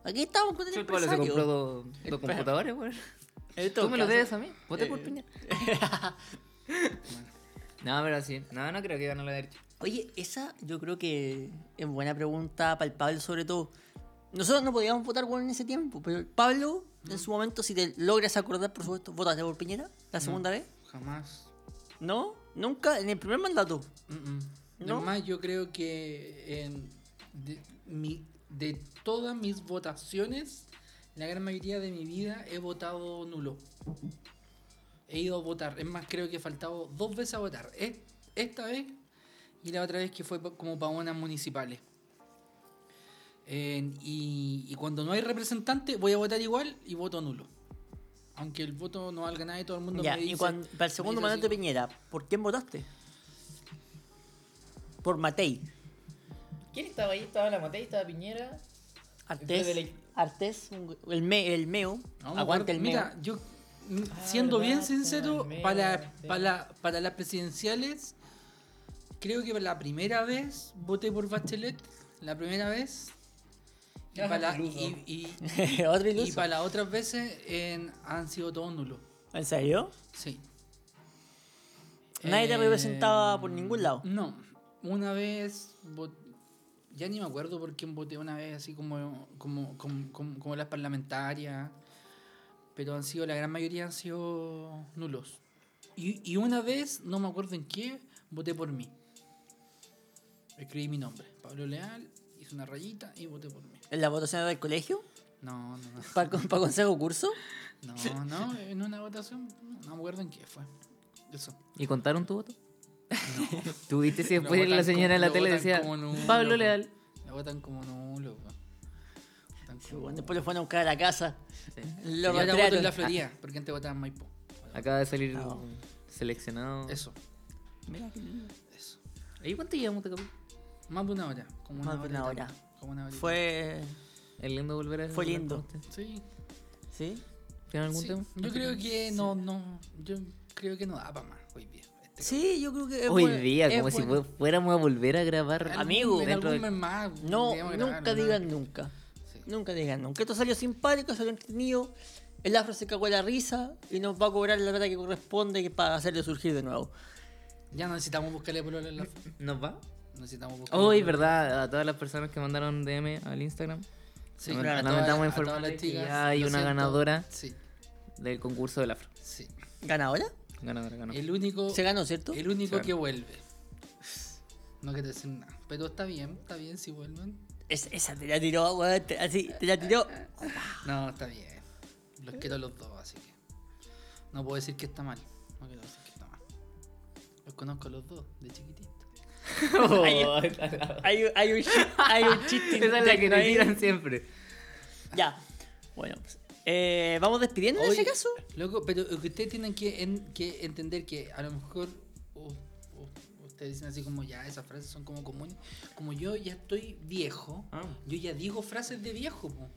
Speaker 4: Aquí estamos con el
Speaker 3: Yo igual se compró
Speaker 4: empresario.
Speaker 3: dos, dos computadores, güey.
Speaker 4: En todo
Speaker 3: Tú me lo
Speaker 4: caso-
Speaker 3: debes a mí. Voté por
Speaker 4: Eh.
Speaker 3: Piñera. no, pero sí. No, no creo que gane la derecha.
Speaker 4: Oye, esa yo creo que es buena pregunta para el Pablo sobre todo. Nosotros no podíamos votar weón en ese tiempo, pero el Pablo, en su momento, si te logras acordar, por supuesto, votaste por Piñera la segunda vez.
Speaker 2: Jamás.
Speaker 4: No, nunca, en el primer mandato.
Speaker 2: Mm, mm.
Speaker 4: ¿No?
Speaker 2: Además, yo creo que en- de, mi- de todas mis votaciones, la gran mayoría de mi vida he votado nulo. He ido a votar. Es más, creo que he faltado dos veces a votar. Es- Esta vez y la otra vez que fue pa- como para unas municipales. En- y, y cuando no hay representante, voy a votar igual y voto nulo. Aunque el voto no valga nada y todo el mundo
Speaker 4: Ya,
Speaker 2: me dice...
Speaker 4: y cuando, para el segundo
Speaker 2: me dice
Speaker 4: mandato de
Speaker 2: así,
Speaker 4: Piñera, ¿por quién votaste? Por Matei.
Speaker 3: ¿Quién estaba ahí? Estaba la Matei, estaba Piñera. Después de
Speaker 4: Artés, Artés, un- el, me- el meo,
Speaker 2: No, me acuerdo.
Speaker 4: aguante el meo.
Speaker 2: Mira, yo mm, siendo
Speaker 3: verdad,
Speaker 2: bien
Speaker 3: estaba
Speaker 2: sincero,
Speaker 3: el Meo,
Speaker 2: para,
Speaker 3: sí.
Speaker 2: para, para las presidenciales, creo que la primera vez voté por Bachelet, la primera vez. Y
Speaker 3: Ah,
Speaker 2: para, la-
Speaker 3: iluso.
Speaker 2: y- y-
Speaker 4: Otro
Speaker 2: y
Speaker 4: iluso.
Speaker 2: para las otras veces en- han sido todos nulos.
Speaker 4: ¿En serio?
Speaker 2: Sí.
Speaker 4: Nadie te
Speaker 2: Eh,
Speaker 4: representaba por ningún lado.
Speaker 2: No. Una vez. vot- Ya ni me acuerdo por quién voté una vez, así como, como, como, como, como las parlamentarias. Pero han sido, la gran mayoría han sido nulos. Y, y una vez, no me acuerdo en qué, voté por mí. Escribí mi nombre, Pablo Leal, hice una rayita y voté por mí.
Speaker 4: ¿En la votación del colegio?
Speaker 2: No, no, no.
Speaker 4: ¿Para, con- para consejo curso?
Speaker 2: No, no, en una votación, no me acuerdo en qué fue. Eso.
Speaker 3: ¿Y contaron tu voto? ¿Tú viste si después
Speaker 2: Lo
Speaker 3: la
Speaker 2: votan
Speaker 3: señora
Speaker 2: como-
Speaker 3: de la
Speaker 2: lo
Speaker 3: tele
Speaker 2: votan
Speaker 3: decía
Speaker 2: como nulo,
Speaker 3: Pablo
Speaker 2: po"?
Speaker 3: Leal?
Speaker 2: La votan como nulo, po. Votan
Speaker 4: Sí,
Speaker 2: como
Speaker 4: bueno,
Speaker 2: nulo.
Speaker 4: después lo fueron a buscar a la casa.
Speaker 2: Y
Speaker 4: Lo
Speaker 2: ahora voto en la
Speaker 4: rastrearon.
Speaker 2: Florida, porque antes votaban en Maipú.
Speaker 3: Acaba de salir
Speaker 4: No.
Speaker 3: seleccionado.
Speaker 2: Eso,
Speaker 4: Mira qué lindo.
Speaker 2: eso.
Speaker 3: ¿Y cuánto llevamos de capítulo?
Speaker 2: Más de una hora. Como
Speaker 4: Más
Speaker 2: una
Speaker 4: de
Speaker 2: hora. y
Speaker 4: una
Speaker 2: tanto,
Speaker 4: hora.
Speaker 2: Como una hora. y
Speaker 4: Fue...
Speaker 3: Es lindo volver a
Speaker 4: Fue
Speaker 3: hablar
Speaker 4: lindo.
Speaker 3: con ustedes.
Speaker 2: tanto. Sí.
Speaker 4: ¿Sí?
Speaker 3: ¿Tienen algún
Speaker 2: sí.
Speaker 3: tema?
Speaker 2: Yo creo que no, no. Yo creo que no da para más hoy día. Este
Speaker 4: Sí, yo creo que... es
Speaker 3: Hoy
Speaker 4: buen-
Speaker 3: día,
Speaker 4: es
Speaker 3: como si
Speaker 4: bueno.
Speaker 3: fu- fuéramos a volver a grabar.
Speaker 2: cabrón.
Speaker 4: Ah, amigo,
Speaker 2: En
Speaker 3: dentro
Speaker 2: algún
Speaker 3: de-
Speaker 2: mes más.
Speaker 4: No,
Speaker 2: deberíamos grabar,
Speaker 4: nunca
Speaker 2: ¿no?
Speaker 4: digan nunca.
Speaker 2: Sí.
Speaker 4: Nunca digan nunca. Esto salió simpático, salió entretenido. El afro se cagó en la risa y nos va a cobrar la plata que corresponde que para hacerlo surgir de nuevo.
Speaker 2: Ya no necesitamos buscarle por en la.
Speaker 3: ¿Nos va?
Speaker 2: Necesitamos buscarle
Speaker 3: Hoy,
Speaker 2: polola.
Speaker 3: ¿verdad? A todas las personas que mandaron DM al Instagram.
Speaker 2: Sí,
Speaker 3: Lamenta-
Speaker 4: claro, a todas-
Speaker 2: a
Speaker 3: lamentamos
Speaker 2: todas
Speaker 3: informarles
Speaker 2: las
Speaker 3: que
Speaker 2: chicas,
Speaker 3: ya hay
Speaker 2: lo
Speaker 3: una
Speaker 2: siento.
Speaker 3: ganadora
Speaker 2: Sí,
Speaker 3: del concurso del afro.
Speaker 2: sí.
Speaker 4: ¿Ganadora?
Speaker 3: Ganadora, ganadora.
Speaker 2: El único,
Speaker 4: Se ganó, ¿cierto?
Speaker 2: el único
Speaker 3: Claro.
Speaker 2: que vuelve. No quiero decir nada. Pero está bien, está bien si vuelven.
Speaker 4: Es- esa te la tiró, weón. te- Así, te la tiró.
Speaker 2: No, está bien. Los quiero a los dos, así que. No puedo decir que está mal. No quiero decir que está mal. Los conozco a los dos, de chiquitito.
Speaker 3: Oh,
Speaker 4: Hay, un- hay un chiste. Hay un chiste
Speaker 3: Esa es la que
Speaker 4: interno
Speaker 3: nos
Speaker 4: ahí.
Speaker 3: tiran siempre.
Speaker 4: Ya. Bueno, pues, eh, ¿vamos despidiendo en
Speaker 2: Oye,
Speaker 4: ese caso?
Speaker 2: Loco, pero lo que ustedes tienen que, en- que entender que a lo mejor u- u- ustedes dicen así como ya esas frases son como comunes. Como yo ya estoy viejo,
Speaker 3: Ah.
Speaker 2: yo ya digo frases de viejo, po.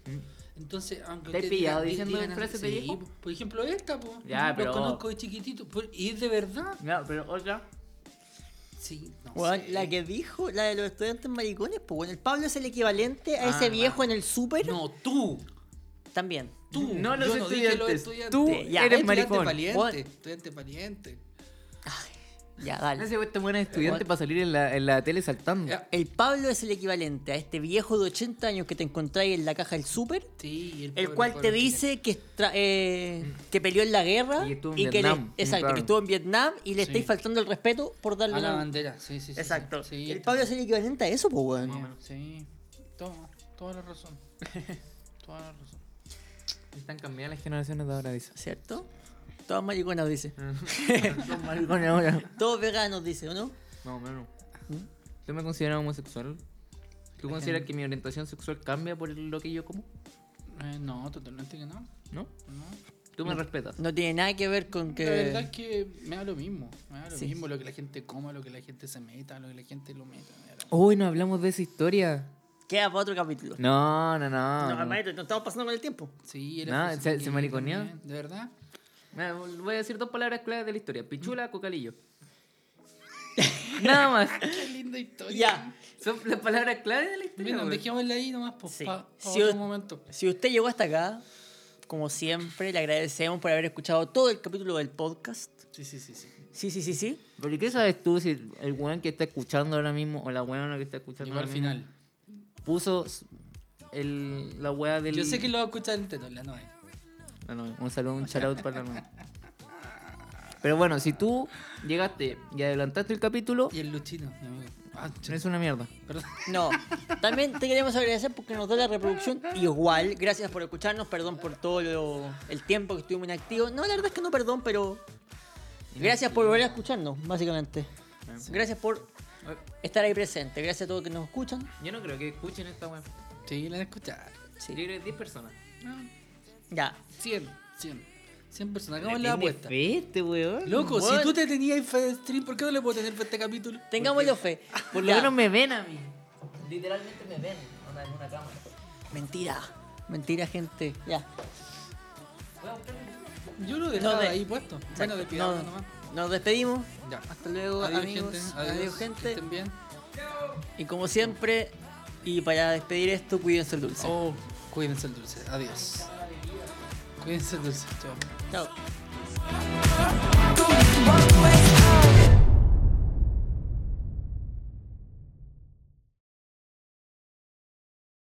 Speaker 2: Entonces, aunque
Speaker 3: ¿Te has
Speaker 2: ustedes
Speaker 3: pillado
Speaker 2: di-
Speaker 3: diciendo
Speaker 2: así,
Speaker 3: frases de
Speaker 2: sí,
Speaker 3: viejo?
Speaker 2: po. Por ejemplo, esta, po.
Speaker 3: Ya,
Speaker 2: Los
Speaker 3: pero-
Speaker 2: conozco de chiquitito. por- y es de verdad.
Speaker 3: Ya, pero otra.
Speaker 2: Sí, no
Speaker 4: Weón,
Speaker 2: sé.
Speaker 4: la que dijo, la de los estudiantes maricones, pues bueno, el Pablo es el equivalente a ese
Speaker 2: Ah,
Speaker 4: viejo
Speaker 2: va.
Speaker 4: en el súper.
Speaker 2: No, tú.
Speaker 4: También.
Speaker 2: Tú.
Speaker 3: No los
Speaker 2: Yo dije los
Speaker 3: estudiantes. Tú
Speaker 2: Ya,
Speaker 3: eres
Speaker 2: estudiante
Speaker 3: maricón.
Speaker 4: Vos-
Speaker 2: Valiente, estudiante valiente.
Speaker 4: Ya,
Speaker 3: No
Speaker 4: dale.
Speaker 3: sé, este buen estudiante para salir en la, en la tele saltando.
Speaker 2: Ya.
Speaker 4: El Pablo es el equivalente a este viejo de 80 años que te encontráis en la caja del súper,
Speaker 2: Sí, y
Speaker 4: el
Speaker 2: pobre
Speaker 4: cual te
Speaker 2: Pablo
Speaker 4: dice que, tra- eh,
Speaker 2: Mm.
Speaker 4: que peleó en la guerra
Speaker 3: Y estuvo en
Speaker 4: que le-
Speaker 3: Vietnam,
Speaker 4: exacto,
Speaker 3: claro.
Speaker 4: que estuvo en Vietnam y le
Speaker 2: Sí.
Speaker 4: estáis faltando el respeto por
Speaker 2: tiene.
Speaker 4: darle
Speaker 2: A la
Speaker 4: una-
Speaker 2: bandera, sí, sí, sí, sí.
Speaker 4: Exacto.
Speaker 2: Sí,
Speaker 4: el Pablo es el equivalente a eso, pues weón.
Speaker 2: Más o menos, Sí, toma, toda la razón. toda la razón.
Speaker 3: Están cambiadas las generaciones de ahora, dice.
Speaker 4: ¿Cierto? Todas mariconas, dice.
Speaker 3: Son maricones ahora.
Speaker 4: Todos veganos, dice, ¿o no?
Speaker 3: Más o menos. ¿Tú me consideras homosexual? ¿Tú consideras que mi orientación sexual cambia por lo que yo como?
Speaker 2: Eh, no, totalmente que no.
Speaker 3: ¿No?
Speaker 2: no.
Speaker 3: ¿Tú me respetas?
Speaker 4: No tiene nada que ver con que.
Speaker 2: La verdad es que me da lo mismo. Me da lo
Speaker 4: Sí.
Speaker 2: mismo lo que la gente coma, lo que la gente se meta, lo que la gente lo meta. me da lo mismo.
Speaker 3: Uy, no hablamos de esa historia.
Speaker 4: Queda para otro capítulo.
Speaker 3: No, no,
Speaker 4: Ah, No,
Speaker 3: no.
Speaker 4: maestro, no estamos pasando con el tiempo.
Speaker 2: Sí,
Speaker 3: No,
Speaker 2: fresa
Speaker 3: se- se
Speaker 2: también,
Speaker 3: mariconeó.
Speaker 2: también, ¿De verdad?
Speaker 3: Mira, Voy a decir dos palabras claves de la historia. Pichula, cocalillo. Nada más.
Speaker 2: Qué linda historia.
Speaker 4: Ya.
Speaker 3: Son las palabras claves de la historia.
Speaker 2: Bueno,
Speaker 3: güey.
Speaker 2: dejémosla ahí nomás, pues,
Speaker 4: Sí.
Speaker 2: pa, pa
Speaker 4: Sí,
Speaker 2: otro
Speaker 4: o-
Speaker 2: momento.
Speaker 4: Si usted llegó hasta acá, como siempre, le agradecemos por haber escuchado todo el capítulo del podcast.
Speaker 2: Sí, sí, sí, sí.
Speaker 4: Sí, sí, sí, sí.
Speaker 3: ¿Pero qué sabes tú si el weón que está escuchando ahora mismo o la weona que está escuchando
Speaker 2: Llegó al
Speaker 3: ahora mismo
Speaker 2: final.
Speaker 3: puso s- el, la wea del.
Speaker 2: Yo sé que lo va a escuchar entero, la noche.
Speaker 3: No, no, un saludo, un shout out para la nueva. Pero bueno, si tú llegaste y adelantaste el capítulo,
Speaker 2: Y el Luchino, mi amigo. Ah, ch-
Speaker 3: no es una mierda.
Speaker 2: perdón.
Speaker 4: No, también te queremos agradecer porque nos da la reproducción igual. Gracias por escucharnos, perdón por todo lo- el tiempo que estuvimos inactivos. No, la verdad es que no, perdón, pero gracias por volver a escucharnos, básicamente.
Speaker 3: Ah.
Speaker 4: Gracias por estar ahí presente. Gracias a todos que nos escuchan.
Speaker 3: Yo no creo que escuchen esta wea.
Speaker 2: Sí, la van a escuchar.
Speaker 3: Yo creo que 10 personas.
Speaker 4: Ya.
Speaker 2: 100, 100. 100 personas. Hagamos la apuesta.
Speaker 3: Este weón.
Speaker 2: Loco,
Speaker 4: Bueno.
Speaker 2: si tú te tenías fe de stream, ¿por qué no le puedo tener fe a este capítulo?
Speaker 4: Tengámoslo fe.
Speaker 3: Por lo
Speaker 4: Ya.
Speaker 3: menos me ven a mí. Literalmente me ven. Onda, en una cámara.
Speaker 4: Mentira. Mentira, gente. Ya.
Speaker 2: Yo lo dejaba
Speaker 4: No, de-
Speaker 2: ahí puesto. Bueno, de
Speaker 4: No,
Speaker 2: nomás.
Speaker 4: nos despedimos.
Speaker 2: Ya.
Speaker 4: Hasta luego,
Speaker 2: Adiós,
Speaker 4: amigos.
Speaker 2: gente.
Speaker 4: Adiós,
Speaker 2: Adiós,
Speaker 4: gente.
Speaker 2: Que estén bien.
Speaker 4: Y como siempre, y para despedir esto, cuídense el dulce.
Speaker 2: Oh, cuídense el dulce. Adiós. Cuídense el dulce. Chao.
Speaker 4: Chao.
Speaker 1: Don't make me walk away.